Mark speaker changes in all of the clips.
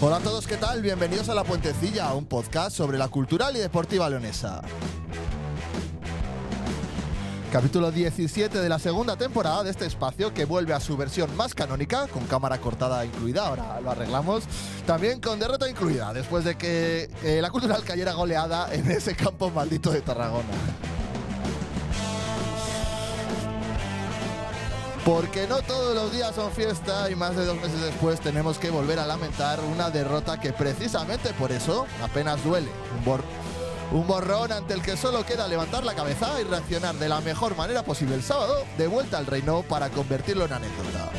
Speaker 1: Hola a todos, ¿qué tal? Bienvenidos a La Puentecilla, un podcast sobre la cultural y deportiva leonesa. Capítulo 17 de la segunda temporada de este espacio que vuelve a su versión más canónica, con cámara cortada incluida, ahora lo arreglamos, también con derrota incluida, después de que eh, la cultural cayera goleada en ese campo maldito de Tarragona. Porque no todos los días son fiesta y más de dos meses después tenemos que volver a lamentar una derrota que precisamente por eso apenas duele. Un, bor- un borrón ante el que solo queda levantar la cabeza y reaccionar de la mejor manera posible el sábado de vuelta al reino para convertirlo en anécdota.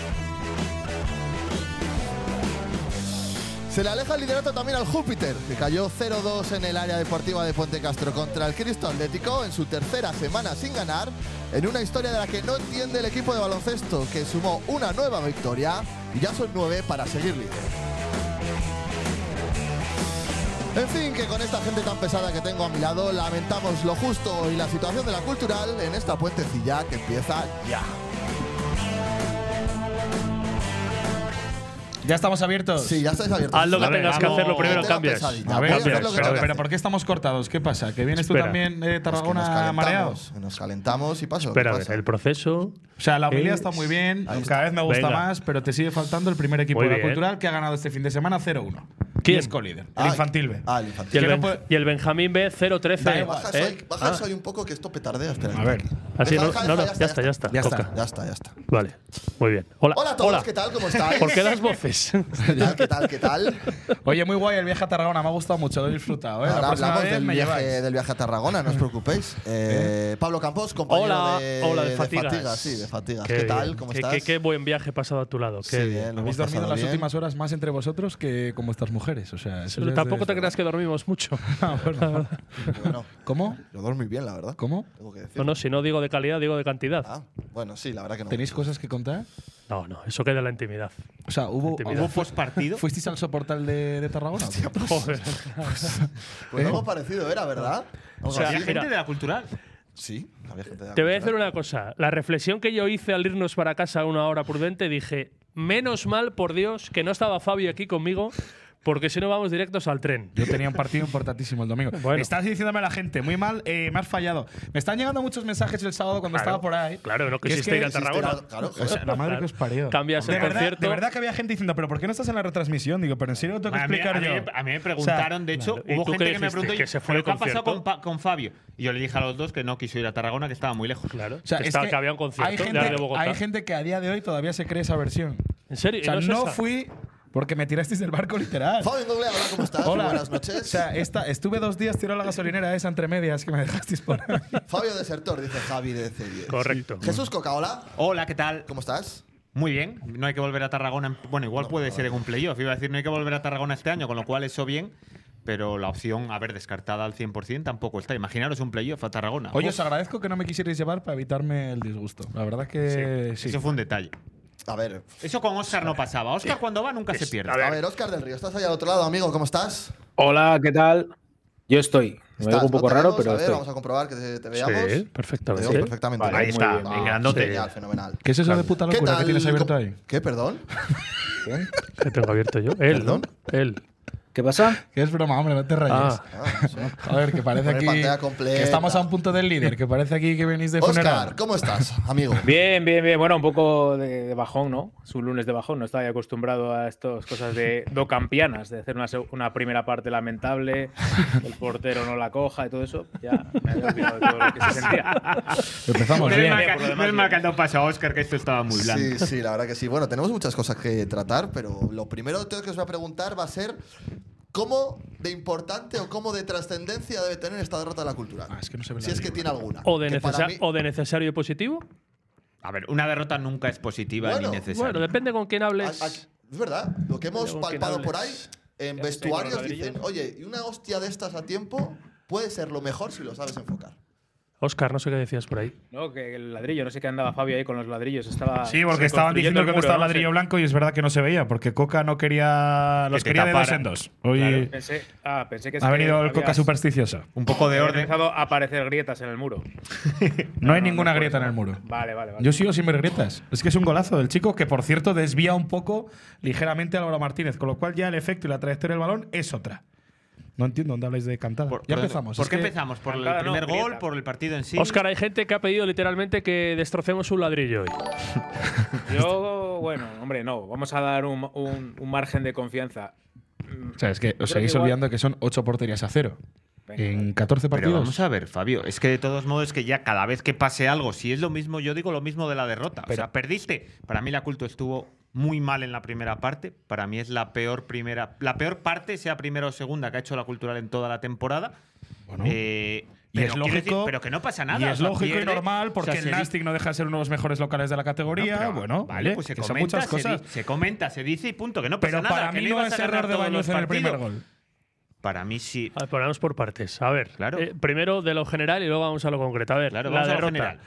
Speaker 1: Se le aleja el liderato también al Júpiter, que cayó 0-2 en el área deportiva de Puente Castro contra el Cristo Atlético en su tercera semana sin ganar, en una historia de la que no entiende el equipo de baloncesto, que sumó una nueva victoria y ya son nueve para seguir líder. En fin, que con esta gente tan pesada que tengo a mi lado, lamentamos lo justo y la situación de la cultural en esta puentecilla que empieza ya.
Speaker 2: ¿Ya estamos abiertos?
Speaker 1: Sí, ya estáis abiertos.
Speaker 3: Haz lo que tengas que hacer, lo primero
Speaker 1: Tengo
Speaker 3: cambias.
Speaker 1: pesadilla.
Speaker 2: A ver,
Speaker 1: Voy a hacer
Speaker 2: pero,
Speaker 1: lo que
Speaker 2: pero-
Speaker 1: tengo que
Speaker 2: pero
Speaker 1: hacer.
Speaker 2: ¿por qué estamos cortados? ¿Qué pasa? ¿Que vienes
Speaker 3: Espera.
Speaker 2: tú también de
Speaker 1: que nos
Speaker 2: Tarragona
Speaker 1: calentamos,
Speaker 2: mareados?
Speaker 1: que Nos calentamos y paso.
Speaker 3: Espera,
Speaker 1: ¿qué
Speaker 3: a ver,
Speaker 1: pasa?
Speaker 3: el proceso.
Speaker 2: O sea, la humilidad
Speaker 3: Es-
Speaker 2: está muy bien,
Speaker 1: Ahí está.
Speaker 2: cada vez me gusta
Speaker 3: Venga.
Speaker 2: más, pero te sigue faltando el primer equipo
Speaker 3: Muy
Speaker 2: de la
Speaker 3: bien.
Speaker 2: cultural que ha ganado este fin de semana 0-1.
Speaker 3: ¿Quién?
Speaker 2: Y es co-líder, el
Speaker 1: Ah,
Speaker 2: infantil B.
Speaker 1: Ah, el
Speaker 3: Y
Speaker 1: infantil.
Speaker 3: el,
Speaker 2: Que no
Speaker 3: Ben-
Speaker 2: puede-
Speaker 3: y el Benjamín
Speaker 2: Da
Speaker 3: B 013.
Speaker 2: igual.
Speaker 1: Bajas,
Speaker 3: ¿eh?
Speaker 1: hoy, bajas
Speaker 3: Ah,
Speaker 1: hoy un poco que esto petardea. Espera.
Speaker 2: A ver.
Speaker 3: así
Speaker 1: Deja,
Speaker 3: no,
Speaker 1: deja,
Speaker 3: no, no,
Speaker 1: deja,
Speaker 3: ya está, ya está.
Speaker 2: Ya está.
Speaker 3: Toca.
Speaker 1: Ya está, ya está.
Speaker 3: Vale, muy bien. Hola,
Speaker 1: Hola a todos, ¿qué tal? ¿Cómo estáis?
Speaker 3: ¿Por qué das voces?
Speaker 1: ¿Qué tal? ¿Qué tal? ¿Qué tal?
Speaker 2: Oye, muy guay el viaje a Tarragona, me ha gustado mucho, lo he disfrutado. ¿eh?
Speaker 1: Ahora
Speaker 2: La próxima
Speaker 1: hablamos
Speaker 2: vez
Speaker 1: del
Speaker 2: me
Speaker 1: viaje,
Speaker 2: lleváis.
Speaker 1: del viaje a Tarragona, no os preocupéis. Eh, Pablo Campos, compañero
Speaker 3: Hola,
Speaker 1: de,
Speaker 3: hola de fatigas.
Speaker 1: sí, de fatigas. ¿Qué, tal?
Speaker 3: bien.
Speaker 1: ¿Cómo
Speaker 3: Qué-
Speaker 1: estás?
Speaker 3: Qué, qué buen viaje he pasado a tu lado. Qué
Speaker 1: Sí, ¿eh?
Speaker 3: bien.
Speaker 1: bien, lo
Speaker 2: Habéis
Speaker 1: hemos
Speaker 2: dormido
Speaker 1: pasado
Speaker 2: las
Speaker 1: bien.
Speaker 2: últimas horas más entre vosotros que como estas mujeres. O sea, eso
Speaker 3: Pero
Speaker 2: ya
Speaker 3: tampoco
Speaker 2: es-
Speaker 3: te creas que dormimos mucho.
Speaker 2: Ah, bueno.
Speaker 1: Bueno,
Speaker 2: ¿Cómo?
Speaker 1: yo dormí bien, la verdad.
Speaker 2: ¿Cómo?
Speaker 1: Tengo que decir.
Speaker 3: No, no, si no digo de calidad, digo de cantidad.
Speaker 1: Ah, bueno, sí, la verdad que no.
Speaker 2: ¿Tenéis cosas que contar?
Speaker 3: No, no, eso queda en la intimidad.
Speaker 2: O sea, ¿hubo,
Speaker 3: Intimidad.
Speaker 2: ¿hubo partido? ¿Fuisteis al soportal de, de Tarragona?
Speaker 3: Joder.
Speaker 1: Ah, Pues algo parecido era, ¿verdad? Algo
Speaker 3: sea,
Speaker 1: así.
Speaker 3: Había gente de
Speaker 2: la cultural.
Speaker 1: Sí, había gente de
Speaker 3: Te voy a decir una cosa. La reflexión que yo hice al irnos para casa a una hora prudente, dije, menos mal, por Dios, que no estaba Fabio aquí conmigo, porque si no vamos directos al tren.
Speaker 2: Yo tenía un partido importantísimo el domingo.
Speaker 3: Bueno.
Speaker 2: Estás diciéndome a la gente, muy mal, eh, me has fallado. Me están llegando muchos mensajes el sábado cuando
Speaker 3: Claro,
Speaker 2: estaba por ahí.
Speaker 3: claro, no
Speaker 2: Que es
Speaker 3: quisiste
Speaker 2: que
Speaker 3: ir a
Speaker 2: existe
Speaker 3: Tarragona.
Speaker 1: la- claro,
Speaker 2: O sea, la madre
Speaker 3: Claro.
Speaker 2: que os parió.
Speaker 3: Cambias
Speaker 2: de
Speaker 3: el
Speaker 2: verdad,
Speaker 3: concierto.
Speaker 2: De verdad que había gente diciendo, pero ¿por qué no estás en la retransmisión? Digo, pero en serio lo tengo que
Speaker 4: A mí,
Speaker 2: explicar
Speaker 4: a mí-
Speaker 2: yo.
Speaker 4: a mí me preguntaron, de hecho,
Speaker 3: claro. ¿Y
Speaker 4: hubo
Speaker 3: tú
Speaker 4: gente
Speaker 3: qué
Speaker 4: que me
Speaker 3: dijiste?
Speaker 4: preguntó
Speaker 3: ¿Que se fue
Speaker 4: "¿Pero
Speaker 3: al
Speaker 4: ¿qué ha pasado con,
Speaker 3: concierto?
Speaker 4: Pa- con Fabio? Y yo le dije a los dos que no quiso ir a Tarragona, que estaba muy lejos.
Speaker 3: Claro.
Speaker 2: O sea,
Speaker 3: que,
Speaker 2: es
Speaker 3: estaba-
Speaker 2: que
Speaker 3: que había un concierto
Speaker 2: hay
Speaker 3: de
Speaker 2: gente,
Speaker 3: Arde Bogotá.
Speaker 2: hay gente que a día de hoy todavía se cree esa versión.
Speaker 3: ¿En serio?
Speaker 2: O sea,
Speaker 3: ¿Y es
Speaker 2: no
Speaker 3: esa?
Speaker 2: fui porque me tirasteis del barco literal.
Speaker 1: Fabio Doble, hola, ¿cómo estás?
Speaker 2: Hola.
Speaker 1: Buenas noches.
Speaker 2: O sea, eh, esta, estuve dos días tirado a la gasolinera esa entre medias que me dejasteis por ahí.
Speaker 1: Fabio Desertor, dice Javi de C10.
Speaker 3: Correcto.
Speaker 1: Jesús Coca, hola.
Speaker 4: Hola, ¿qué tal?
Speaker 1: ¿Cómo estás?
Speaker 4: Muy bien. No hay que volver a Tarragona. en- Bueno, igual puede ser en un playoff. Iba a decir, no hay que volver a Tarragona este año, con lo cual eso bien. pero la opción a ver descartada al 100% tampoco está. Imaginaros un playoff a Tarragona.
Speaker 2: Oye,
Speaker 4: Uf,
Speaker 2: os agradezco que no me quisierais llevar para evitarme el disgusto. La verdad que sí.
Speaker 4: Eso fue un detalle.
Speaker 1: A ver,
Speaker 4: Eso con Oscar no pasaba. Oscar cuando va nunca se pierde.
Speaker 1: a ver, Oscar del Río, estás ahí al otro lado, amigo, ¿cómo estás?
Speaker 5: Hola, ¿qué tal? Yo estoy. Me
Speaker 1: Estás,
Speaker 5: veo un poco
Speaker 1: ¿no te
Speaker 5: raro,
Speaker 1: vemos?
Speaker 5: pero
Speaker 1: A ver,
Speaker 5: estoy.
Speaker 1: vamos a comprobar que te, te veamos.
Speaker 3: Sí,
Speaker 1: Te veo
Speaker 3: perfectamente.
Speaker 1: perfectamente.
Speaker 5: Vale,
Speaker 1: Ahí
Speaker 5: muy
Speaker 1: está,
Speaker 5: bien.
Speaker 1: en
Speaker 4: grandote.
Speaker 1: Genial, fenomenal.
Speaker 2: ¿Qué es eso de puta locura que tienes abierto ahí?
Speaker 1: ¿Qué, perdón?
Speaker 3: ¿Qué tengo abierto yo? Él.
Speaker 1: ¿Perdón?
Speaker 3: Él.
Speaker 5: ¿Qué pasa?
Speaker 2: Que es broma, hombre, no te rayes.
Speaker 3: Ah.
Speaker 2: A ver, que parece
Speaker 1: Poner
Speaker 2: aquí
Speaker 1: pantalla completa.
Speaker 2: que estamos a un punto del líder, que parece aquí que venís de
Speaker 1: Oscar,
Speaker 2: funeral.
Speaker 1: ¿cómo estás, amigo?
Speaker 5: Bien, bien, bien. Bueno, un poco de, de bajón, ¿no? Es un lunes de bajón. No estaba acostumbrado a estas cosas de docampianas, de hacer una, seg- una primera parte lamentable, que el portero no la coja y todo eso. Ya me había olvidado de todo lo que se sentía.
Speaker 2: Empezamos
Speaker 4: Menos
Speaker 2: bien.
Speaker 4: mal
Speaker 5: Por lo demás,
Speaker 4: que- menos mal
Speaker 5: bien.
Speaker 4: que no pasa Oscar, que esto estaba muy blanco.
Speaker 1: Sí, sí, la verdad que sí. Bueno, tenemos muchas cosas que tratar, pero lo primero que os voy a preguntar va a ser cómo de importante o cómo de trascendencia debe tener esta derrota de la cultura.
Speaker 2: Ah, es que no se ve
Speaker 1: si
Speaker 2: la
Speaker 1: es que
Speaker 2: liga.
Speaker 1: tiene alguna.
Speaker 3: O de,
Speaker 1: Que para
Speaker 3: necesa-
Speaker 1: mí-
Speaker 3: o de necesario y positivo.
Speaker 4: A ver, una derrota nunca es positiva
Speaker 1: Bueno,
Speaker 4: ni necesaria.
Speaker 3: Bueno, depende con quién
Speaker 1: a- a-
Speaker 3: hables.
Speaker 1: es verdad, lo que hemos
Speaker 3: Luego que
Speaker 1: palpado
Speaker 3: hables.
Speaker 1: por ahí, en
Speaker 5: Ya estoy con los
Speaker 1: vestuarios dicen,
Speaker 5: ladrillos.
Speaker 1: oye, y una hostia de estas a tiempo puede ser lo mejor si lo sabes enfocar.
Speaker 3: Oscar, no sé qué decías por ahí.
Speaker 5: No, que el ladrillo, no sé qué andaba Fabio ahí con los ladrillos. Estaba
Speaker 2: Sí, porque estaban
Speaker 5: construyendo
Speaker 2: diciendo que
Speaker 5: el
Speaker 2: no
Speaker 5: muro,
Speaker 2: estaba
Speaker 5: ¿no?
Speaker 2: ladrillo
Speaker 5: Sí.
Speaker 2: blanco y es verdad que no se veía, porque Coca no quería. Los
Speaker 4: te
Speaker 2: quería de dos
Speaker 4: taparan.
Speaker 2: en dos. Hoy
Speaker 5: Claro, pensé, ah, pensé que es
Speaker 2: ha
Speaker 5: que
Speaker 2: venido el
Speaker 5: habías-
Speaker 2: Coca supersticiosa.
Speaker 4: Un poco de
Speaker 5: habían
Speaker 4: orden.
Speaker 5: empezado a aparecer grietas en el muro.
Speaker 2: No hay
Speaker 5: no,
Speaker 2: ninguna
Speaker 5: no,
Speaker 2: grieta en
Speaker 5: no.
Speaker 2: el muro.
Speaker 5: Vale, vale, vale.
Speaker 2: Yo sigo sin ver grietas. Es que es un golazo del chico que, por cierto, desvía un poco ligeramente a Álvaro Martínez, con lo cual ya el efecto y la trayectoria del balón es otra. No entiendo dónde habláis de cantada.
Speaker 4: Por-
Speaker 2: ya
Speaker 4: por-
Speaker 2: empezamos.
Speaker 4: ¿Por
Speaker 2: es
Speaker 4: qué
Speaker 2: que-
Speaker 4: empezamos? ¿Por el
Speaker 5: Cantada no,
Speaker 4: primer gol?
Speaker 5: grieta.
Speaker 4: ¿Por el partido en sí?
Speaker 3: Oscar, hay gente que ha pedido literalmente que destrocemos un ladrillo hoy.
Speaker 5: Yo, bueno, hombre, no. Vamos a dar un, un- un margen de confianza.
Speaker 2: O sea, es que os
Speaker 5: creo
Speaker 2: seguís
Speaker 5: que igual-
Speaker 2: olvidando que son 8 porterías a cero.
Speaker 5: Venga,
Speaker 2: en 14
Speaker 4: Pero
Speaker 2: partidos.
Speaker 4: vamos a ver, Fabio. Es que de todos modos, que ya cada vez que pase algo, si es lo mismo, yo digo lo mismo de la derrota. o sea, perdiste. Para mí, la culto estuvo muy mal en la primera parte. Para mí es la peor primera. La peor parte, sea primera o segunda, que ha hecho la cultural en toda la temporada. Eh,
Speaker 2: Y
Speaker 4: pero
Speaker 2: es
Speaker 4: quiero decir-
Speaker 2: lógico-
Speaker 4: pero que no pasa nada.
Speaker 2: Y
Speaker 4: o
Speaker 2: es
Speaker 4: sea,
Speaker 2: lógico y
Speaker 4: pierde,
Speaker 2: normal
Speaker 4: o sea,
Speaker 2: porque
Speaker 4: se
Speaker 2: el
Speaker 4: di-
Speaker 2: Nastic no deja de ser uno de los mejores locales de la categoría.
Speaker 4: No, pero,
Speaker 2: bueno,
Speaker 4: vale, pues se
Speaker 2: que
Speaker 4: comenta,
Speaker 2: son muchas cosas.
Speaker 4: Se, di- se comenta, se dice y punto, que no pasa
Speaker 2: pero
Speaker 4: nada.
Speaker 2: para
Speaker 4: que
Speaker 2: mí
Speaker 4: ibas
Speaker 2: no
Speaker 4: a
Speaker 2: es
Speaker 4: ganar
Speaker 2: error de
Speaker 4: todos
Speaker 2: Baños
Speaker 4: los
Speaker 2: en el primer
Speaker 4: partidos.
Speaker 2: gol.
Speaker 4: Para mí sí.
Speaker 3: A ver, ponemos Ah, por partes. A ver,
Speaker 4: Claro.
Speaker 3: eh, primero de lo general y luego vamos a lo concreto. A ver,
Speaker 4: Claro,
Speaker 3: la
Speaker 4: vamos a lo
Speaker 3: derrota.
Speaker 4: general.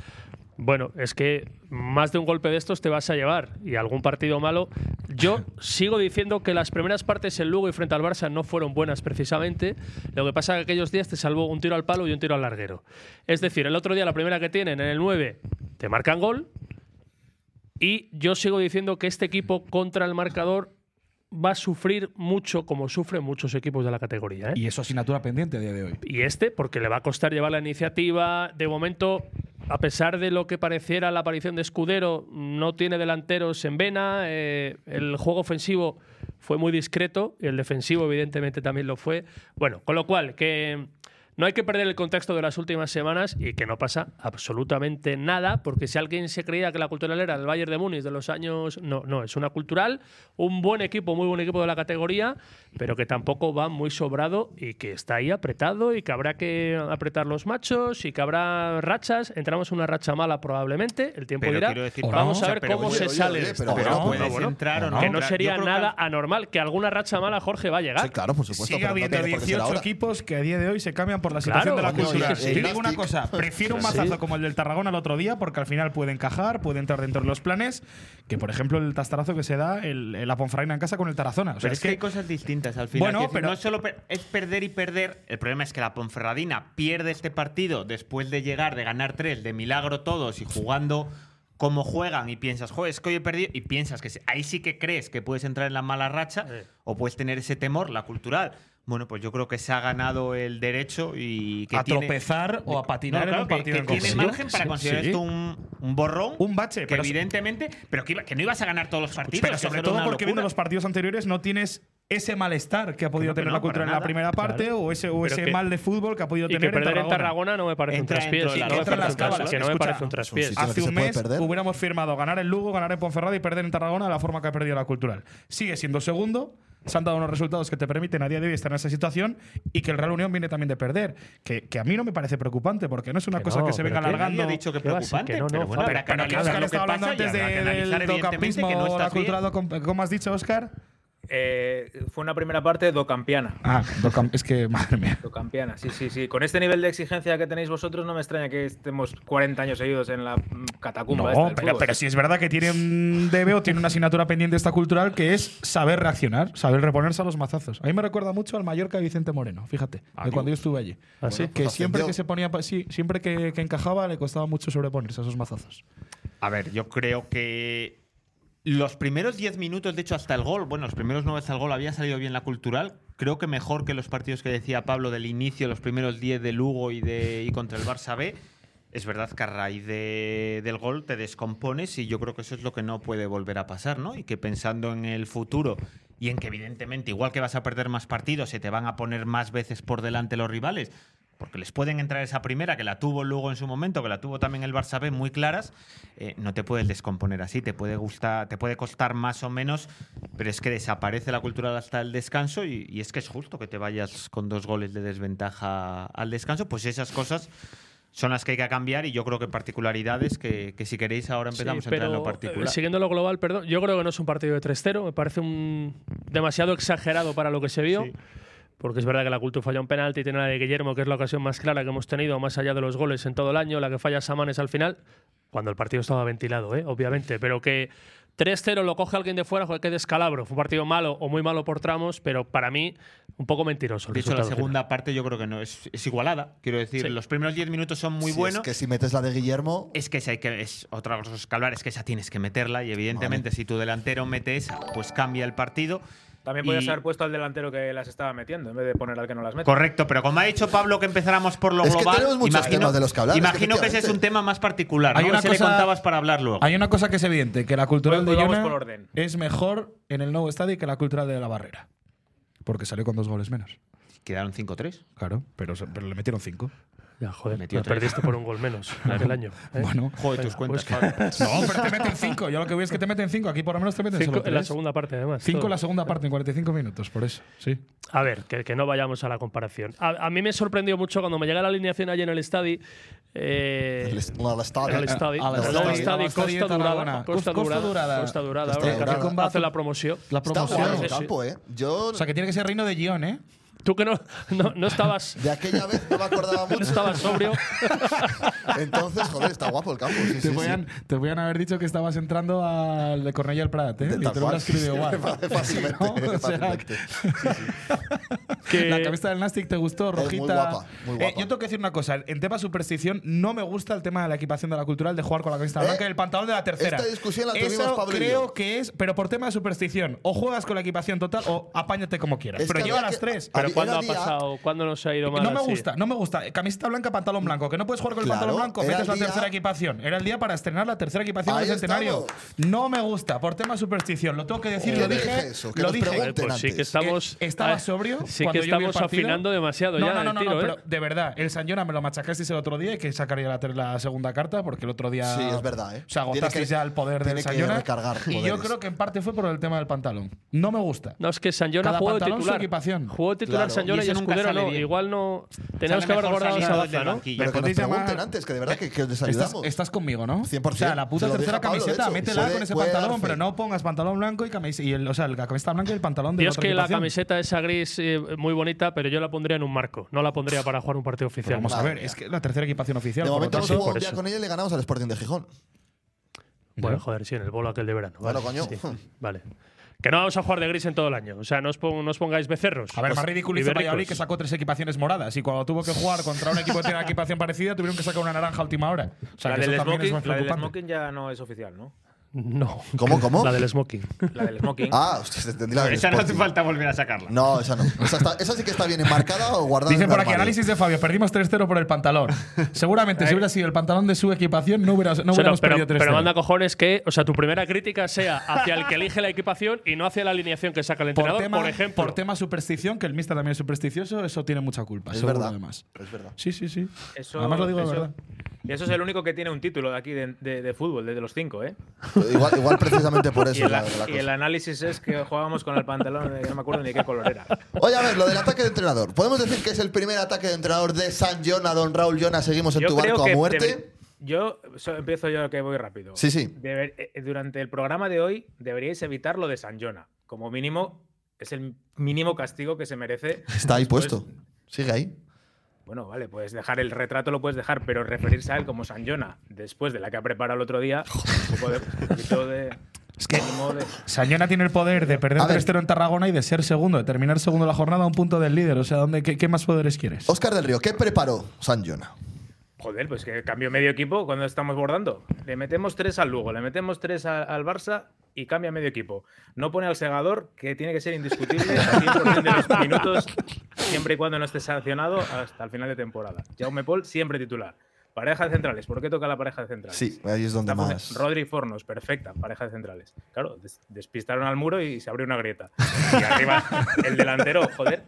Speaker 3: Bueno, es que más de un golpe de estos te vas a llevar y algún partido malo. Yo sigo diciendo que las primeras partes en Lugo y frente al Barça no fueron buenas precisamente. Lo que pasa es que aquellos días te salvó un tiro al palo y un tiro al larguero. Es decir, el otro día la primera que tienen en el 9 te marcan gol y yo sigo diciendo que este equipo contra el marcador va a sufrir mucho como sufren muchos equipos de la categoría. ¿eh?
Speaker 2: Y eso asignatura pendiente a día de hoy.
Speaker 3: y este porque le va a costar llevar la iniciativa. De momento, a pesar de lo que pareciera la aparición de Escudero, no tiene delanteros en vena. eh, el juego ofensivo fue muy discreto y el defensivo evidentemente también lo fue. Bueno, con lo cual que no hay que perder el contexto de las últimas semanas y que no pasa absolutamente nada, porque si alguien se creía que la cultural era el Bayern de Múnich de los años. No, no, es una cultural, un buen equipo, muy buen equipo de la categoría, pero que tampoco va muy sobrado y que está ahí apretado y que habrá que apretar los machos y que habrá rachas. Entramos en una racha mala probablemente, el tiempo
Speaker 4: Pero
Speaker 3: dirá.
Speaker 4: quiero decir,
Speaker 3: Vamos
Speaker 2: o sea,
Speaker 3: a ver
Speaker 4: pero
Speaker 3: cómo
Speaker 4: oye,
Speaker 3: se
Speaker 1: oye,
Speaker 3: sale
Speaker 1: oye,
Speaker 3: de esta.
Speaker 1: pero
Speaker 4: Pero
Speaker 2: no,
Speaker 4: puedes
Speaker 2: no,
Speaker 3: bueno.
Speaker 4: entrar o no.
Speaker 3: Que no
Speaker 4: entrar.
Speaker 3: sería
Speaker 4: Yo creo que
Speaker 3: nada
Speaker 4: al-
Speaker 3: anormal, que alguna racha mala, Jorge, va a llegar.
Speaker 1: Sí, claro, por supuesto.
Speaker 2: Sigue
Speaker 1: pero no
Speaker 2: habiendo
Speaker 1: tiene por qué ser
Speaker 2: 18
Speaker 1: ahora.
Speaker 2: equipos que a día de hoy se cambian por la
Speaker 3: Claro,
Speaker 2: situación de la
Speaker 3: coño,
Speaker 2: cultura.
Speaker 3: sí, sí.
Speaker 2: Te digo una
Speaker 1: Elastic.
Speaker 2: cosa, prefiero un
Speaker 3: Sí.
Speaker 2: mazazo como el del Tarragona el otro día porque al final puede encajar, puede entrar dentro de los planes, que por ejemplo el tastarazo que se da el, el Aponfraina en casa con el Tarazona. O sea,
Speaker 4: pero es que hay cosas distintas al final.
Speaker 2: Bueno,
Speaker 4: Quiero decir,
Speaker 2: pero-
Speaker 4: no es solo per- es perder y perder. El problema es que la Ponferradina pierde este partido después de llegar, de ganar tres, de milagro todos y jugando como juegan y piensas, joder, es que hoy he perdido y piensas que se- ahí sí que crees que puedes entrar en la mala racha
Speaker 3: Eh.
Speaker 4: o puedes tener ese temor, la cultural. Bueno, pues yo creo que se ha ganado el derecho y que
Speaker 2: a
Speaker 4: tiene-
Speaker 2: tropezar o a patinar
Speaker 4: No, claro,
Speaker 2: en un
Speaker 4: que-
Speaker 2: partido
Speaker 4: que,
Speaker 2: en
Speaker 4: tiene
Speaker 2: concreto.
Speaker 4: margen para
Speaker 2: Sí,
Speaker 4: considerar
Speaker 2: sí.
Speaker 4: esto un, un borrón.
Speaker 2: Un bache,
Speaker 4: Que
Speaker 2: pero-
Speaker 4: evidentemente. Pero que, iba- que no ibas a ganar todos los partidos.
Speaker 2: Pero
Speaker 4: que
Speaker 2: sobre
Speaker 4: eso era
Speaker 2: todo
Speaker 4: una
Speaker 2: porque viendo
Speaker 4: locura.
Speaker 2: los partidos anteriores no tienes ese malestar que ha podido
Speaker 4: no, que
Speaker 2: tener
Speaker 4: no,
Speaker 2: la cultura
Speaker 4: para
Speaker 2: en la
Speaker 4: nada.
Speaker 2: primera parte
Speaker 3: Claro.
Speaker 2: o ese, o
Speaker 3: Pero
Speaker 2: ese
Speaker 3: que-
Speaker 2: mal de fútbol que ha podido
Speaker 3: Y que
Speaker 2: tener
Speaker 3: perder en
Speaker 2: en Tarragona.
Speaker 3: Tarragona no me parece
Speaker 4: Entra
Speaker 3: un traspiés.
Speaker 4: dentro de la
Speaker 3: no me
Speaker 4: lógica.
Speaker 3: parece un
Speaker 4: Entra en las
Speaker 3: tras- Que no me
Speaker 2: cábalas.
Speaker 3: parece un traspiés.
Speaker 1: Sí, sí,
Speaker 2: Hace
Speaker 1: que se
Speaker 2: un
Speaker 1: puede
Speaker 2: mes
Speaker 1: perder.
Speaker 2: hubiéramos firmado ganar en Lugo, ganar en Ponferrada y perder en Tarragona de la forma que ha perdido la cultural. Sigue siendo segundo. Se han dado unos resultados que te permiten a día de hoy estar en esa situación y que el Real Unión viene también de perder. Que, que a mí no me parece preocupante porque no es una
Speaker 3: Que
Speaker 2: cosa
Speaker 3: no,
Speaker 2: que se
Speaker 3: pero
Speaker 2: venga
Speaker 3: que nadie
Speaker 2: alargando.
Speaker 4: Nadie ha dicho que
Speaker 3: ¿Qué va a ser?
Speaker 4: preocupante.
Speaker 3: Que no, no,
Speaker 4: pero bueno,
Speaker 3: Fabio.
Speaker 4: habrá que
Speaker 2: Pero que
Speaker 4: analizar
Speaker 2: Oscar
Speaker 4: lo que
Speaker 2: estaba hablando
Speaker 4: pasa y
Speaker 2: antes
Speaker 4: habrá que
Speaker 2: del
Speaker 4: analizar, evidentemente,
Speaker 2: docampismo,
Speaker 4: que no
Speaker 2: la
Speaker 4: estás bien.
Speaker 2: cultura doc- doc- más dicho, Oscar.
Speaker 5: eh, fue una primera parte docampiana.
Speaker 2: Ah, Docam- es que, madre mía.
Speaker 5: Docampiana, sí, sí, sí. Con este nivel de exigencia que tenéis vosotros, no me extraña que estemos 40 años seguidos en la mm, catacumba. esta
Speaker 2: No,
Speaker 5: del
Speaker 2: pero,
Speaker 5: fútbol.
Speaker 2: pero si es verdad que tiene un debe o tiene una asignatura pendiente esta cultural que es saber reaccionar, saber reponerse a los mazazos. A mí me recuerda mucho al Mallorca de Vicente Moreno, fíjate, de cuando yo estuve allí.
Speaker 3: Así.
Speaker 2: Que
Speaker 1: Pues
Speaker 2: siempre
Speaker 1: ascendió.
Speaker 2: que se ponía, pa- sí, siempre que, que encajaba le costaba mucho sobreponerse a esos mazazos.
Speaker 4: A ver, yo creo que los primeros 10 minutos, de hecho, hasta el gol, bueno, los primeros 9 hasta el gol había salido bien la cultural. Creo que mejor que los partidos que decía Pablo del inicio, los primeros 10 de Lugo y, de, y contra el Barça B. Es verdad que a raíz de- del gol te descompones y yo creo que eso es lo que no puede volver a pasar, ¿no? Y que pensando en el futuro y en que evidentemente, igual que vas a perder más partidos, se te van a poner más veces por delante los rivales, porque les pueden entrar esa primera, que la tuvo luego en su momento, que la tuvo también el Barça B, muy claras, eh, no te puedes descomponer así, te puede, gustar, te puede costar más o menos, pero es que desaparece la cultura hasta el descanso y, y es que es justo que te vayas con dos goles de desventaja al descanso, pues esas cosas son las que hay que cambiar y yo creo que particularidades que, que si queréis ahora
Speaker 3: Sí,
Speaker 4: empezamos a entrar en
Speaker 3: pero,
Speaker 4: lo particular.
Speaker 3: eh, Siguiendo lo global, perdón, yo creo que no es un partido de 3-0, me parece un demasiado exagerado para lo que se vio.
Speaker 4: Sí.
Speaker 3: Porque es verdad que la Cultura falla un penalti y tiene la de Guillermo, que es la ocasión más clara que hemos tenido, más allá de los goles en todo el año, la que falla Samanes al final, cuando el partido estaba ventilado, ¿eh? obviamente. Pero que 3-0 lo coge alguien de fuera, joder, qué descalabro. Fue un partido malo o muy malo por tramos, pero para mí un poco mentiroso. el
Speaker 4: De hecho, la
Speaker 3: resultado
Speaker 4: segunda parte yo creo que no es, es igualada. Quiero decir,
Speaker 3: Sí.
Speaker 4: los primeros 10 minutos son muy
Speaker 1: Si
Speaker 4: buenos.
Speaker 1: Es que si metes la de Guillermo,
Speaker 4: Es que si hay que es otra cosa que hablar, es que esa tienes que meterla y evidentemente si tu delantero mete esa, pues cambia el partido.
Speaker 5: También podías
Speaker 4: Y-
Speaker 5: haber puesto al delantero que las estaba metiendo, en vez de poner al que no las mete.
Speaker 4: Correcto, pero como ha dicho Pablo que empezáramos por lo
Speaker 1: Es que
Speaker 4: global,
Speaker 1: tenemos muchos temas de los que hablar, es que
Speaker 4: imagino que, ese es un
Speaker 1: efectivamente.
Speaker 4: tema más particular, ¿no?
Speaker 2: Hay una
Speaker 4: Ese le
Speaker 2: cosa-
Speaker 4: contabas para hablar luego.
Speaker 2: Hay una cosa que es evidente, que la cultural
Speaker 5: Hoy- hoy
Speaker 2: de
Speaker 5: vamos
Speaker 2: Girona
Speaker 5: Pues por orden.
Speaker 2: es mejor en el nuevo estadio que la cultural de la barrera. Porque salió con dos goles menos.
Speaker 4: Quedaron 5-3.
Speaker 2: Claro, pero, se- pero le metieron cinco.
Speaker 3: final. Ya, joder,
Speaker 4: Metió
Speaker 3: la
Speaker 4: tres.
Speaker 3: perdiste por un gol menos aquel año. ¿eh?
Speaker 2: Bueno.
Speaker 4: Joder, tus
Speaker 3: Venga,
Speaker 4: cuentas,
Speaker 2: pues
Speaker 3: busca.
Speaker 4: Pablo.
Speaker 2: No, pero te meten cinco. Yo lo que voy es que te meten cinco. Aquí por lo menos te meten
Speaker 3: Cinco
Speaker 2: solo
Speaker 3: en la
Speaker 2: tres.
Speaker 3: segunda parte, además.
Speaker 2: Cinco
Speaker 3: todo.
Speaker 2: en la segunda parte en 45 minutos, por eso. Sí.
Speaker 3: A ver, que, que no vayamos a la comparación. A, a mí me sorprendió mucho cuando me llega la alineación allí en el estadio. Eh,
Speaker 1: el est- no, el estadio.
Speaker 3: en el estadio.
Speaker 1: Al
Speaker 3: En el
Speaker 1: estadio.
Speaker 3: estadio,
Speaker 2: Al estadio
Speaker 3: Costa
Speaker 2: de
Speaker 3: Durada.
Speaker 2: Tarragona. Costa
Speaker 3: Costa Durada.
Speaker 2: Durada. Este,
Speaker 3: Costa Durada.
Speaker 1: Costa
Speaker 3: ahora, que
Speaker 1: Durada.
Speaker 3: hace- Hace la promoción.
Speaker 2: La
Speaker 1: Está jugando
Speaker 3: Sí,
Speaker 1: el
Speaker 3: sí.
Speaker 1: campo, ¿eh? Yo
Speaker 2: O sea, que tiene que ser reino de Gion, ¿eh?
Speaker 3: Tú que no, no, no estabas,
Speaker 1: de aquella vez no me acordaba
Speaker 3: no
Speaker 1: mucho.
Speaker 3: estabas sobrio.
Speaker 1: Entonces, joder, está guapo el campo. Sí, sí,
Speaker 2: Te
Speaker 1: sí.
Speaker 2: podían, te podían haber dicho que estabas entrando al de Cornellà al Prat, ¿eh?
Speaker 1: De
Speaker 2: Y
Speaker 1: tal
Speaker 2: te lo
Speaker 1: cual.
Speaker 2: hubieras creído igual.
Speaker 1: Fácilmente,
Speaker 2: ¿No? O sea,
Speaker 1: fácilmente.
Speaker 3: Que-
Speaker 2: La camisa del Nastic te gustó,
Speaker 1: muy
Speaker 2: rojita.
Speaker 1: guapa, muy
Speaker 2: Eh,
Speaker 1: guapa.
Speaker 2: yo tengo que decir una cosa. En tema superstición, no me gusta el tema de la equipación de la cultural de jugar con la camisa blanca y el pantalón de la tercera.
Speaker 1: Eh, Esta discusión la tuvimos,
Speaker 2: Eso
Speaker 1: Pablo y
Speaker 2: creo
Speaker 1: yo.
Speaker 2: que es… Pero por tema de superstición, o juegas con la equipación total o apáñate como quieras.
Speaker 1: Es
Speaker 2: pero
Speaker 1: que
Speaker 2: lleva
Speaker 1: había
Speaker 2: las
Speaker 1: que-
Speaker 2: tres.
Speaker 3: Pero
Speaker 1: Era
Speaker 3: ¿cuándo ha
Speaker 1: día-
Speaker 3: pasado? ¿Cuándo nos ha ido mal?
Speaker 2: No me
Speaker 3: así?
Speaker 2: gusta, no me gusta. Camiseta blanca, pantalón blanco. Que no puedes jugar con el
Speaker 1: Claro,
Speaker 2: pantalón blanco,
Speaker 1: era
Speaker 2: metes
Speaker 1: el
Speaker 2: la
Speaker 1: día-
Speaker 2: tercera equipación. Era el día para estrenar la tercera equipación
Speaker 1: Ahí
Speaker 2: del centenario.
Speaker 1: estamos.
Speaker 2: No me gusta, por tema superstición. Lo tengo que decir,
Speaker 1: Que
Speaker 2: lo
Speaker 1: le
Speaker 2: dije.
Speaker 1: deje eso, que
Speaker 2: lo
Speaker 1: nos
Speaker 2: dije.
Speaker 3: Eh,
Speaker 1: pregunte.
Speaker 3: Pues sí que estamos.
Speaker 2: Eh, estaba
Speaker 3: ah,
Speaker 2: sobrio.
Speaker 3: Sí que
Speaker 2: cuando yo vi el
Speaker 3: estamos
Speaker 2: partido.
Speaker 3: afinando demasiado
Speaker 2: no,
Speaker 3: ya.
Speaker 2: No, no,
Speaker 3: el
Speaker 2: no,
Speaker 3: tiro,
Speaker 2: no,
Speaker 3: ¿eh?
Speaker 2: pero de verdad, el San Llona me lo machacasteis el otro día y que sacaría la, ter- la segunda carta porque el otro día.
Speaker 1: Sí, es verdad, ¿eh?
Speaker 2: O sea,
Speaker 1: Tiene
Speaker 2: agotasteis
Speaker 1: que-
Speaker 2: ya el poder
Speaker 1: tiene
Speaker 2: del San
Speaker 1: que
Speaker 2: Llona.
Speaker 1: recargar
Speaker 2: Y yo
Speaker 1: poderes.
Speaker 2: creo que en parte fue por el tema del pantalón. No me gusta.
Speaker 3: No, es que Sanyona
Speaker 2: Cada
Speaker 3: jugó de
Speaker 2: pantalón su
Speaker 3: titular.
Speaker 2: equipación.
Speaker 3: Jugó de titular
Speaker 1: Claro,
Speaker 3: Sanyona
Speaker 4: y
Speaker 3: y,
Speaker 4: eso nunca
Speaker 3: Escudero
Speaker 4: sale
Speaker 3: no.
Speaker 4: bien.
Speaker 3: Igual no. Tenemos
Speaker 5: Pues
Speaker 4: Sale
Speaker 3: que haber
Speaker 4: mejor
Speaker 3: guardado esa
Speaker 4: saliendo desde
Speaker 3: baza,
Speaker 4: el
Speaker 3: ¿no?
Speaker 4: banquillo.
Speaker 1: Pero que nos
Speaker 2: podéis llamar-
Speaker 1: pregunten antes, que de verdad que, que les
Speaker 2: Estás,
Speaker 1: ayudamos.
Speaker 2: estás conmigo, ¿no?
Speaker 1: 100%.
Speaker 2: O sea, la puta
Speaker 1: Se lo
Speaker 2: tercera
Speaker 1: dije a Pablo, de
Speaker 2: camiseta,
Speaker 1: hecho.
Speaker 2: métela
Speaker 1: Puede-
Speaker 2: con ese
Speaker 1: puede dar
Speaker 2: pantalón,
Speaker 1: fe.
Speaker 2: pero no pongas pantalón blanco y camisa. Y el, o sea, la camiseta blanca y el pantalón de
Speaker 3: Dios
Speaker 2: otra
Speaker 3: que la
Speaker 2: equipación.
Speaker 3: camiseta esa gris eh, muy bonita, pero yo la pondría en un marco. No la pondría para jugar un partido oficial.
Speaker 2: Vamos a
Speaker 1: Madre
Speaker 2: ver,
Speaker 1: mía.
Speaker 2: es que la tercera equipación oficial.
Speaker 1: de
Speaker 2: por lo
Speaker 1: momento hemos
Speaker 2: tanto-
Speaker 1: jugado
Speaker 3: por
Speaker 1: un día
Speaker 3: eso.
Speaker 1: con ella y le ganamos al Sporting de Gijón.
Speaker 3: Bueno, joder, sí, en el bolo aquel de verano.
Speaker 1: Claro,
Speaker 3: vale,
Speaker 1: coño.
Speaker 3: sí, vale. Que no vamos a jugar de gris en todo el año. O sea, no os, pon- no os pongáis becerros.
Speaker 2: A ver,
Speaker 3: Pues,
Speaker 2: más ridículo hizo
Speaker 3: ibéricos.
Speaker 2: Valladolid que sacó tres equipaciones moradas y cuando tuvo que jugar contra un equipo que tiene una equipación parecida tuvieron que sacar una naranja a última hora. O sea,
Speaker 5: la
Speaker 2: que eso
Speaker 5: del,
Speaker 2: también es
Speaker 5: smoking,
Speaker 2: más
Speaker 5: la del
Speaker 2: preocupante.
Speaker 5: smoking ya no es oficial, ¿no?
Speaker 3: No.
Speaker 1: ¿Cómo, cómo?
Speaker 3: La del smoking.
Speaker 5: La del smoking.
Speaker 1: Ah, hostia, te entendí la del
Speaker 4: Esa no hace
Speaker 1: Sporting.
Speaker 4: falta volver a sacarla.
Speaker 1: No, esa no. Esa, está- esa sí que está bien enmarcada o guardada.
Speaker 2: Dice
Speaker 1: en
Speaker 2: por
Speaker 1: el
Speaker 2: aquí,
Speaker 1: armario.
Speaker 2: análisis de Fabio, perdimos 3-0 por el pantalón. Seguramente si hubiera sido el pantalón de su equipación no, hubiera, no
Speaker 3: O sea, no,
Speaker 2: hubiéramos
Speaker 3: pero,
Speaker 2: perdido 3-0.
Speaker 3: pero manda cojones que, o sea, tu primera crítica sea hacia el que elige la equipación y no hacia la alineación que saca el
Speaker 2: por,
Speaker 3: entrenador, por,
Speaker 2: tema,
Speaker 3: ejemplo.
Speaker 2: por tema superstición, que el mister también es supersticioso, eso tiene mucha culpa,
Speaker 1: Es
Speaker 2: seguro
Speaker 1: verdad.
Speaker 2: además.
Speaker 1: Es verdad.
Speaker 2: Sí, sí, sí.
Speaker 5: Eso,
Speaker 2: además lo digo de
Speaker 5: eso-
Speaker 2: verdad.
Speaker 5: Eso es el único que tiene un título de aquí de, de- de fútbol, de, de los cinco, ¿eh?
Speaker 1: Igual, igual precisamente por
Speaker 5: Y
Speaker 1: eso.
Speaker 5: el,
Speaker 1: la- la
Speaker 5: y
Speaker 1: cosa.
Speaker 5: el análisis es que jugábamos con el pantalón de que no me acuerdo ni qué color era.
Speaker 1: Oye, a ver, lo del ataque de entrenador. ¿Podemos decir que es el primer ataque de entrenador de San Jona, don Raúl Jona? Seguimos en tu barco a
Speaker 5: deber-
Speaker 1: muerte.
Speaker 5: yo so- empiezo yo que voy rápido.
Speaker 1: Sí, sí.
Speaker 5: Deber- eh, durante el programa de hoy deberíais evitar lo de San Jona. Como mínimo, es el mínimo castigo que se merece.
Speaker 1: Está ahí
Speaker 5: después-
Speaker 1: puesto. Sigue ahí.
Speaker 5: Bueno, vale, puedes dejar el retrato, lo puedes dejar, pero referirse a él como San Jona, después de la que ha preparado el otro día, un poco de. Un poquito de
Speaker 1: Es que-
Speaker 5: mínimo de-
Speaker 2: Sañona tiene el poder de perder
Speaker 1: A ver.
Speaker 2: 3-0 en Tarragona y de ser segundo, de terminar segundo la jornada a un punto del líder. O sea, ¿dónde, qué, qué más poderes quieres?
Speaker 1: Oscar del Río, ¿qué preparó San Jona?
Speaker 5: Joder, pues que cambió medio equipo cuando estamos bordando. Le metemos tres al Lugo, le metemos tres a- al Barça y cambia medio equipo. No pone al segador, que tiene que ser indiscutible al 100% de los minutos, siempre y cuando no esté sancionado hasta el final de temporada. Jaume Paul, siempre titular. Pareja de centrales, ¿por qué toca la pareja de centrales?
Speaker 1: Sí, ahí es donde
Speaker 5: Está funcionando.
Speaker 1: más.
Speaker 5: Rodri Fornos, perfecta, pareja de centrales. Claro, des- despistaron al muro y se abrió una grieta. Y arriba el delantero, joder.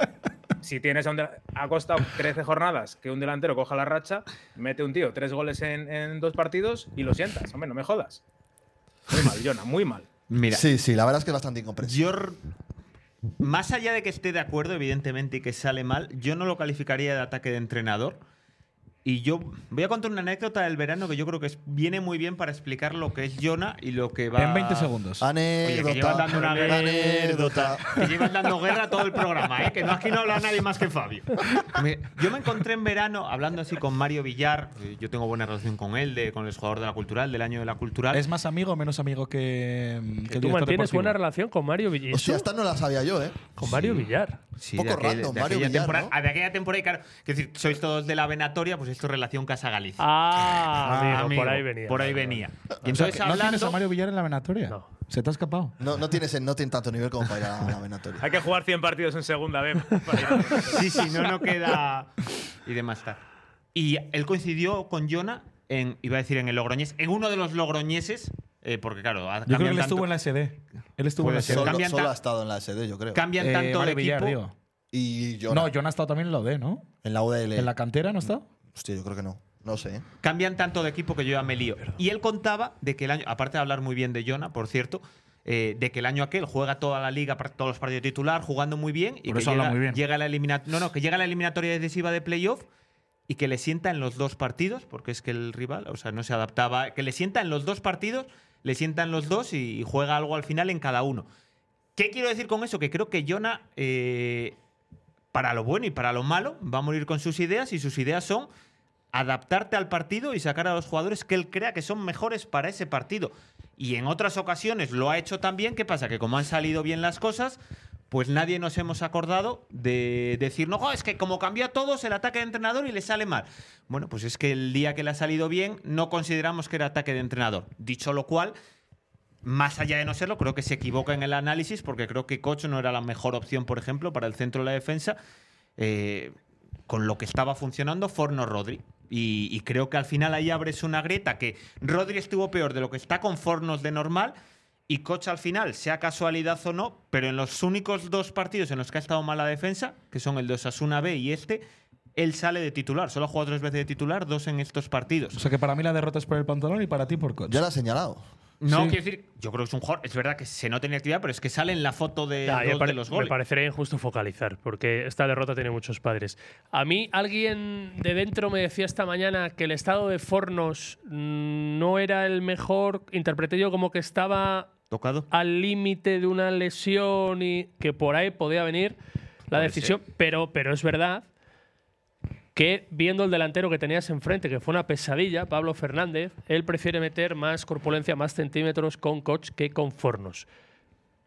Speaker 5: Si tienes a un dela- ha costado 13 jornadas que un delantero coja la racha, mete un tío tres goles en, en dos partidos y lo sientas. Hombre, no me jodas. Muy mal, Jonah, muy mal.
Speaker 4: Mira,
Speaker 1: Sí, sí, la verdad es que es bastante
Speaker 4: yo.
Speaker 1: incomprensible.
Speaker 4: r- Más allá de que esté de acuerdo, evidentemente, y que sale mal, yo no lo calificaría de ataque de entrenador. Y yo voy a contar una anécdota del verano que yo creo que es- viene muy bien para explicar lo que es Jonah y lo que va.
Speaker 2: En 20 segundos.
Speaker 4: Oye,
Speaker 1: Anécdota.
Speaker 4: que llevan dando una
Speaker 1: anécdota.
Speaker 4: Que llevan dando guerra todo el programa, ¿eh? que no, aquí no habla nadie más que Fabio. Me- yo me encontré en verano hablando así con Mario Villar. eh, Yo tengo buena relación con él, de, con el jugador de la cultural, del año de la cultural.
Speaker 2: ¿Es más amigo o menos amigo que, mm, que el
Speaker 3: Tú
Speaker 2: director
Speaker 3: mantienes
Speaker 2: deportivo?
Speaker 3: buena relación con Mario Villar.
Speaker 1: Hostia, esta no la sabía yo, ¿eh?
Speaker 3: Con Mario Villar.
Speaker 4: Sí,
Speaker 1: Poco random, Mario
Speaker 4: aquella
Speaker 1: Villar,
Speaker 4: temporada-
Speaker 1: ¿no?
Speaker 4: ah, de aquella temporada, y claro, es decir, sois todos de la venatoria, pues esto es relación Casa Galicia.
Speaker 3: Ah, amigo,
Speaker 4: amigo,
Speaker 3: por ahí venía.
Speaker 4: Por ahí venía. Y
Speaker 2: O sea,
Speaker 4: entonces
Speaker 2: que ¿No tienes a
Speaker 4: hablando,
Speaker 2: Mario Villar en la venatoria?
Speaker 3: No.
Speaker 2: Se te ha escapado.
Speaker 1: No, no, tienes, no tiene tanto nivel como para ir a la venatoria.
Speaker 5: Hay que jugar 100 partidos en segunda vez.
Speaker 4: sí, sí, no, no queda. Y demás tal. Y él coincidió con Jonah en, iba a decir en el Logroñés, en uno de los Logroñeses, eh, porque claro, ha-
Speaker 2: Yo creo que
Speaker 4: cambian
Speaker 2: él
Speaker 4: tanto,
Speaker 2: estuvo en la SD. Él estuvo en la
Speaker 4: Puede ser.
Speaker 2: SD.
Speaker 1: Solo,
Speaker 4: cambian
Speaker 1: solo
Speaker 4: ta-
Speaker 1: ha estado en la SD, yo creo.
Speaker 4: cambian
Speaker 2: Eh,
Speaker 4: tanto el
Speaker 2: Mario
Speaker 4: equipo.
Speaker 2: Villar, digo.
Speaker 1: Y yo
Speaker 2: No, John ha estado también en la OD, ¿no?
Speaker 1: en la UDL.
Speaker 2: ¿En la cantera no está?
Speaker 1: E. Hostia, yo creo que no. No sé. ¿eh?
Speaker 4: cambian tanto de equipo que yo ya me lío. Y él contaba de que el año, aparte de hablar muy bien de Jonah, por cierto, eh, de que el año aquel juega toda la liga, par- todos los partidos titular, jugando muy bien. Y
Speaker 2: Por
Speaker 4: que
Speaker 2: eso
Speaker 4: llega,
Speaker 2: habla muy bien.
Speaker 4: llega a la elimina- no, no, que llega a la eliminatoria decisiva de playoff y que le sienta en los dos partidos, porque es que el rival, o sea, no se adaptaba, que le sienta en los dos partidos, le sientan los dos y, y juega algo al final en cada uno. ¿Qué quiero decir con eso? Que creo que Jonah, eh, para lo bueno y para lo malo, va a morir con sus ideas y sus ideas son adaptarte al partido y sacar a los jugadores que él crea que son mejores para ese partido. Y en otras ocasiones lo ha hecho también. ¿Qué pasa? Que como han salido bien las cosas, pues nadie nos hemos acordado de decir, no, jo, es que como cambió a todos el ataque de entrenador y le sale mal. Bueno, pues es que el día que le ha salido bien no consideramos que era ataque de entrenador. Dicho lo cual, más allá de no serlo, creo que se equivoca en el análisis porque creo que Cocho no era la mejor opción, por ejemplo, para el centro de la defensa. eh, con lo que estaba funcionando Forno Rodri. Y, y creo que al final ahí abres una grieta que Rodri estuvo peor de lo que está con Fornos de normal. Y Coach al final, sea casualidad o no, pero en los únicos dos partidos en los que ha estado mala defensa, que son el de Osasuna B y este, él sale de titular. Solo ha jugado tres veces de titular, dos en estos partidos.
Speaker 2: O sea, que para mí la derrota es por el pantalón y para ti por coche.
Speaker 1: Ya la he señalado.
Speaker 4: No,
Speaker 2: Sí.
Speaker 4: quiero decir, yo creo que es un jugador. Es verdad que se nota en actividad, pero es que sale en la foto de,
Speaker 3: Ya,
Speaker 4: dos
Speaker 3: me, pare-
Speaker 4: de los
Speaker 3: me
Speaker 4: goles.
Speaker 3: parecería injusto focalizar, porque esta derrota tiene muchos padres. A mí, alguien de dentro me decía esta mañana que el estado de Fornos mm, no era el mejor. Interpreté yo como que estaba
Speaker 4: Tocado.
Speaker 3: al límite de una lesión y que por ahí podía venir la decisión, pero, pero es verdad que viendo el delantero que tenías enfrente, que fue una pesadilla, Pablo Fernández, él prefiere meter más corpulencia, más centímetros con Koch que con Fornos.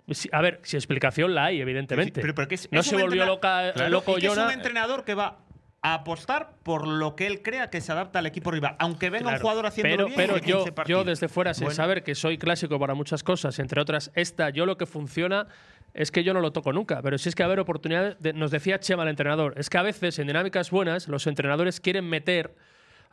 Speaker 3: Sí, A ver, si explicación la hay, evidentemente.
Speaker 4: Pero, pero que es-
Speaker 3: no
Speaker 4: es
Speaker 3: se
Speaker 4: un
Speaker 3: volvió
Speaker 4: entrena-
Speaker 3: loca,
Speaker 4: Claro,
Speaker 3: loco
Speaker 4: y que Es
Speaker 3: Jonah.
Speaker 4: un entrenador que va a apostar por lo que él crea que se adapta al equipo rival. Aunque venga un
Speaker 3: Claro,
Speaker 4: jugador haciendo
Speaker 3: pero,
Speaker 4: bien,
Speaker 3: pero
Speaker 4: en 15
Speaker 3: yo, yo
Speaker 4: partidos.
Speaker 3: desde fuera, sin
Speaker 4: Bueno.
Speaker 3: saber que soy clásico para muchas cosas, entre otras esta, yo lo que funciona es que yo no lo toco nunca. Pero si es que haber oportunidades, de- nos decía Chema, el entrenador, es que a veces en dinámicas buenas los entrenadores quieren meter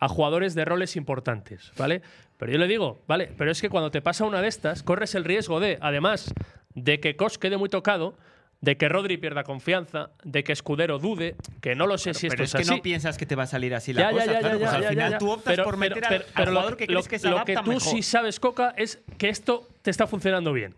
Speaker 3: a jugadores de roles importantes, ¿vale? Pero yo le digo, ¿vale? Pero es que cuando te pasa una de estas, corres el riesgo de, además de que Cos quede muy tocado, de que Rodri pierda confianza, de que Escudero dude, que no lo sé si esto
Speaker 4: Pero
Speaker 3: es,
Speaker 4: es que
Speaker 3: así.
Speaker 4: no piensas que te va a salir así la
Speaker 3: Ya,
Speaker 4: cosa.
Speaker 3: ya, ya,
Speaker 4: claro,
Speaker 3: ya,
Speaker 4: pues
Speaker 3: ya,
Speaker 4: al
Speaker 3: ya,
Speaker 4: final
Speaker 3: ya.
Speaker 4: tú optas
Speaker 3: Pero-
Speaker 4: por
Speaker 3: pero-
Speaker 4: meter al-
Speaker 3: pero-
Speaker 4: al,
Speaker 3: pero
Speaker 4: jugador que crees que se adapta
Speaker 3: Lo que tú
Speaker 4: mejor.
Speaker 3: sí sabes, Coca, es que esto te está funcionando bien.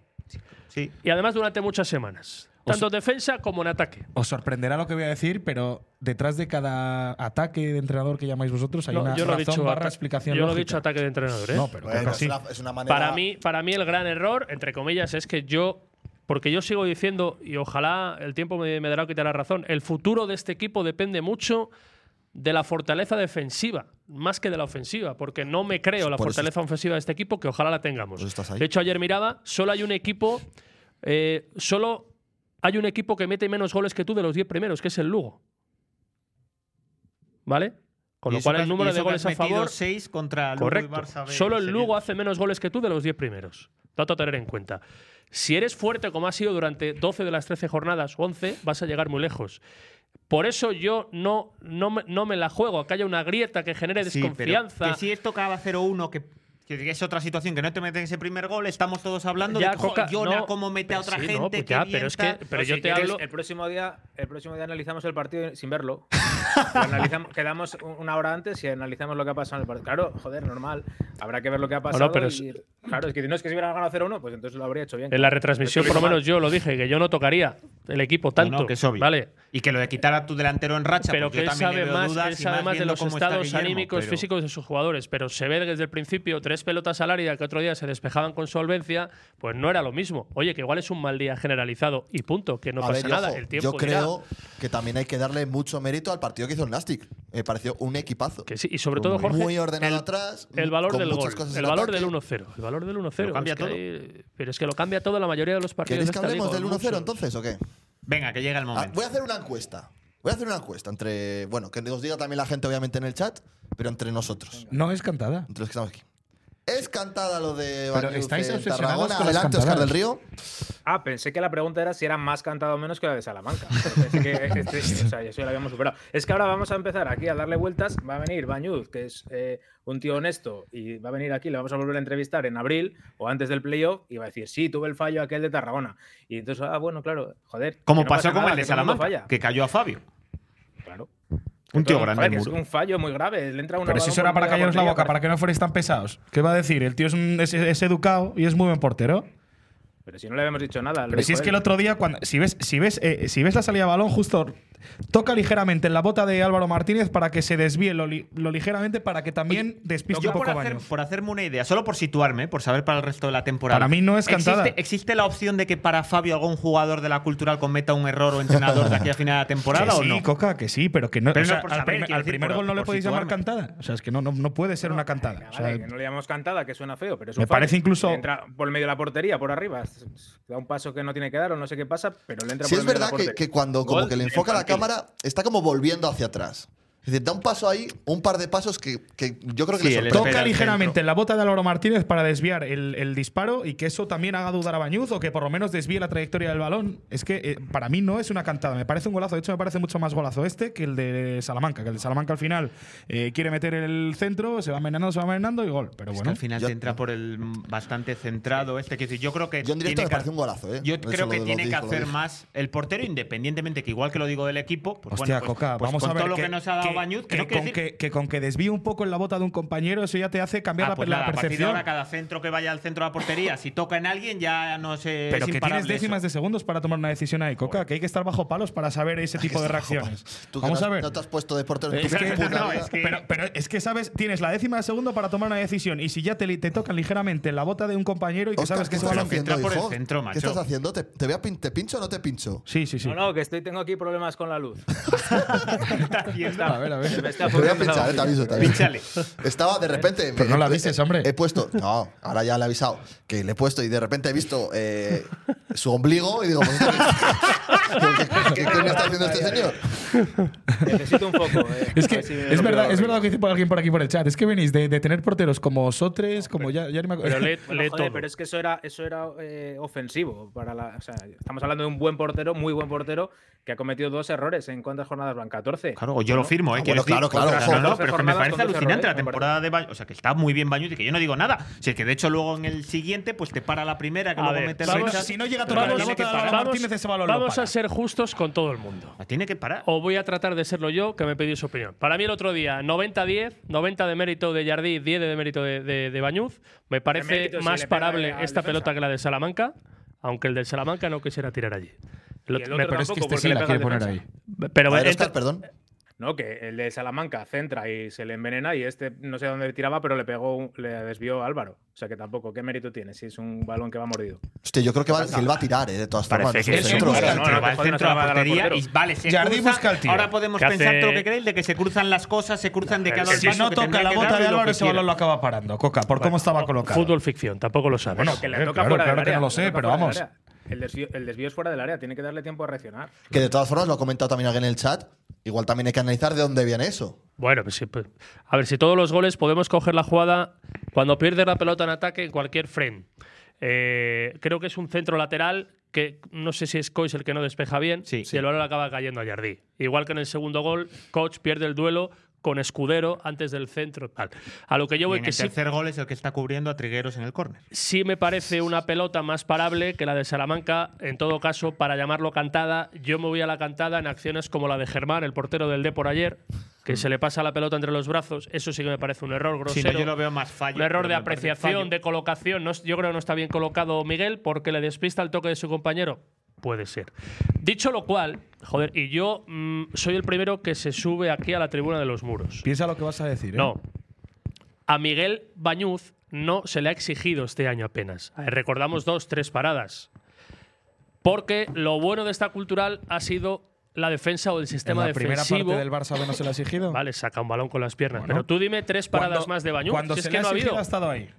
Speaker 4: Sí.
Speaker 3: Y además durante muchas semanas. Tanto en defensa como en ataque.
Speaker 2: Os sorprenderá lo que voy a decir, pero detrás de cada ataque de entrenador que llamáis vosotros hay
Speaker 3: No,
Speaker 2: una
Speaker 3: yo no he
Speaker 2: razón
Speaker 3: dicho,
Speaker 2: barra
Speaker 3: ata-
Speaker 2: explicación
Speaker 3: yo no he
Speaker 2: lógica.
Speaker 3: dicho ataque de entrenador. ¿eh?
Speaker 2: No, pero
Speaker 1: Bueno,
Speaker 2: casi.
Speaker 1: es, una, es una manera.
Speaker 3: para, mí, para mí el gran error, entre comillas, es que yo Porque yo sigo diciendo, y ojalá el tiempo me, me dará o quitará razón, el futuro de este equipo depende mucho de la fortaleza defensiva, más que de la ofensiva, porque no
Speaker 2: Pues
Speaker 3: me creo la
Speaker 1: Por eso
Speaker 3: fortaleza ofensiva de este equipo, que ojalá la tengamos.
Speaker 1: Por eso Pues estás ahí.
Speaker 3: De hecho, ayer miraba, solo hay un equipo, eh, solo hay un equipo que mete menos goles que tú de los 10 primeros, que es el Lugo. ¿Vale? Con
Speaker 4: Y
Speaker 3: lo
Speaker 4: eso
Speaker 3: cual
Speaker 4: que
Speaker 3: el
Speaker 4: has-
Speaker 3: número
Speaker 4: y
Speaker 3: de
Speaker 4: eso que has
Speaker 3: goles a
Speaker 4: metido
Speaker 3: favor
Speaker 4: seis contra Lugo y
Speaker 3: Correcto.
Speaker 4: Barça B
Speaker 3: Solo el
Speaker 4: seguidos.
Speaker 3: Lugo hace menos goles que tú de los 10 primeros. Dato a tener en cuenta. Si eres fuerte como has sido durante 12 de las 13 jornadas, 11, vas a llegar muy lejos. Por eso yo no, no, me, no me la juego, a que haya una grieta que genere
Speaker 4: Sí, pero
Speaker 3: desconfianza.
Speaker 4: que si esto acaba 0-1, que, que es otra situación, que no te meten ese primer gol, estamos todos hablando
Speaker 3: Ya,
Speaker 4: de
Speaker 3: Coca,
Speaker 4: Jona,
Speaker 3: no,
Speaker 4: cómo mete a
Speaker 3: pero
Speaker 4: otra
Speaker 3: sí, no,
Speaker 4: gente.
Speaker 3: pues
Speaker 4: qué
Speaker 3: ya,
Speaker 4: bien
Speaker 3: pero es que-
Speaker 4: tal.
Speaker 3: pero
Speaker 5: No,
Speaker 3: yo
Speaker 5: si
Speaker 3: te
Speaker 5: quieres,
Speaker 3: hablo-
Speaker 5: El próximo, día, el próximo día analizamos el partido sin verlo. Lo analizamos, quedamos una hora antes y analizamos lo que ha pasado en el partido. Claro, joder, normal. Habrá que ver lo que ha pasado.
Speaker 3: pero
Speaker 5: y-
Speaker 3: es-
Speaker 5: claro, es que no es que si hubiera ganado 0-1, pues entonces lo habría hecho bien.
Speaker 3: En la retransmisión, por lo menos yo lo dije, que yo no tocaría el equipo
Speaker 4: No,
Speaker 3: tanto.
Speaker 4: no, que es obvio.
Speaker 3: ¿vale?
Speaker 4: Y que lo de quitar a tu delantero en racha,
Speaker 3: pero
Speaker 4: pues yo
Speaker 3: que él
Speaker 4: también le
Speaker 3: sabe
Speaker 4: veo
Speaker 3: más,
Speaker 4: dudas
Speaker 3: él
Speaker 4: y
Speaker 3: sabe
Speaker 4: más
Speaker 3: más de
Speaker 4: viendo
Speaker 3: los
Speaker 4: cómo está
Speaker 3: estados
Speaker 4: Guillermo,
Speaker 3: anímicos
Speaker 4: pero-
Speaker 3: físicos de sus jugadores, pero se ve desde el principio tres pelotas al área que otro día se despejaban con solvencia, pues no era lo mismo. Oye, que igual es un mal día generalizado y punto, que no
Speaker 1: A
Speaker 3: pasa
Speaker 1: ver, y
Speaker 3: nada,
Speaker 1: ojo,
Speaker 3: el tiempo
Speaker 1: yo
Speaker 3: dirá.
Speaker 1: creo que también hay que darle mucho mérito al partido que hizo el Nastic. Me pareció un equipazo.
Speaker 3: Que sí, y sobre todo Jorge
Speaker 1: muy ordenado
Speaker 3: el-
Speaker 1: atrás.
Speaker 3: el valor
Speaker 1: con
Speaker 3: del
Speaker 1: muchas
Speaker 3: gol,
Speaker 1: cosas
Speaker 3: el
Speaker 1: en
Speaker 3: valor
Speaker 1: ataque.
Speaker 3: del 1-0, el valor del 1-0,
Speaker 4: cambia
Speaker 3: es que
Speaker 4: todo.
Speaker 3: hay- pero es que lo cambia todo la mayoría de los partidos.
Speaker 1: ¿Queréis que
Speaker 3: esta liga,
Speaker 1: hablemos del
Speaker 3: este mucho.
Speaker 1: 1-0 entonces o qué?
Speaker 4: Venga, que llega el
Speaker 1: Ah,
Speaker 4: momento.
Speaker 5: pues,
Speaker 1: voy a hacer una encuesta. Voy a hacer una encuesta entre. Bueno, que os diga también la gente, obviamente, en el chat, pero entre nosotros,
Speaker 2: No es cantada.
Speaker 1: entre los que estamos aquí. ¿Es cantada lo de
Speaker 6: Pero
Speaker 1: Bañuz
Speaker 6: estáis
Speaker 1: en
Speaker 6: obsesionados
Speaker 1: Tarragona?
Speaker 6: con las
Speaker 1: Adelante, Oscar
Speaker 6: cantadas.
Speaker 1: del Río.
Speaker 5: Ah, pensé que la pregunta era si era más cantado o menos que la de Salamanca. Pensé que este- o sea, eso ya lo habíamos superado. Es que ahora vamos a empezar aquí a darle vueltas. Va a venir Bañuz, que es eh, un tío honesto, y va a venir aquí, le vamos a volver a entrevistar en abril o antes del playoff, y va a decir, sí, tuve el fallo aquel de Tarragona. Y entonces, ah, bueno, claro, joder.
Speaker 4: Como
Speaker 5: que no
Speaker 4: pasó
Speaker 5: pasa
Speaker 4: con
Speaker 5: nada,
Speaker 4: el de
Speaker 5: que todo mundo
Speaker 4: Salamanca,
Speaker 5: falla.
Speaker 4: que cayó a Fabio.
Speaker 5: Claro.
Speaker 4: Un tío
Speaker 5: Todo-
Speaker 4: grande
Speaker 5: joder,
Speaker 4: al
Speaker 5: que es
Speaker 4: muro.
Speaker 5: un fallo muy grave. Le entra una
Speaker 2: Pero si
Speaker 5: balón
Speaker 2: eso era
Speaker 5: por
Speaker 2: para
Speaker 5: media
Speaker 2: callaros la
Speaker 5: portería,
Speaker 2: boca, para que no fuerais tan pesados. ¿Qué va a decir? El tío es, un- es- es educado y es muy buen portero.
Speaker 5: Pero si no le habíamos dicho nada. lo
Speaker 2: Pero si
Speaker 5: dijo
Speaker 2: es que
Speaker 5: él.
Speaker 2: el otro día, cuando, si, ves, si, ves, eh, si ves la salida de balón, justo toca ligeramente en la bota de Álvaro Martínez para que se desvíe lo, li- lo ligeramente para que también despiste
Speaker 4: Yo
Speaker 2: un
Speaker 4: por,
Speaker 2: poco
Speaker 4: hacer-
Speaker 2: Baños.
Speaker 4: por hacerme una idea, solo por situarme, por saber para el resto de la temporada.
Speaker 2: Para mí no es cantada.
Speaker 4: ¿Existe, existe la opción de que para Fabio algún jugador de la cultural cometa un error o entrenador de aquí a final de temporada
Speaker 2: Que
Speaker 4: o
Speaker 2: sí,
Speaker 4: no?
Speaker 2: Coca, que sí, pero que no.
Speaker 4: Pero
Speaker 2: o
Speaker 4: no
Speaker 2: sea,
Speaker 4: por
Speaker 2: al,
Speaker 4: saber,
Speaker 2: primer-
Speaker 4: quiero
Speaker 2: al
Speaker 4: decir,
Speaker 2: primer
Speaker 4: por-
Speaker 2: gol no le
Speaker 4: por
Speaker 2: podéis llamar
Speaker 4: situarme.
Speaker 2: cantada. O sea, es que no, no, no puede ser una cantada.
Speaker 5: Venga,
Speaker 2: O sea,
Speaker 5: vale, que no le llamamos cantada, que suena feo, pero es un
Speaker 2: me parece
Speaker 5: fallo.
Speaker 2: incluso-
Speaker 5: Le Entra por medio de la portería, por arriba. s- s- Da un paso que no tiene que dar o no sé qué pasa, pero le entra
Speaker 1: Si
Speaker 5: por
Speaker 1: es
Speaker 5: medio de la
Speaker 1: verdad que,
Speaker 5: portería.
Speaker 1: que cuando como
Speaker 5: Gol
Speaker 1: que le enfoca la
Speaker 5: infantil.
Speaker 1: cámara, está como volviendo hacia atrás. Es decir, da un paso ahí, un par de pasos que, que yo creo que
Speaker 4: Sí, el
Speaker 1: le sorprende.
Speaker 4: espera
Speaker 2: Toca
Speaker 4: al
Speaker 2: ligeramente
Speaker 4: centro.
Speaker 2: en la bota de Álvaro Martínez para desviar el, el disparo y que eso también haga dudar a Bañuz o que por lo menos desvíe la trayectoria del balón. Es que eh, para mí no es una cantada, me parece un golazo. De hecho, me parece mucho más golazo este que el de Salamanca, que el de Salamanca al final eh, quiere meter el centro, se va envenenando, se va envenenando y gol. Pero
Speaker 4: Es que
Speaker 2: bueno,
Speaker 4: al final
Speaker 1: Yo-
Speaker 4: te entra por el mm, bastante centrado este. Que yo creo que.
Speaker 1: Yo en directo
Speaker 4: tiene
Speaker 1: me
Speaker 4: que-
Speaker 1: parece un golazo, ¿eh?
Speaker 4: Yo
Speaker 1: Eso
Speaker 4: creo
Speaker 1: lo-
Speaker 4: que
Speaker 1: lo
Speaker 4: tiene que
Speaker 1: dije, lo
Speaker 4: hacer
Speaker 1: dije.
Speaker 4: más el portero, independientemente que igual que lo digo del equipo, pues
Speaker 2: Hostia,
Speaker 4: bueno, pues-
Speaker 2: Coca,
Speaker 4: pues
Speaker 2: vamos
Speaker 4: con
Speaker 2: a ver.
Speaker 4: todo lo que, nos ha dado Bañuz,
Speaker 2: que
Speaker 4: creo que,
Speaker 2: con
Speaker 4: decir-
Speaker 2: que, que con que desvíe un poco en la bota de un compañero, eso ya te hace cambiar
Speaker 4: Ah,
Speaker 2: la-
Speaker 4: pues
Speaker 2: la,
Speaker 4: nada, a partir de
Speaker 2: percepción.
Speaker 4: ahora cada centro que vaya al centro de la portería, si toca en alguien ya no sé.
Speaker 2: Pero
Speaker 4: es
Speaker 2: que tienes
Speaker 4: imparable eso.
Speaker 2: décimas de segundos para tomar una decisión ahí, Coca, que hay que estar bajo palos para saber ese tipo de reacciones.
Speaker 1: Tú que
Speaker 2: Vamos
Speaker 1: no
Speaker 2: a
Speaker 1: has-
Speaker 2: ver.
Speaker 1: No te has puesto de portero en
Speaker 2: Es
Speaker 1: tu
Speaker 2: que-
Speaker 1: puta
Speaker 4: no,
Speaker 1: vida.
Speaker 4: es que-
Speaker 2: pero, pero es que sabes, tienes la décima de segundo para tomar una decisión. Y si ya te, li- te tocan ligeramente en la bota de un compañero y que
Speaker 1: Oscar,
Speaker 2: sabes que
Speaker 1: ¿qué
Speaker 2: eso
Speaker 1: estás
Speaker 2: va a
Speaker 4: que
Speaker 1: haciendo,
Speaker 4: entra por el
Speaker 1: hijo?
Speaker 4: centro,
Speaker 1: ¿Qué
Speaker 4: macho.
Speaker 1: estás haciendo? ¿Te, te voy a pin- te pincho o no te pincho?
Speaker 2: Sí, sí, sí.
Speaker 5: No, no, que estoy, tengo aquí problemas con la luz.
Speaker 2: A ver, a ver.
Speaker 5: Se me está
Speaker 1: Te voy a
Speaker 5: fundiendo la
Speaker 1: pinchar, eh, te
Speaker 5: bombilla.
Speaker 1: aviso, te aviso.
Speaker 4: Pínchale.
Speaker 1: Estaba de repente.
Speaker 2: Pero
Speaker 1: me-
Speaker 2: no la
Speaker 1: he-
Speaker 2: avises,
Speaker 1: he-
Speaker 2: hombre.
Speaker 1: He puesto. No, ahora ya le he avisado. Que le he puesto y de repente he visto eh, su ombligo y digo, pues, ¿qué, qué- qué- qué me está haciendo este señor?
Speaker 5: Necesito un poco. eh,
Speaker 2: Es
Speaker 5: a
Speaker 2: que
Speaker 5: ver si lo puedo
Speaker 2: es verdad, es
Speaker 5: arreglar.
Speaker 2: verdad lo que dice por alguien por aquí por el chat. Es que venís de, de tener porteros como Sotres, como ya, ya ni me acuerdo.
Speaker 3: Pero lee,
Speaker 5: Bueno,
Speaker 3: lee
Speaker 5: joder,
Speaker 3: todo.
Speaker 5: pero es que eso era, eso era eh, ofensivo para la. O sea, estamos hablando de un buen portero, muy buen portero, que ha cometido dos errores en cuántas jornadas van, 14.
Speaker 4: Claro, o yo lo firmo, ¿eh?
Speaker 1: Ah,
Speaker 4: Quiero
Speaker 1: bueno, claro,
Speaker 4: decir, contra-
Speaker 1: claro, ojo.
Speaker 4: no, no, pero que me
Speaker 5: Jornadas
Speaker 4: parece
Speaker 5: con dos
Speaker 4: alucinante la
Speaker 5: errores, me
Speaker 4: temporada de Bañuz. O sea, que está muy bien Bañuz y que yo no digo nada. Si es que de hecho luego en el siguiente, pues te para la primera, que
Speaker 3: A
Speaker 4: luego
Speaker 3: ver,
Speaker 4: mete la
Speaker 3: vamos-
Speaker 4: derecha.
Speaker 2: si no llega a
Speaker 4: Pero
Speaker 2: tocar la
Speaker 4: tiene
Speaker 2: bota
Speaker 4: que
Speaker 2: de
Speaker 4: parar.
Speaker 2: Álvaro Martínez, ese balón lo
Speaker 3: vamos
Speaker 2: para.
Speaker 3: a ser justos con todo el mundo.
Speaker 4: La tiene que parar.
Speaker 5: Oh,
Speaker 3: O voy a tratar de serlo yo, que me pedís opinión. Para mí el otro día, 90-10, 90 de mérito de Jardí, 10 de mérito de, de- de Bañuz. Me
Speaker 5: De
Speaker 3: parece
Speaker 5: mérito, si
Speaker 3: más
Speaker 5: le pega
Speaker 3: parable
Speaker 5: al
Speaker 3: esta
Speaker 5: defensa.
Speaker 3: pelota que la de Salamanca, aunque el del Salamanca no quisiera tirar allí. El
Speaker 5: Y
Speaker 3: otro-
Speaker 5: el otro
Speaker 6: Pero es
Speaker 5: tampoco,
Speaker 3: me-
Speaker 6: que este
Speaker 5: porque
Speaker 6: sí
Speaker 5: le
Speaker 6: la
Speaker 5: pega al
Speaker 6: quiere poner
Speaker 5: defensa.
Speaker 6: ahí.
Speaker 3: pero
Speaker 1: A ver,
Speaker 3: entra-
Speaker 1: Oscar, perdón.
Speaker 5: ¿no? Que el de Salamanca centra y se le envenena y este no sé dónde tiraba, pero le pegó, un- le desvió a Álvaro. O sea que tampoco, ¿qué mérito tiene si es un balón que va mordido?
Speaker 1: Hostia, yo creo que, va, que él va a tirar, ¿eh? De todas formas.
Speaker 4: Parece
Speaker 1: no
Speaker 4: que
Speaker 1: sé,
Speaker 4: es
Speaker 1: centro,
Speaker 4: un
Speaker 5: claro,
Speaker 4: busca el
Speaker 5: no,
Speaker 4: tiro,
Speaker 5: no,
Speaker 4: va al
Speaker 5: coge, no se
Speaker 4: centro
Speaker 5: la
Speaker 4: de
Speaker 5: va a
Speaker 4: la
Speaker 5: dar al
Speaker 4: portería y
Speaker 5: portero.
Speaker 4: vale, se
Speaker 2: Jardín
Speaker 4: cruza.
Speaker 2: busca el tiro.
Speaker 4: Ahora podemos
Speaker 3: ¿Qué
Speaker 4: pensar
Speaker 3: hace?
Speaker 4: todo lo que queréis de que se cruzan las cosas, se cruzan de qué lado el
Speaker 2: Si
Speaker 4: paso,
Speaker 2: no
Speaker 4: que
Speaker 2: toca
Speaker 4: tendrá
Speaker 2: la
Speaker 4: que
Speaker 2: bota
Speaker 4: darle
Speaker 2: de
Speaker 4: lo
Speaker 2: Álvaro,
Speaker 4: que
Speaker 2: ese balón
Speaker 4: quiera.
Speaker 2: lo acaba parando. Coca, por cómo estaba colocado.
Speaker 3: Fútbol ficción, tampoco lo sabes.
Speaker 2: Bueno,
Speaker 5: Que le toca
Speaker 2: Eh, claro,
Speaker 5: fuera del
Speaker 2: claro que
Speaker 5: área,
Speaker 2: no lo
Speaker 5: le
Speaker 2: sé,
Speaker 5: toca
Speaker 2: pero
Speaker 5: fuera del
Speaker 2: vamos.
Speaker 5: área. El desvío, el desvío es fuera del área, tiene que darle tiempo a reaccionar.
Speaker 1: Que de todas formas lo ha comentado también alguien en el chat. Igual también hay que analizar de dónde viene eso.
Speaker 3: Bueno, pues, sí, pues, a ver, si todos los goles podemos coger la jugada cuando pierdes la pelota en ataque en cualquier frame. Eh, creo que es un centro lateral que no sé si es Cois el que no despeja bien
Speaker 4: Sí,
Speaker 3: y
Speaker 4: sí.
Speaker 3: el balón acaba cayendo a Jardí. Igual que en el segundo gol, Coach pierde el duelo con Escudero antes del centro. tal. A lo que
Speaker 4: Y
Speaker 3: yo voy,
Speaker 4: en
Speaker 3: que
Speaker 4: el
Speaker 3: sí,
Speaker 4: tercer gol es el que está cubriendo a Trigueros en el córner.
Speaker 3: sí me parece una pelota más parable que la de Salamanca. En todo caso, para llamarlo cantada, yo me voy a la cantada en acciones como la de Germán, el portero del D por ayer, que se le pasa la pelota entre los brazos. Eso sí que me parece un error
Speaker 4: Si
Speaker 3: grosero.
Speaker 4: no, yo lo veo más fallo.
Speaker 3: Un error
Speaker 4: pero
Speaker 3: de
Speaker 4: me parece fallo.
Speaker 3: apreciación, de colocación. No es- yo creo que no está bien colocado Miguel porque le despista el toque de su compañero. Puede ser. Dicho lo cual, joder, y yo mm, soy el primero que se sube aquí a la tribuna de los muros.
Speaker 2: Piensa lo que vas a decir. ¿eh?
Speaker 3: No. A Miguel Bañuz no se le ha exigido este año apenas. Eh, Recordamos dos, tres paradas. Porque lo bueno de esta cultural ha sido la defensa o el
Speaker 2: En
Speaker 3: sistema
Speaker 2: la primera
Speaker 3: defensivo.
Speaker 2: parte del Barça B no se le ha exigido.
Speaker 3: Vale, saca un balón con las piernas.
Speaker 2: Bueno.
Speaker 3: Pero tú dime tres paradas
Speaker 2: Cuando-
Speaker 3: más de Bañuz.
Speaker 2: Cuando
Speaker 3: si
Speaker 2: se le
Speaker 3: es que
Speaker 2: ha
Speaker 3: no ha
Speaker 2: exigido
Speaker 3: habido.
Speaker 2: ha estado ahí.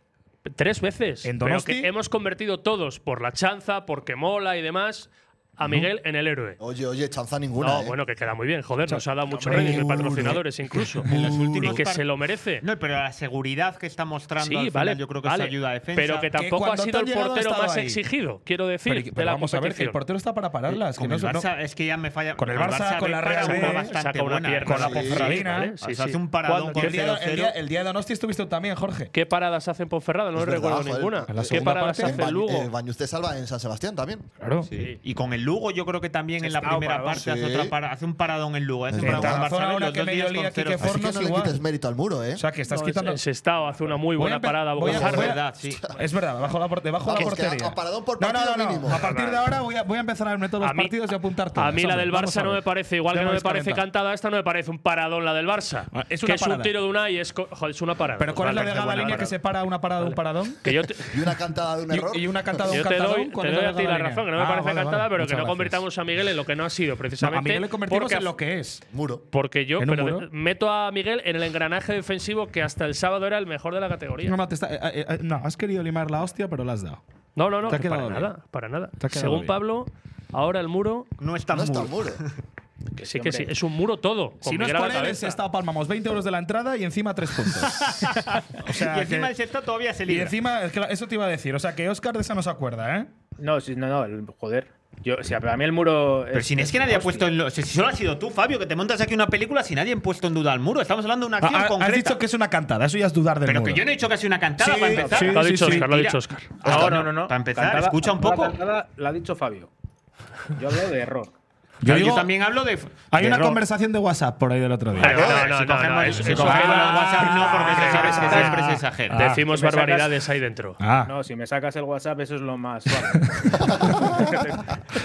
Speaker 3: Tres veces.
Speaker 2: En
Speaker 3: pero
Speaker 2: Donosti-
Speaker 3: que hemos convertido todos por la chanza, porque mola y demás, a Miguel en el héroe.
Speaker 1: Oye, oye, chanza ninguna.
Speaker 3: No,
Speaker 1: ¿eh?
Speaker 3: bueno, que queda muy bien, joder, nos ha dado mucho
Speaker 1: hombre,
Speaker 3: rating de
Speaker 1: hombre.
Speaker 3: patrocinadores incluso.
Speaker 4: En los últimos
Speaker 3: y que
Speaker 4: par-
Speaker 3: se lo merece.
Speaker 4: No, pero la seguridad que está mostrando
Speaker 3: Sí,
Speaker 4: al final,
Speaker 3: vale.
Speaker 4: yo creo que
Speaker 3: vale,
Speaker 4: eso ayuda a defensa.
Speaker 3: Pero que tampoco ha
Speaker 2: cuando te
Speaker 3: sido
Speaker 2: han
Speaker 3: el
Speaker 2: llegado,
Speaker 3: portero
Speaker 2: ha estado
Speaker 3: más
Speaker 2: ahí.
Speaker 3: exigido, quiero decir,
Speaker 2: Pero,
Speaker 3: de
Speaker 2: pero
Speaker 3: la
Speaker 2: vamos a ver que el
Speaker 3: competición.
Speaker 2: portero está para pararlas. que
Speaker 4: con
Speaker 2: no
Speaker 4: el
Speaker 2: se- no-
Speaker 4: Barça es que ya me falla.
Speaker 2: Con el Barça, con
Speaker 4: me
Speaker 2: la
Speaker 4: para
Speaker 2: Real
Speaker 4: una
Speaker 2: B,
Speaker 4: bastante
Speaker 3: saca una
Speaker 4: buena,
Speaker 3: pierna,
Speaker 4: con
Speaker 2: la Ponferradina.
Speaker 3: ¿vale? Sí,
Speaker 4: o sea,
Speaker 3: sí.
Speaker 4: hace un paradón
Speaker 3: ¿Cuándo?
Speaker 4: con
Speaker 2: el, día, el
Speaker 4: 0-0.
Speaker 2: día- el día de Donosti estuviste tú también, Jorge.
Speaker 3: ¿Qué paradas hace en Ponferrada? No
Speaker 1: Es verdad,
Speaker 3: recuerdo
Speaker 1: joder.
Speaker 3: ninguna.
Speaker 2: En la
Speaker 3: ¿Qué
Speaker 2: segunda
Speaker 3: paradas
Speaker 2: parte,
Speaker 3: hace el
Speaker 1: Bañ-
Speaker 3: Lugo?
Speaker 1: eh, Bañuz te salva en San Sebastián también.
Speaker 2: Claro.
Speaker 4: Sí. Y con el Lugo, yo creo que también en la
Speaker 5: Está un
Speaker 4: primera
Speaker 5: paradón.
Speaker 4: parte hace,
Speaker 1: Sí.
Speaker 4: otra para- hace un paradón en Lugo. ¿eh? Hace un
Speaker 1: En
Speaker 4: paradón en
Speaker 2: Tarazona,
Speaker 4: Barcelona y
Speaker 2: ahora
Speaker 4: los
Speaker 2: que
Speaker 4: dos
Speaker 2: me
Speaker 4: días
Speaker 2: dolía
Speaker 4: con
Speaker 2: aquí que
Speaker 4: 0-0.
Speaker 2: fue-
Speaker 1: Así que
Speaker 2: Fornos
Speaker 1: no
Speaker 2: igual.
Speaker 1: le quites mérito al muro, ¿eh?
Speaker 2: O sea, que estás
Speaker 3: No, es-
Speaker 2: quitando.
Speaker 3: es Sestao, hace una muy
Speaker 2: Voy a
Speaker 3: buena
Speaker 2: empe-
Speaker 3: parada.
Speaker 2: voy a-
Speaker 3: Bocajarro.
Speaker 2: voy a-
Speaker 4: verdad, sí.
Speaker 2: Es verdad, bajo la, por- debajo de la
Speaker 1: Vamos, que
Speaker 2: portería.
Speaker 1: a- a paradón por
Speaker 2: no, no,
Speaker 1: partido
Speaker 2: no, no.
Speaker 1: mínimo.
Speaker 2: A partir de ahora voy a, voy a empezar a verme todos los partidos y apuntar todos.
Speaker 3: a mí la del Barça no me parece, igual que no me parece
Speaker 2: cantar.
Speaker 3: cantada, esta no me parece un paradón la del Barça.
Speaker 2: Ah, es
Speaker 3: que
Speaker 2: una
Speaker 3: es un
Speaker 2: parada.
Speaker 3: tiro de una y es, co- joder, es una parada.
Speaker 2: Pero ¿cuál es la de
Speaker 3: Realmente
Speaker 2: cada
Speaker 3: buena
Speaker 2: línea que
Speaker 3: parada.
Speaker 2: separa una parada de un paradón?
Speaker 3: Que yo te,
Speaker 1: Y una cantada de un error.
Speaker 2: Y, y una cantada de un
Speaker 3: yo te
Speaker 2: cantadón.
Speaker 3: doy,
Speaker 2: ¿cuál
Speaker 3: te
Speaker 2: es
Speaker 3: doy a
Speaker 2: de
Speaker 3: ti
Speaker 2: cada
Speaker 3: la
Speaker 2: línea?
Speaker 3: razón, que no me
Speaker 2: Ah,
Speaker 3: parece
Speaker 2: vale, vale,
Speaker 3: cantada, pero
Speaker 2: muchas
Speaker 3: que no
Speaker 2: gracias.
Speaker 3: convirtamos a Miguel en lo que no ha sido,
Speaker 2: No,
Speaker 3: precisamente.
Speaker 2: a Miguel le convertimos
Speaker 3: porque
Speaker 2: en lo que es.
Speaker 1: Muro.
Speaker 3: Porque yo
Speaker 2: ¿En un
Speaker 3: pero
Speaker 2: muro?
Speaker 3: de- meto a Miguel en el engranaje defensivo que hasta el sábado era el mejor de la categoría.
Speaker 2: No, no, te está- eh, eh, no, has querido limar la hostia, pero la has dado.
Speaker 3: No, no, no,
Speaker 2: Te ha
Speaker 3: que para
Speaker 2: quedado bien.
Speaker 3: nada, para nada.
Speaker 2: Te ha quedado
Speaker 3: Según
Speaker 2: bien.
Speaker 3: Pablo, ahora el muro,
Speaker 4: No está
Speaker 1: No está
Speaker 4: muy.
Speaker 1: el muro.
Speaker 3: que sí que sí, es un muro todo. Con
Speaker 2: Si no es
Speaker 3: Miguel a la
Speaker 2: por él, en
Speaker 3: cabeza.
Speaker 2: Sestao palmamos 20 euros de la entrada y encima 3 puntos. o sea,
Speaker 4: Y encima
Speaker 2: que-
Speaker 4: el Celta todavía se
Speaker 2: y
Speaker 4: libra.
Speaker 2: encima, es que la- eso te iba a decir. O sea, que Oscar de esa no se acuerda, ¿eh?
Speaker 5: No, sí, no, no, el- joder. Yo, o sea, para mí el muro.
Speaker 4: Pero si es que nadie ha puesto en lo- Si solo has sido tú, Fabio, que te montas aquí una película si nadie ha puesto en duda al muro. Estamos hablando de una acción
Speaker 2: Ah, ah, has
Speaker 4: concreta.
Speaker 2: dicho que es una cantada, eso ya es dudar del
Speaker 4: pero que
Speaker 2: muro.
Speaker 4: yo no he dicho que ha sido una cantada
Speaker 2: Sí,
Speaker 4: para empezar.
Speaker 2: sí,
Speaker 3: Lo ha
Speaker 2: sí,
Speaker 3: dicho
Speaker 2: sí.
Speaker 3: Oscar, lo ha
Speaker 4: Mira,
Speaker 3: dicho Oscar.
Speaker 5: No, no, no, no.
Speaker 4: Para empezar,
Speaker 5: Cantada-
Speaker 4: escucha un poco.
Speaker 5: La cantada la ha dicho Fabio. Yo hablo de error.
Speaker 2: Yo
Speaker 4: Claro, yo
Speaker 2: digo-
Speaker 4: también hablo de.
Speaker 2: Hay
Speaker 4: de
Speaker 2: una
Speaker 4: error.
Speaker 2: conversación de WhatsApp por ahí del otro día.
Speaker 3: Pero no,
Speaker 4: Joder,
Speaker 3: no,
Speaker 4: si
Speaker 3: no,
Speaker 4: cogemos-
Speaker 3: no, eso-
Speaker 4: si
Speaker 3: eso-
Speaker 4: cogemos
Speaker 3: ah,
Speaker 4: los WhatsApp, no, porque
Speaker 2: ah,
Speaker 4: se sabes que
Speaker 2: ah,
Speaker 4: siempre se exagera.
Speaker 2: Ah,
Speaker 3: Decimos
Speaker 5: que me sacas-
Speaker 3: barbaridades ahí dentro.
Speaker 2: Ah,
Speaker 5: No, si me sacas el WhatsApp, eso es lo más suave.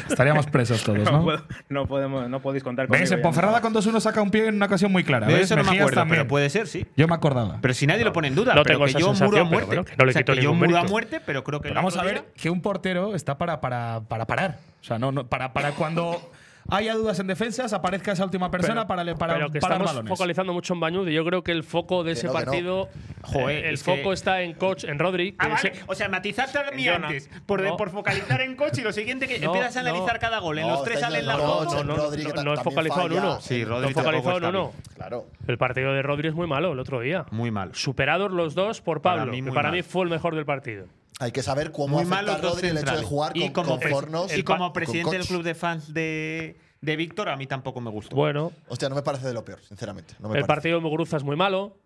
Speaker 2: estaríamos presos todos,
Speaker 5: no,
Speaker 2: ¿no?
Speaker 5: puedo- no podemos, no podéis contar conmigo. ¿eh?
Speaker 2: ¿Ves?
Speaker 5: ya
Speaker 2: En
Speaker 5: no.
Speaker 2: Ponferrada con 2-1 saca un pie en una ocasión muy clara.
Speaker 4: De
Speaker 2: ¿ves?
Speaker 4: eso no me
Speaker 2: Mejías
Speaker 4: acuerdo,
Speaker 2: también.
Speaker 4: pero puede ser, sí.
Speaker 2: Yo me acordaba.
Speaker 4: Pero si nadie lo pone en duda,
Speaker 3: No
Speaker 4: pero
Speaker 3: tengo
Speaker 4: que
Speaker 3: esa
Speaker 4: yo muro a
Speaker 3: sensación, Pues pero
Speaker 4: muerte.
Speaker 3: bueno, que no le
Speaker 4: O sea,
Speaker 3: quito
Speaker 4: que yo
Speaker 3: ningún
Speaker 4: muro a
Speaker 3: mérito.
Speaker 4: muerte, pero creo que el
Speaker 2: Pero vamos a
Speaker 4: otro
Speaker 2: ver
Speaker 4: día-
Speaker 2: que un portero está para, para, para parar. O sea, no, no- para, para cuando haya dudas en defensas, aparezca esa última persona para, le- para
Speaker 3: pero que
Speaker 2: parar
Speaker 3: estamos
Speaker 2: balones.
Speaker 3: focalizando mucho en Bañud y yo creo que el foco de ese
Speaker 1: no, que no.
Speaker 3: partido,
Speaker 4: Joder,
Speaker 3: el
Speaker 4: es que-
Speaker 3: foco está en coach, en Rodri. que
Speaker 4: Ah,
Speaker 3: ese-
Speaker 4: vale. O sea, matizaste a mí
Speaker 5: Jonah.
Speaker 4: antes por,
Speaker 3: No.
Speaker 4: por focalizar en coche y lo siguiente que
Speaker 3: No,
Speaker 4: empiezas a
Speaker 3: no.
Speaker 4: analizar cada gol. En
Speaker 1: No,
Speaker 4: los tres
Speaker 1: está
Speaker 4: salen
Speaker 1: en la
Speaker 4: las
Speaker 3: No,
Speaker 4: fotos.
Speaker 3: no, no,
Speaker 1: Rodri, que
Speaker 3: no,
Speaker 1: ta-
Speaker 3: no he
Speaker 1: también
Speaker 3: focalizado en
Speaker 1: falla.
Speaker 3: uno.
Speaker 4: Sí, Rodri
Speaker 3: no he focalizado en
Speaker 4: tampoco está
Speaker 3: uno.
Speaker 1: Claro.
Speaker 3: El partido de Rodri es muy malo el otro día.
Speaker 4: Muy malo.
Speaker 3: Superados los dos por
Speaker 4: Para
Speaker 3: Pablo,
Speaker 4: mí
Speaker 3: que
Speaker 4: muy
Speaker 3: para
Speaker 4: mal.
Speaker 3: mí fue el mejor del partido.
Speaker 1: Hay que saber cómo
Speaker 4: Muy
Speaker 1: afecta
Speaker 4: malo
Speaker 1: a Rodri el hecho de jugar
Speaker 4: y
Speaker 1: con, con
Speaker 4: pres-
Speaker 1: Fornos.
Speaker 4: y como presidente
Speaker 1: con
Speaker 4: del
Speaker 1: Koch.
Speaker 4: club de fans de, de Víctor, a mí tampoco me gustó.
Speaker 3: Bueno,
Speaker 1: Hostia, no me parece de lo peor, sinceramente. No me
Speaker 3: el
Speaker 1: parece.
Speaker 3: partido de Muguruza es muy malo.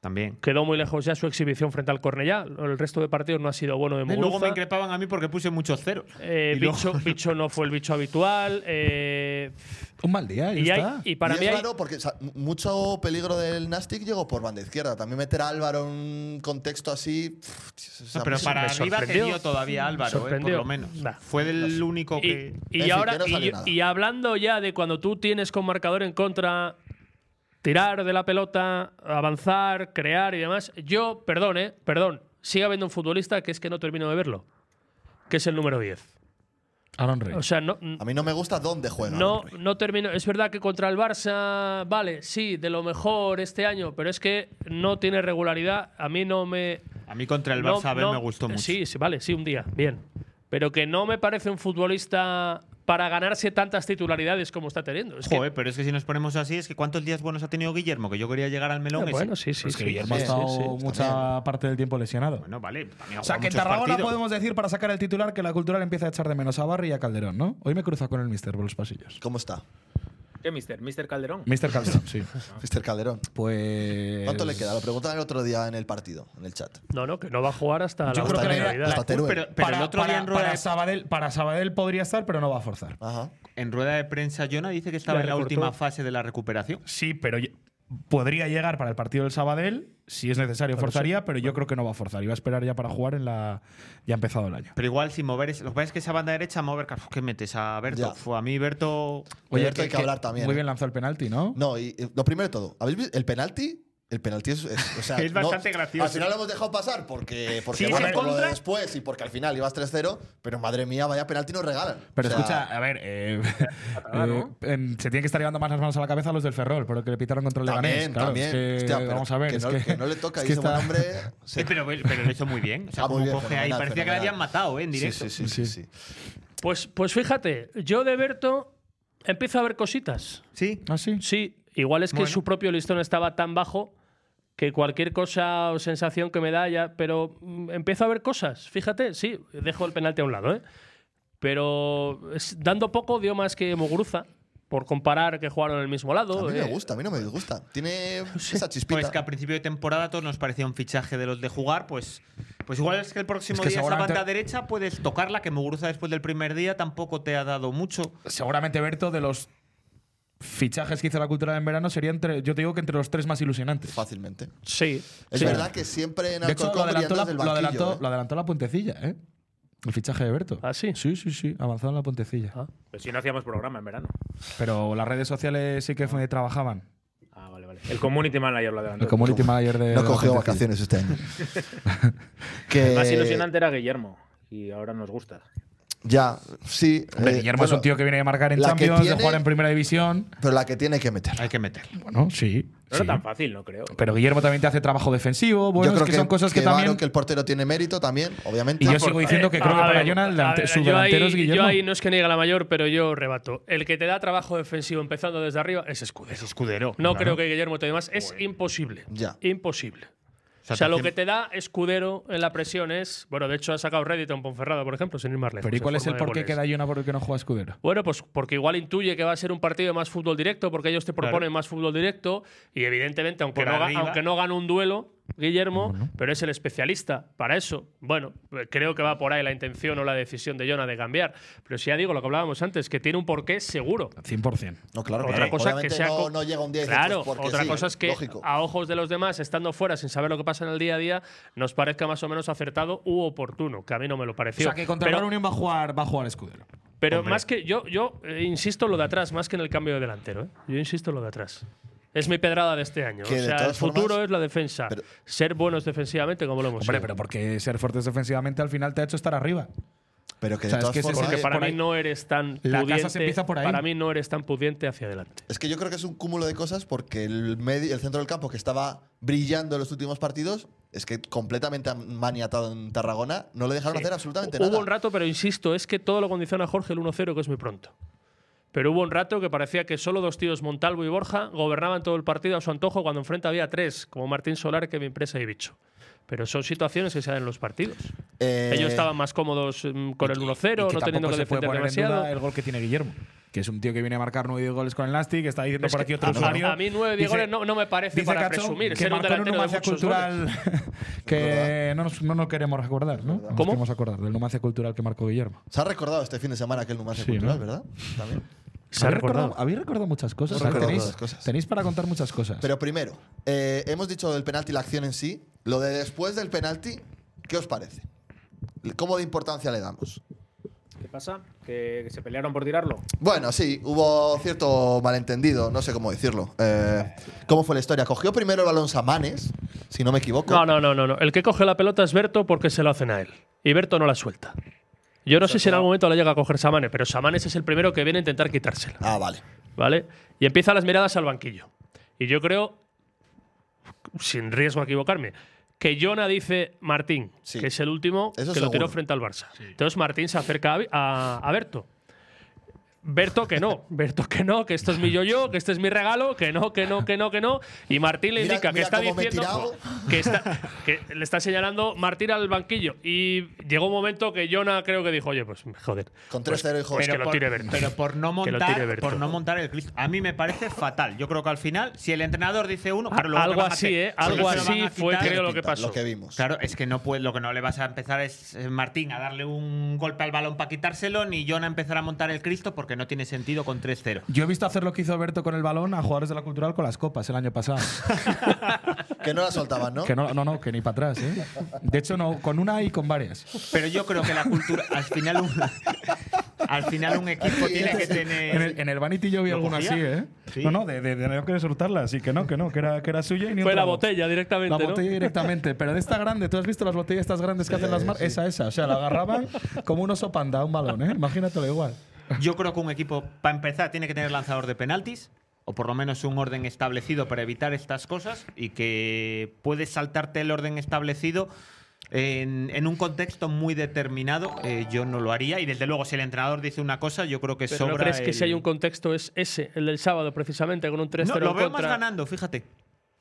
Speaker 4: También.
Speaker 3: Quedó muy lejos ya su exhibición frente al Cornellá. El resto de partidos no ha sido bueno de Muguruza.
Speaker 4: Eh, Luego me increpaban a mí porque puse muchos ceros.
Speaker 3: Eh,
Speaker 4: Y luego-
Speaker 3: bicho, bicho no fue el bicho habitual. eh,
Speaker 2: Un mal día,
Speaker 3: y,
Speaker 2: ya
Speaker 3: hay-
Speaker 2: está.
Speaker 3: y para
Speaker 1: y
Speaker 3: mí
Speaker 1: es
Speaker 3: hay-
Speaker 1: raro porque o sea, m- mucho peligro del Nastic llegó por banda izquierda. También meter a Álvaro en un contexto así. pff, o sea,
Speaker 4: No, pero
Speaker 1: pues,
Speaker 4: para
Speaker 3: me
Speaker 4: arriba te
Speaker 3: sorprendió.
Speaker 4: dio todavía Álvaro, eh,
Speaker 3: Sorprendió.
Speaker 4: por lo menos.
Speaker 3: Nah.
Speaker 4: Fue del único
Speaker 3: Y,
Speaker 4: que.
Speaker 3: y
Speaker 1: Es decir,
Speaker 3: ahora,
Speaker 1: que no
Speaker 3: y,
Speaker 1: sale
Speaker 3: yo-
Speaker 1: nada.
Speaker 3: y hablando ya de cuando tú tienes con marcador en contra tirar de la pelota, avanzar, crear y demás. Yo, perdón, eh, perdón, sigue habiendo un futbolista que es que no termino de verlo, que es el número 10.
Speaker 2: Aaron Rey.
Speaker 4: Oh,
Speaker 3: O sea, no,
Speaker 1: A mí no me gusta dónde juega.
Speaker 3: no,
Speaker 1: Henry.
Speaker 3: no termino. Es verdad que contra el Barça, vale, sí, de lo mejor este año, pero es que no tiene regularidad. A mí no me.
Speaker 4: A mí contra el
Speaker 3: no-
Speaker 4: Barça a ver
Speaker 3: no- eh,
Speaker 4: me gustó mucho.
Speaker 3: Sí, sí, vale, sí, un día, bien. Pero que no me parece un futbolista para ganarse tantas titularidades como está teniendo. Es que-
Speaker 4: Joder, pero es que si nos ponemos así, es que ¿cuántos días buenos ha tenido Guillermo? Que yo quería llegar al melón. Pues
Speaker 3: Ah,
Speaker 4: ese.
Speaker 3: bueno, sí, sí.
Speaker 2: Es que
Speaker 3: sí,
Speaker 2: Guillermo ha
Speaker 3: sí,
Speaker 2: estado
Speaker 3: sí, sí.
Speaker 2: mucha parte del tiempo lesionado.
Speaker 4: Bueno, vale. también ha
Speaker 2: o sea,
Speaker 4: jugado
Speaker 2: que en
Speaker 4: muchos
Speaker 2: Tarragona
Speaker 4: partidos.
Speaker 2: podemos decir para sacar el titular que la cultural empieza a echar de menos a Barry y a Calderón, ¿no? Hoy me cruza con el Mister por los pasillos.
Speaker 1: ¿Cómo está?
Speaker 5: ¿Qué, mister? ¿Mister Calderón?
Speaker 2: Mister Calderón, sí.
Speaker 1: Mr. Calderón.
Speaker 2: Pues.
Speaker 1: ¿Cuánto le queda? Lo preguntaban el otro día en el partido, en el chat.
Speaker 3: No, no, que no va a jugar hasta
Speaker 2: Yo
Speaker 3: la
Speaker 2: creo que la idea-
Speaker 3: Navidad.
Speaker 1: hasta Teruel.
Speaker 4: Pero, pero
Speaker 2: para,
Speaker 4: el otro
Speaker 2: para-
Speaker 4: día en rueda,
Speaker 2: para
Speaker 4: de-
Speaker 2: Sabadell, para Sabadell podría estar, pero no va a forzar.
Speaker 1: Ajá.
Speaker 4: en rueda de prensa, Jonah dice que estaba
Speaker 3: Le
Speaker 4: en la
Speaker 3: recortó.
Speaker 4: última fase de la recuperación.
Speaker 2: Sí, pero ye- podría llegar para el partido del Sabadell. Si es necesario, forzaría, pero yo creo que no va a forzar. Iba a esperar ya para jugar en la. Ya ha empezado el año.
Speaker 4: Pero igual, sin mover. ese- Lo que pasa es que esa banda derecha, mover. claro, ¿Qué metes a
Speaker 1: Ya.
Speaker 4: Berto? Fue a mí, Berto.
Speaker 1: Oye, hay que hablar también.
Speaker 2: Muy
Speaker 1: ¿eh?
Speaker 2: bien lanzó el penalti, ¿no?
Speaker 1: No, y y lo primero de todo, ¿habéis visto el penalti? El penalti es, es- o sea,
Speaker 4: Es
Speaker 1: no-
Speaker 4: bastante gracioso.
Speaker 1: Al final lo hemos dejado pasar porque, porque
Speaker 4: Sí,
Speaker 1: bueno,
Speaker 4: en
Speaker 1: por lo de
Speaker 4: contra.
Speaker 1: después y porque al final ibas 3-0, pero madre mía, vaya penalti nos regalan.
Speaker 2: Pero
Speaker 1: O sea,
Speaker 2: escucha, a ver, eh, eh, en- se tiene que estar llevando más las manos a la cabeza los del Ferrol, pero que le pitaron contra el
Speaker 1: También,
Speaker 2: Leganés. Claro,
Speaker 1: también.
Speaker 2: es que,
Speaker 1: Hostia, pero
Speaker 2: vamos a ver,
Speaker 1: que
Speaker 2: es
Speaker 1: no- que no le toca
Speaker 2: es
Speaker 1: y
Speaker 2: que
Speaker 1: ese buen
Speaker 2: está-
Speaker 1: hombre. sí.
Speaker 4: Eh, pero, pero lo hizo muy bien. O sea,
Speaker 1: Ah, muy
Speaker 4: como
Speaker 1: bien,
Speaker 4: coge ahí.
Speaker 1: fenomenal,
Speaker 4: Parecía que le
Speaker 1: fenomenal.
Speaker 4: habían matado, ¿eh? En
Speaker 1: Sí,
Speaker 4: directo.
Speaker 1: sí, sí, sí, sí.
Speaker 3: Pues, pues fíjate, yo de Berto empiezo a ver cositas.
Speaker 4: Sí.
Speaker 2: ¿Ah, sí?
Speaker 3: Sí, igual es que su propio listón estaba tan bajo que cualquier cosa o sensación que me da ya, pero mm, empiezo a ver cosas, fíjate, sí, dejo el penalti a un lado, ¿eh? Pero es- dando poco dio más que Muguruza, por comparar que jugaron en el mismo
Speaker 1: A
Speaker 3: lado.
Speaker 1: mí me
Speaker 3: eh.
Speaker 1: gusta, a mí no me disgusta. Tiene esa chispita.
Speaker 4: Pues que a principio de temporada a todos nos parecía un fichaje de los de jugar, pues, pues igual es que el próximo
Speaker 2: Es que
Speaker 4: día esa
Speaker 2: seguramente-
Speaker 4: banda derecha puedes tocarla, que Muguruza después del primer día tampoco te ha dado mucho.
Speaker 2: Seguramente Berto, de los fichajes que hizo la cultura en verano, sería entre, yo te digo que entre los tres más ilusionantes.
Speaker 1: Fácilmente.
Speaker 3: Sí.
Speaker 1: Es
Speaker 3: sí.
Speaker 1: verdad que siempre en
Speaker 2: De hecho, lo
Speaker 1: Alcorcón
Speaker 2: adelantó, la,
Speaker 1: brillantes del
Speaker 2: lo
Speaker 1: banquillo.
Speaker 2: adelantó-
Speaker 1: ¿eh?
Speaker 2: lo adelantó la puentecilla, ¿eh? El fichaje de Berto.
Speaker 3: ¿Ah, sí?
Speaker 2: Sí, sí, sí. Avanzado en la puentecilla.
Speaker 3: Ah.
Speaker 5: Pues si no hacíamos programa en verano.
Speaker 2: Pero las redes sociales sí que fue- trabajaban.
Speaker 5: Ah, vale, vale. El community manager lo adelantó.
Speaker 2: El community manager de.
Speaker 1: No
Speaker 2: de la
Speaker 1: cogió
Speaker 2: Puentecilla.
Speaker 1: vacaciones este año. que
Speaker 5: El
Speaker 2: Eh,
Speaker 5: más ilusionante era Guillermo. Y ahora nos gusta.
Speaker 1: Ya, sí.
Speaker 2: Hombre,
Speaker 1: eh,
Speaker 2: Guillermo es
Speaker 1: bueno,
Speaker 2: un tío que viene de marcar en
Speaker 1: la que
Speaker 2: Champions,
Speaker 1: tiene-
Speaker 2: de jugar en Primera División.
Speaker 1: Pero la que tiene que meter.
Speaker 4: Hay que meterlo.
Speaker 2: Bueno, sí.
Speaker 5: No
Speaker 2: sí.
Speaker 5: era tan fácil, no creo.
Speaker 2: Pero Guillermo también te hace trabajo defensivo. Bueno, es que, son cosas que,
Speaker 1: Varo,
Speaker 2: también.
Speaker 1: que el portero tiene mérito también, obviamente.
Speaker 2: Y yo sigo diciendo que creo que
Speaker 3: A
Speaker 2: para
Speaker 3: ver,
Speaker 2: Jonah el delante-
Speaker 3: a ver,
Speaker 2: su
Speaker 3: yo
Speaker 2: delantero
Speaker 3: ahí-
Speaker 2: es Guillermo.
Speaker 3: Yo ahí no es que niegue la mayor, pero yo rebato. El que te da trabajo defensivo empezando desde arriba es Escudero.
Speaker 4: Es escudero.
Speaker 3: No
Speaker 4: claro.
Speaker 3: creo que Guillermo te dé más. Es imposible.
Speaker 1: Ya.
Speaker 3: Imposible.
Speaker 4: O
Speaker 3: O
Speaker 4: sea,
Speaker 3: sea, lo
Speaker 4: te-
Speaker 3: que te da escudero en la presión es. Bueno, de hecho ha sacado Reddit en Ponferrada, por ejemplo, sin ir más lejos.
Speaker 2: Pero ¿y
Speaker 3: en
Speaker 2: cuál es el
Speaker 3: forma de
Speaker 2: por qué
Speaker 3: goles.
Speaker 2: queda Jonah por el que no juega Escudero?
Speaker 3: Bueno, pues porque igual intuye que va a ser un partido de más fútbol directo, porque ellos te proponen más fútbol directo, y evidentemente, aunque,
Speaker 4: Por
Speaker 3: no, ga-
Speaker 4: arriba.
Speaker 3: aunque no gane un duelo, Guillermo, pero es el especialista para eso. Bueno, eh, creo que va por ahí la intención o la decisión de Jonah de cambiar. Pero si ya digo lo que hablábamos antes, que tiene un porqué seguro.
Speaker 2: 100%.
Speaker 1: No, claro,
Speaker 3: Otra
Speaker 1: claro.
Speaker 3: cosa
Speaker 1: Obviamente
Speaker 3: que sea
Speaker 1: no,
Speaker 3: co-
Speaker 1: no llega un 10
Speaker 3: Claro,
Speaker 1: "Pues porque
Speaker 3: otra
Speaker 1: sí,
Speaker 3: cosa es que
Speaker 1: lógico.
Speaker 3: a ojos de los demás, estando fuera sin saber lo que pasa en el día a día, nos parezca más o menos acertado u oportuno, que a mí no me lo
Speaker 2: O
Speaker 3: pareció.
Speaker 2: sea, que contra
Speaker 3: pero
Speaker 2: la Unión va a jugar, va a jugar Escudero.
Speaker 3: pero más que yo, yo eh, insisto en lo de atrás, más que en el cambio de delantero. ¿eh? Yo insisto en lo de atrás. Es mi pedrada de este año. O
Speaker 1: Que de
Speaker 3: sea, el
Speaker 1: todas
Speaker 3: futuro
Speaker 1: formas-
Speaker 3: es la defensa.
Speaker 1: pero-
Speaker 3: Ser buenos defensivamente, como lo hemos
Speaker 2: Hombre,
Speaker 3: sido.
Speaker 2: pero porque ser fuertes defensivamente al final te ha hecho estar arriba.
Speaker 1: Pero que de
Speaker 2: O sea, es
Speaker 1: todas
Speaker 2: que ese-
Speaker 1: formas-
Speaker 3: Porque
Speaker 2: eh,
Speaker 3: para
Speaker 2: por
Speaker 3: mí
Speaker 2: ahí-
Speaker 3: no eres tan
Speaker 2: La casa se
Speaker 3: pudiente.
Speaker 2: empieza por ahí.
Speaker 3: Para mí no eres tan pudiente hacia adelante.
Speaker 1: Es que yo creo que es un cúmulo de cosas porque el, medio, el centro del campo que estaba brillando en los últimos partidos es que completamente maniatado en Tarragona no le dejaron hacer absolutamente
Speaker 3: Hubo
Speaker 1: nada.
Speaker 3: un rato, pero insisto, es que todo lo condiciona Jorge el 1-0, que es muy pronto. Pero hubo un rato que parecía que solo dos tíos, Montalvo y Borja, gobernaban todo el partido a su antojo cuando enfrente había tres, como Martín Solar, que me impresa y bicho. Pero son situaciones que se dan en los partidos.
Speaker 1: Eh,
Speaker 3: Ellos estaban más cómodos mm, con el
Speaker 2: Y
Speaker 3: 1-0, no
Speaker 2: tampoco
Speaker 3: teniendo que
Speaker 2: se puede poner
Speaker 3: defender
Speaker 2: en
Speaker 3: demasiado.
Speaker 2: duda el gol que tiene Guillermo. Que es un tío que viene a marcar 9 goles con el Nasti, que está diciendo
Speaker 3: Es
Speaker 2: por
Speaker 3: que
Speaker 2: aquí otro
Speaker 3: a mí-
Speaker 2: usuario.
Speaker 3: a mí nueve
Speaker 2: Dice-
Speaker 3: goles no- no me parece
Speaker 2: dice
Speaker 3: para
Speaker 2: Cacho
Speaker 3: presumir,
Speaker 2: Que
Speaker 3: ser un
Speaker 2: marcó en
Speaker 3: delantero de
Speaker 2: Numancia
Speaker 3: muchos
Speaker 2: cultural que no nos, no nos queremos recordar, ¿no? Nos
Speaker 3: ¿Cómo?
Speaker 2: queremos acordar del Numancia cultural que marcó Guillermo.
Speaker 1: Se ha recordado este fin de semana aquel Numancia
Speaker 2: Sí, ¿no?
Speaker 1: Cultural, ¿verdad? También.
Speaker 3: Se ha
Speaker 2: Habéis recordado-
Speaker 3: recordado.
Speaker 2: Habéis recordado muchas cosas.
Speaker 1: Hemos
Speaker 2: ¿eh?
Speaker 1: recordado
Speaker 2: Tenéis,
Speaker 1: muchas cosas.
Speaker 2: tenéis para contar muchas cosas.
Speaker 1: Pero primero, eh, hemos dicho del penalti y la acción en sí. Lo de después del penalti, ¿qué os parece? ¿Cómo de importancia le damos?
Speaker 5: pasa? ¿Que, que se pelearon por tirarlo?
Speaker 1: Bueno, sí, hubo cierto malentendido, no sé cómo decirlo. Eh, ¿Cómo fue la historia? Cogió primero el balón Samanes, si no me equivoco.
Speaker 3: No, no, no, no, no. El que coge la pelota es Berto porque se lo hacen a él. Y Berto no la suelta. Yo no sé si en algún momento la llega a coger Samanes, pero Samanes es el primero que viene a intentar quitársela.
Speaker 1: Ah, vale.
Speaker 3: ¿Vale? Y empiezan las miradas al banquillo. Y yo creo, sin riesgo a equivocarme, que Jona dice Martín,
Speaker 1: Sí.
Speaker 3: que es el último
Speaker 1: Eso
Speaker 3: que lo tiró
Speaker 1: seguro.
Speaker 3: frente al Barça. Entonces Martín se acerca a, a- a Berto. Berto que no, Berto que no, que esto es mi yo-yo, que este es mi regalo, que no, que no, que no, que no. Y Martín le
Speaker 1: Mira-
Speaker 3: indica que
Speaker 1: mira
Speaker 3: está
Speaker 1: cómo me he
Speaker 3: diciendo
Speaker 1: tirado.
Speaker 3: que, está- que le está señalando Martín al banquillo. Y llegó un momento que Jona creo que dijo, oye, pues joder.
Speaker 1: Con
Speaker 3: pues-
Speaker 1: 3-0 y joder.
Speaker 3: pues que lo
Speaker 4: por,
Speaker 3: tire Berto.
Speaker 4: pero por no
Speaker 3: Que lo tire
Speaker 4: montar,
Speaker 3: Berto.
Speaker 4: por no montar el clip. A mí me parece fatal. Yo creo que al final, si el entrenador dice uno, claro, luego te
Speaker 3: Algo
Speaker 4: van a
Speaker 3: así,
Speaker 4: hacer-
Speaker 3: ¿eh? Algo
Speaker 4: se lo van
Speaker 3: así
Speaker 4: a
Speaker 3: fue,
Speaker 4: quitar.
Speaker 3: creo, lo que
Speaker 1: Pinta,
Speaker 3: pasó.
Speaker 1: Lo que vimos.
Speaker 4: Claro, es que no puede, lo que no le vas a empezar es eh, Martín a darle un golpe al balón para quitárselo, ni John a empezar a montar el Cristo porque no tiene sentido con 3-0.
Speaker 2: Yo he visto hacer lo que hizo Berto con el balón a jugadores de la cultural con las copas el año pasado.
Speaker 1: Que no la soltaban, ¿no?
Speaker 2: Que no, no, no, que ni para atrás, ¿eh? De hecho, no, con una y con varias.
Speaker 4: Pero yo creo que la cultura, al final un, al final un equipo tiene que
Speaker 3: Eh,
Speaker 4: tener.
Speaker 2: En el, en el Vanity yo vi
Speaker 4: ¿Lo
Speaker 2: alguna
Speaker 4: cogía?
Speaker 2: así, ¿eh?
Speaker 4: Sí.
Speaker 2: No, no, de, de- de no querer soltarla, así que no, que no, que era, que era suya y ni un
Speaker 3: Fue la
Speaker 2: trago.
Speaker 3: botella directamente,
Speaker 2: La
Speaker 3: ¿no?
Speaker 2: botella directamente, pero de esta grande, ¿tú has visto las botellas estas grandes que hacen las marcas? Esa, esa, o sea, la agarraban como un oso panda, un balón, ¿eh? Imagínatelo igual.
Speaker 4: Yo creo que un equipo, para empezar, tiene que tener lanzador de penaltis, o por lo menos un orden establecido para evitar estas cosas, y que puedes eh, saltarte el orden establecido en, en un contexto muy determinado. Eh, yo no lo haría, y desde luego, si el entrenador dice una cosa, yo creo que
Speaker 3: Pero
Speaker 4: sobra.
Speaker 3: ¿No crees que
Speaker 4: el-
Speaker 3: si hay un contexto es ese, el del sábado precisamente, con un 3-0
Speaker 4: No, lo
Speaker 3: en
Speaker 4: veo más
Speaker 3: contra?
Speaker 4: ganando, fíjate.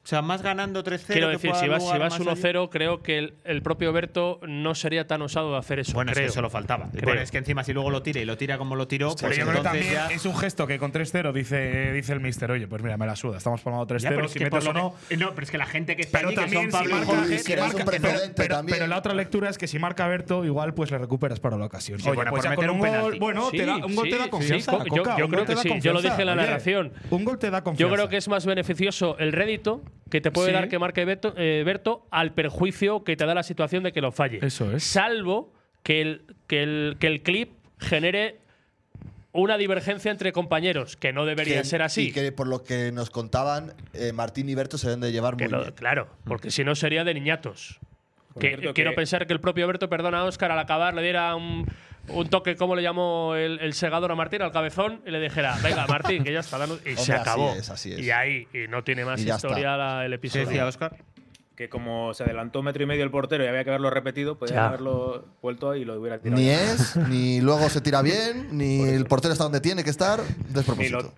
Speaker 4: O sea, más ganando 3-0.
Speaker 3: Quiero
Speaker 4: que
Speaker 3: decir,
Speaker 4: pueda
Speaker 3: si vas,
Speaker 4: luego
Speaker 3: si
Speaker 4: dar más
Speaker 3: vas 1-0, creo que el, el propio Berto no sería tan osado de hacer eso.
Speaker 4: allí. Bueno,
Speaker 3: creo.
Speaker 4: es que solo faltaba. Y
Speaker 3: Creo.
Speaker 4: Bueno, es que encima, si luego lo tira y lo tira como lo tiró,
Speaker 2: Pero
Speaker 4: pues
Speaker 2: yo creo que
Speaker 4: entonces
Speaker 2: también
Speaker 4: ya-
Speaker 2: es un gesto que con 3-0 dice, dice el mister, oye, pues mira, me la suda, estamos formando 3-0,
Speaker 4: Ya, pero es
Speaker 2: si
Speaker 4: que por
Speaker 2: metes o
Speaker 4: lo
Speaker 2: no.
Speaker 4: que- no, pero es que la gente que está
Speaker 2: Pero
Speaker 4: allí, que
Speaker 2: también,
Speaker 4: son
Speaker 2: si
Speaker 4: Pablo y
Speaker 2: marca, eh,
Speaker 4: Jorge, que
Speaker 2: si
Speaker 1: creas
Speaker 4: no-
Speaker 2: marca-
Speaker 4: que
Speaker 1: un
Speaker 4: no-
Speaker 2: pero,
Speaker 1: precedente
Speaker 2: pero-
Speaker 1: también.
Speaker 2: pero la otra lectura es que si marca Berto, igual pues le recuperas para la ocasión. pues
Speaker 4: Sí, bueno, por
Speaker 2: ya
Speaker 4: meter
Speaker 2: con
Speaker 4: un
Speaker 2: gol,
Speaker 4: penalti.
Speaker 2: bueno, te
Speaker 3: Sí,
Speaker 2: da, un gol
Speaker 3: sí,
Speaker 2: te da
Speaker 3: sí,
Speaker 2: confianza.
Speaker 3: co- yo-
Speaker 2: Coca,
Speaker 3: yo
Speaker 2: un
Speaker 3: creo
Speaker 2: gol te
Speaker 3: que
Speaker 2: da
Speaker 3: sí, yo lo
Speaker 2: confianza.
Speaker 3: dije en la
Speaker 2: Oye,
Speaker 3: narración.
Speaker 2: Un gol te da
Speaker 3: Yo
Speaker 2: confianza.
Speaker 3: creo que es más beneficioso el rédito que te puede
Speaker 2: Sí.
Speaker 3: dar que marque Berto, eh, Berto al perjuicio que te da la situación de que lo falle.
Speaker 2: Eso es.
Speaker 3: Salvo que el, que el, que el clip genere una divergencia entre compañeros, que no debería
Speaker 1: Que-
Speaker 3: ser así.
Speaker 1: Y que por lo que nos contaban, eh, Martín y Berto se deben de llevar
Speaker 3: Que
Speaker 1: muy
Speaker 3: no-
Speaker 1: bien.
Speaker 3: claro, porque si no sería de niñatos.
Speaker 5: Por
Speaker 3: Que-
Speaker 5: cierto,
Speaker 3: quiero
Speaker 5: que-
Speaker 3: pensar que el propio Berto, perdona a Oscar, al acabar le diera un, un toque, como le llamó el, el segador a Martín, al cabezón, y le dijera, venga, Martín, que ya está. danos-". Y
Speaker 1: Hombre,
Speaker 3: se
Speaker 1: así
Speaker 3: acabó.
Speaker 1: es, así es.
Speaker 3: Y ahí, y no tiene más
Speaker 1: Y ya está.
Speaker 3: historia la- el
Speaker 4: ¿Qué
Speaker 3: episodio.
Speaker 4: decía Oscar?
Speaker 5: Que como se adelantó metro y medio el portero y había que haberlo repetido, podía
Speaker 3: Ya.
Speaker 5: haberlo vuelto y lo hubiera tirado.
Speaker 1: Ni es, ni luego se tira bien, ni el portero está donde tiene que estar.
Speaker 5: Y lo,
Speaker 1: Despropósito.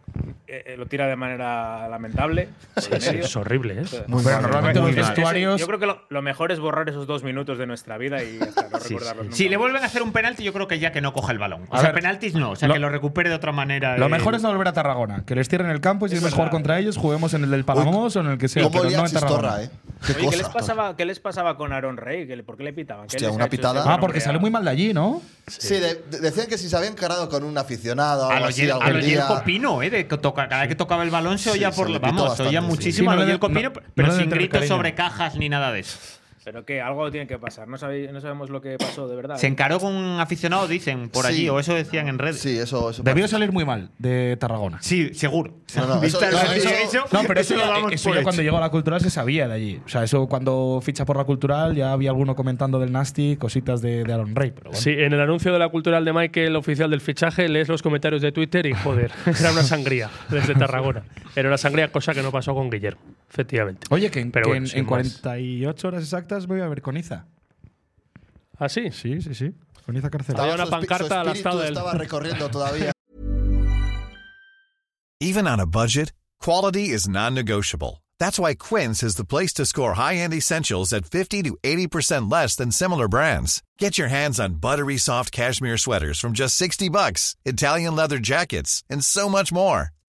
Speaker 5: eh, eh, lo tira de manera lamentable. por el
Speaker 3: Sí,
Speaker 5: medio.
Speaker 3: es horrible, ¿eh?
Speaker 5: Joder.
Speaker 1: Muy mal,
Speaker 2: normalmente
Speaker 1: muy
Speaker 2: los
Speaker 1: mal.
Speaker 5: Ese-
Speaker 2: vestuarios-
Speaker 5: Yo creo que lo, lo mejor es borrar esos dos minutos de nuestra vida y hasta no recordarlos nunca
Speaker 4: Si le
Speaker 5: más.
Speaker 4: vuelven a hacer un penalti, yo creo que ya que no coja el balón. O
Speaker 2: A
Speaker 4: sea,
Speaker 2: ver,
Speaker 4: penaltis no, o sea,
Speaker 2: lo-
Speaker 4: que lo recupere de otra manera.
Speaker 3: eh,
Speaker 1: eh.
Speaker 2: Lo
Speaker 4: el-
Speaker 2: mejor es no volver a Tarragona, que les cierren el campo y si es mejor contra ellos, juguemos en el del Palamos o en el que sea.
Speaker 1: ¿Cómo
Speaker 2: pero
Speaker 1: olía
Speaker 2: no en Tarragona.
Speaker 1: Chistorra, eh? Qué
Speaker 5: Oye, ¿qué, les pasaba, ¿Qué les pasaba con Aaron Rey? ¿Qué le- ¿Por qué le pitaban? ¿Qué
Speaker 1: Hostia,
Speaker 5: les
Speaker 1: una
Speaker 5: ha hecho
Speaker 1: pitada.
Speaker 5: ese
Speaker 2: Ah,
Speaker 5: buen
Speaker 2: porque
Speaker 5: hombre
Speaker 2: salió
Speaker 5: a-
Speaker 2: muy mal de allí, ¿no?
Speaker 1: Sí, de- de- decían que si se había encarado con un aficionado o
Speaker 4: A
Speaker 1: algo
Speaker 4: lo
Speaker 1: así
Speaker 4: Yel- a
Speaker 1: algún
Speaker 4: lo
Speaker 1: día.
Speaker 4: Yelko Pino, ¿eh? De que toca, cada vez que tocaba el balón se
Speaker 1: Sí,
Speaker 4: oía
Speaker 1: se
Speaker 4: por
Speaker 1: le
Speaker 4: lo
Speaker 1: pitó
Speaker 4: Vamos, se
Speaker 1: bastante,
Speaker 4: oía
Speaker 1: sí.
Speaker 4: muchísimo a
Speaker 2: Sí, no
Speaker 4: lo
Speaker 2: le-
Speaker 4: Yelko
Speaker 2: no-
Speaker 4: Pino,
Speaker 2: no
Speaker 4: pero
Speaker 2: le
Speaker 4: sin
Speaker 2: entró el
Speaker 4: gritos
Speaker 2: cariño.
Speaker 4: sobre cajas ni nada de eso.
Speaker 5: Pero que algo tiene que pasar. No, sabéis- no sabemos lo que pasó, de verdad. ¿eh?
Speaker 4: Se encaró con un aficionado, dicen, por
Speaker 1: Sí.
Speaker 4: allí, o eso decían en redes.
Speaker 1: Sí, eso. eso
Speaker 2: Debió salir muy mal de Tarragona.
Speaker 4: Sí, seguro.
Speaker 1: No, no, eso-
Speaker 4: Vista lo
Speaker 1: eso-
Speaker 4: que se
Speaker 1: eso-
Speaker 4: hizo,
Speaker 2: No, pero eso,
Speaker 4: lo
Speaker 2: ya,
Speaker 4: damos
Speaker 2: eso
Speaker 4: por
Speaker 2: ya
Speaker 4: hecho.
Speaker 2: cuando llegó a la cultural se sabía de allí. O sea, eso cuando ficha por la cultural ya había alguno comentando del Nasty, cositas de, de Aaron Rey. Pero bueno.
Speaker 3: Sí, en el anuncio de la cultural de Michael, oficial del fichaje, lees los comentarios de Twitter y joder, era una sangría desde Tarragona. Era una sangría, cosa que no pasó con Guillermo, efectivamente.
Speaker 2: Oye, que, en,
Speaker 3: Pero
Speaker 2: que
Speaker 3: bueno,
Speaker 2: en-
Speaker 3: sin
Speaker 2: en
Speaker 3: más.
Speaker 2: 48 horas exactas me voy a ver con Iza.
Speaker 3: ¿Ah, sí?
Speaker 2: Sí, sí, sí. Con Iza Carcela.
Speaker 3: Había una
Speaker 1: su espi- su
Speaker 3: pancarta al
Speaker 1: espíritu
Speaker 3: estado del-
Speaker 1: Estaba recorriendo todavía
Speaker 6: Even on a budget, quality is non-negotiable. That's why Quince is the place to score high-end essentials at 50 to 80% less than similar brands. Get your hands on buttery soft cashmere sweaters from just 60 bucks, Italian leather jackets, and so much more.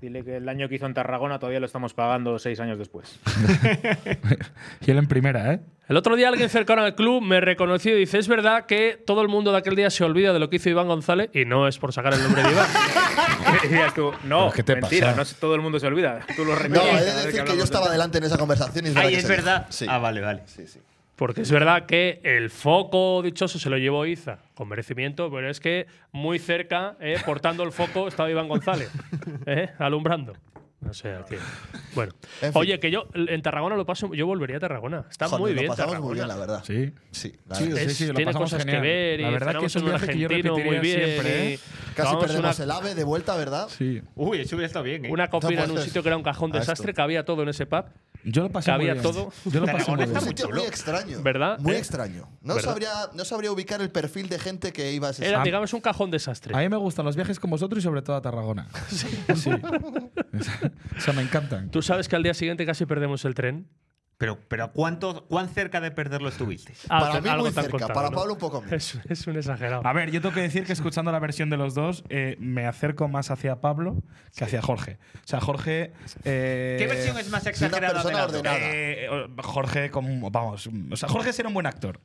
Speaker 5: Dile que el año que hizo en Tarragona todavía lo estamos pagando seis años después.
Speaker 2: Y él en primera, ¿eh?
Speaker 3: El otro día alguien cercano al club me reconoció y dice, es verdad que todo el mundo de aquel día se olvida de lo que hizo Iván González y no es por sacar el nombre de Iván.
Speaker 5: Y decías tú, no,
Speaker 7: ¿Qué te
Speaker 5: mentira,
Speaker 7: pasa?
Speaker 5: no sé, todo el mundo se olvida. Tú lo
Speaker 1: No,
Speaker 5: repites.
Speaker 1: he
Speaker 5: cada
Speaker 1: de
Speaker 5: vez
Speaker 1: decir que yo
Speaker 5: hablamos
Speaker 1: estaba
Speaker 5: de-
Speaker 1: delante en esa conversación y es verdad.
Speaker 4: Ahí
Speaker 1: que
Speaker 4: es
Speaker 1: se dijo.
Speaker 4: verdad.
Speaker 1: Sí.
Speaker 4: Ah, vale, vale.
Speaker 3: Porque es verdad que el foco dichoso se lo llevó Iza, con merecimiento, pero es que muy cerca, eh, portando el foco, estaba Iván González, eh, alumbrando. O sea que, bueno.
Speaker 1: En fin.
Speaker 3: Oye, que yo en Tarragona lo paso, yo volvería a Tarragona. Está
Speaker 1: Joder,
Speaker 3: muy
Speaker 1: lo
Speaker 3: bien.
Speaker 1: pasamos
Speaker 3: Tarragona.
Speaker 1: muy bien, la verdad.
Speaker 2: Sí.
Speaker 1: Sí, la
Speaker 2: Sí,
Speaker 1: verdad.
Speaker 2: sí,
Speaker 3: Es-
Speaker 2: sí, lo
Speaker 3: tiene
Speaker 2: pasamos
Speaker 3: cosas
Speaker 2: genial.
Speaker 3: que ver y
Speaker 2: la verdad que
Speaker 3: cenamos
Speaker 2: es un
Speaker 3: con un
Speaker 2: viaje que yo
Speaker 3: argentino
Speaker 2: repetiría
Speaker 3: muy bien
Speaker 2: siempre, ¿eh?
Speaker 3: y-
Speaker 1: Casi
Speaker 3: Vamos,
Speaker 1: perdemos
Speaker 3: una-
Speaker 1: el ave de vuelta, ¿verdad?
Speaker 2: Sí.
Speaker 4: Uy, eso hubiera estado bien, ¿eh?
Speaker 3: Una
Speaker 1: No
Speaker 3: cofina
Speaker 1: puede
Speaker 3: en un
Speaker 1: ser.
Speaker 3: sitio que era un cajón
Speaker 1: A
Speaker 3: desastre,
Speaker 1: esto.
Speaker 3: que había todo en ese pub.
Speaker 2: Yo lo pasé
Speaker 3: Que
Speaker 2: muy
Speaker 3: había
Speaker 2: bien.
Speaker 3: todo.
Speaker 2: Yo lo pasé
Speaker 4: Tarragona
Speaker 2: muy
Speaker 4: está
Speaker 2: bien.
Speaker 1: Un
Speaker 4: muy
Speaker 1: sitio
Speaker 4: chulo.
Speaker 1: muy extraño.
Speaker 3: ¿Verdad?
Speaker 1: Muy
Speaker 3: Eh,
Speaker 1: extraño. No
Speaker 3: ¿verdad?
Speaker 1: sabría, no sabría ubicar el perfil de gente que iba a ese
Speaker 3: Era,
Speaker 2: Ah.
Speaker 3: digamos, un cajón desastre.
Speaker 2: A mí me gustan los viajes con vosotros y sobre todo a Tarragona. Sí. o sea, me encantan.
Speaker 3: Tú sabes que al día siguiente casi perdemos el tren.
Speaker 4: Pero, pero ¿cuánto, ¿cuán cerca de perderlo estuviste?
Speaker 1: Para
Speaker 3: Algo-
Speaker 1: mí
Speaker 3: Ah, algo
Speaker 1: muy
Speaker 3: te han
Speaker 1: cerca,
Speaker 3: contado,
Speaker 1: para
Speaker 3: ¿no?
Speaker 1: Pablo Ah, un poco menos.
Speaker 3: Es, es un exagerado.
Speaker 2: A ver, yo tengo que decir que escuchando la versión de los dos, eh, me acerco más hacia Pablo que hacia Jorge. O sea, Jorge. eh,
Speaker 4: ¿Qué versión es más
Speaker 1: Si una
Speaker 4: exagerada de
Speaker 1: persona
Speaker 4: las dos?
Speaker 1: ordenada.
Speaker 2: eh, Jorge, como, vamos. O sea, Jorge era un buen actor.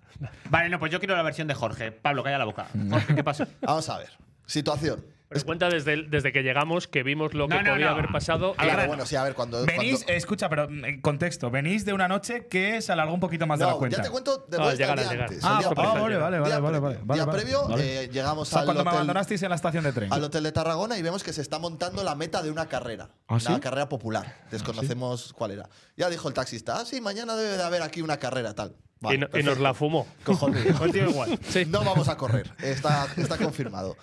Speaker 4: Vale, no, pues yo quiero la versión de Jorge. Pablo, calla la boca. Jorge, ¿qué pasó?
Speaker 1: Vamos a ver. Situación.
Speaker 3: Pero cuenta desde, el- desde que llegamos que vimos lo
Speaker 4: No,
Speaker 3: que
Speaker 4: no,
Speaker 3: podía
Speaker 4: no.
Speaker 3: haber
Speaker 4: Al
Speaker 3: pasado. y-
Speaker 1: Claro,
Speaker 4: grano.
Speaker 1: bueno, sí, a ver, cuando.
Speaker 2: Venís,
Speaker 1: cuando-
Speaker 2: eh, escucha, pero mm, en contexto, venís de una noche que se alargó un poquito más de la
Speaker 1: No,
Speaker 2: cuenta.
Speaker 1: ya te cuento de
Speaker 3: No,
Speaker 1: vuelta
Speaker 3: llegar,
Speaker 1: al día
Speaker 3: llegar.
Speaker 1: antes.
Speaker 2: Ah,
Speaker 1: al día
Speaker 2: ah,
Speaker 1: previo.
Speaker 2: vale, vale, vale,
Speaker 1: Día
Speaker 2: vale,
Speaker 1: previo.
Speaker 2: vale, vale,
Speaker 1: Día
Speaker 2: vale.
Speaker 1: previo,
Speaker 2: Vale.
Speaker 1: eh, llegamos
Speaker 2: O sea,
Speaker 1: al
Speaker 2: cuando me
Speaker 1: hotel-
Speaker 2: abandonasteis en la estación de tren.
Speaker 1: al hotel de Tarragona y vemos que se está montando la meta de una carrera.
Speaker 2: ¿Ah,
Speaker 1: una
Speaker 2: sí?
Speaker 1: carrera popular. Desconocemos cuál era. Ya dijo el taxista, ah, sí, mañana debe de haber aquí una carrera, tal. Vale,
Speaker 3: y, no- y
Speaker 1: perfecto.
Speaker 3: nos la fumó.
Speaker 1: Cojonudo.
Speaker 4: Pues
Speaker 3: Contigo igual. Sí.
Speaker 1: No vamos a correr, está, está confirmado.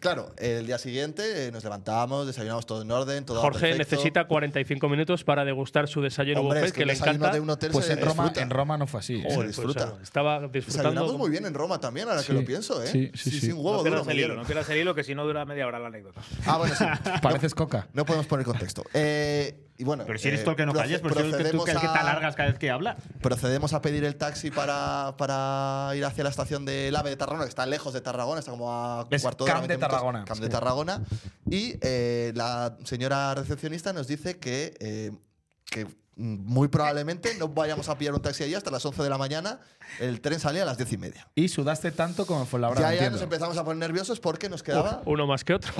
Speaker 1: Claro, el día siguiente eh, nos levantamos, desayunamos todo en orden, todo
Speaker 3: Jorge
Speaker 1: perfecto.
Speaker 3: necesita 45 minutos para degustar su desayuno
Speaker 1: Hombre,
Speaker 3: buffet
Speaker 1: es que,
Speaker 3: que, le
Speaker 1: el desayuno
Speaker 3: encanta.
Speaker 1: de un hotel
Speaker 2: Pues
Speaker 1: se
Speaker 2: en Roma,
Speaker 1: disfruta.
Speaker 2: en Roma no fue así. ¿eh?
Speaker 3: Joder, pues,
Speaker 1: disfruta.
Speaker 3: o sea, estaba disfrutando.
Speaker 1: Desayunamos muy bien en Roma también, ahora
Speaker 2: Sí,
Speaker 1: que lo pienso, ¿eh?
Speaker 2: sí, sí, sí.
Speaker 1: un huevo
Speaker 5: No
Speaker 1: duro
Speaker 5: pierdas
Speaker 1: me
Speaker 5: el hilo,
Speaker 1: dieron.
Speaker 5: no pierdas el hilo, que si no dura media hora la anécdota.
Speaker 1: Ah, bueno, sí.
Speaker 2: Pareces coca.
Speaker 1: No podemos poner contexto. Eh, y bueno,
Speaker 4: Pero si eres
Speaker 1: eh,
Speaker 4: tú el que no
Speaker 1: proce-
Speaker 4: calles, pero si eres tú
Speaker 1: procedemos
Speaker 4: que el que te
Speaker 1: a-
Speaker 4: alargas cada vez que hablas.
Speaker 1: Procedemos a pedir el taxi para, para ir hacia la estación del AVE de Tarragona, que está lejos de Tarragona, está como a
Speaker 2: Es
Speaker 1: cuarto de hora,
Speaker 2: Camp de
Speaker 1: 20 minutos.
Speaker 2: Tarragona.
Speaker 1: Camp de
Speaker 2: Sí.
Speaker 1: Tarragona. Y eh, la señora recepcionista nos dice que, eh, que muy probablemente no vayamos a pillar un taxi allí hasta las 11 de la mañana. El tren salía a las 10 y media.
Speaker 2: Y sudaste tanto como fue la hora.
Speaker 1: ya ya nos empezamos a poner nerviosos porque nos quedaba,
Speaker 3: Uno más que otro.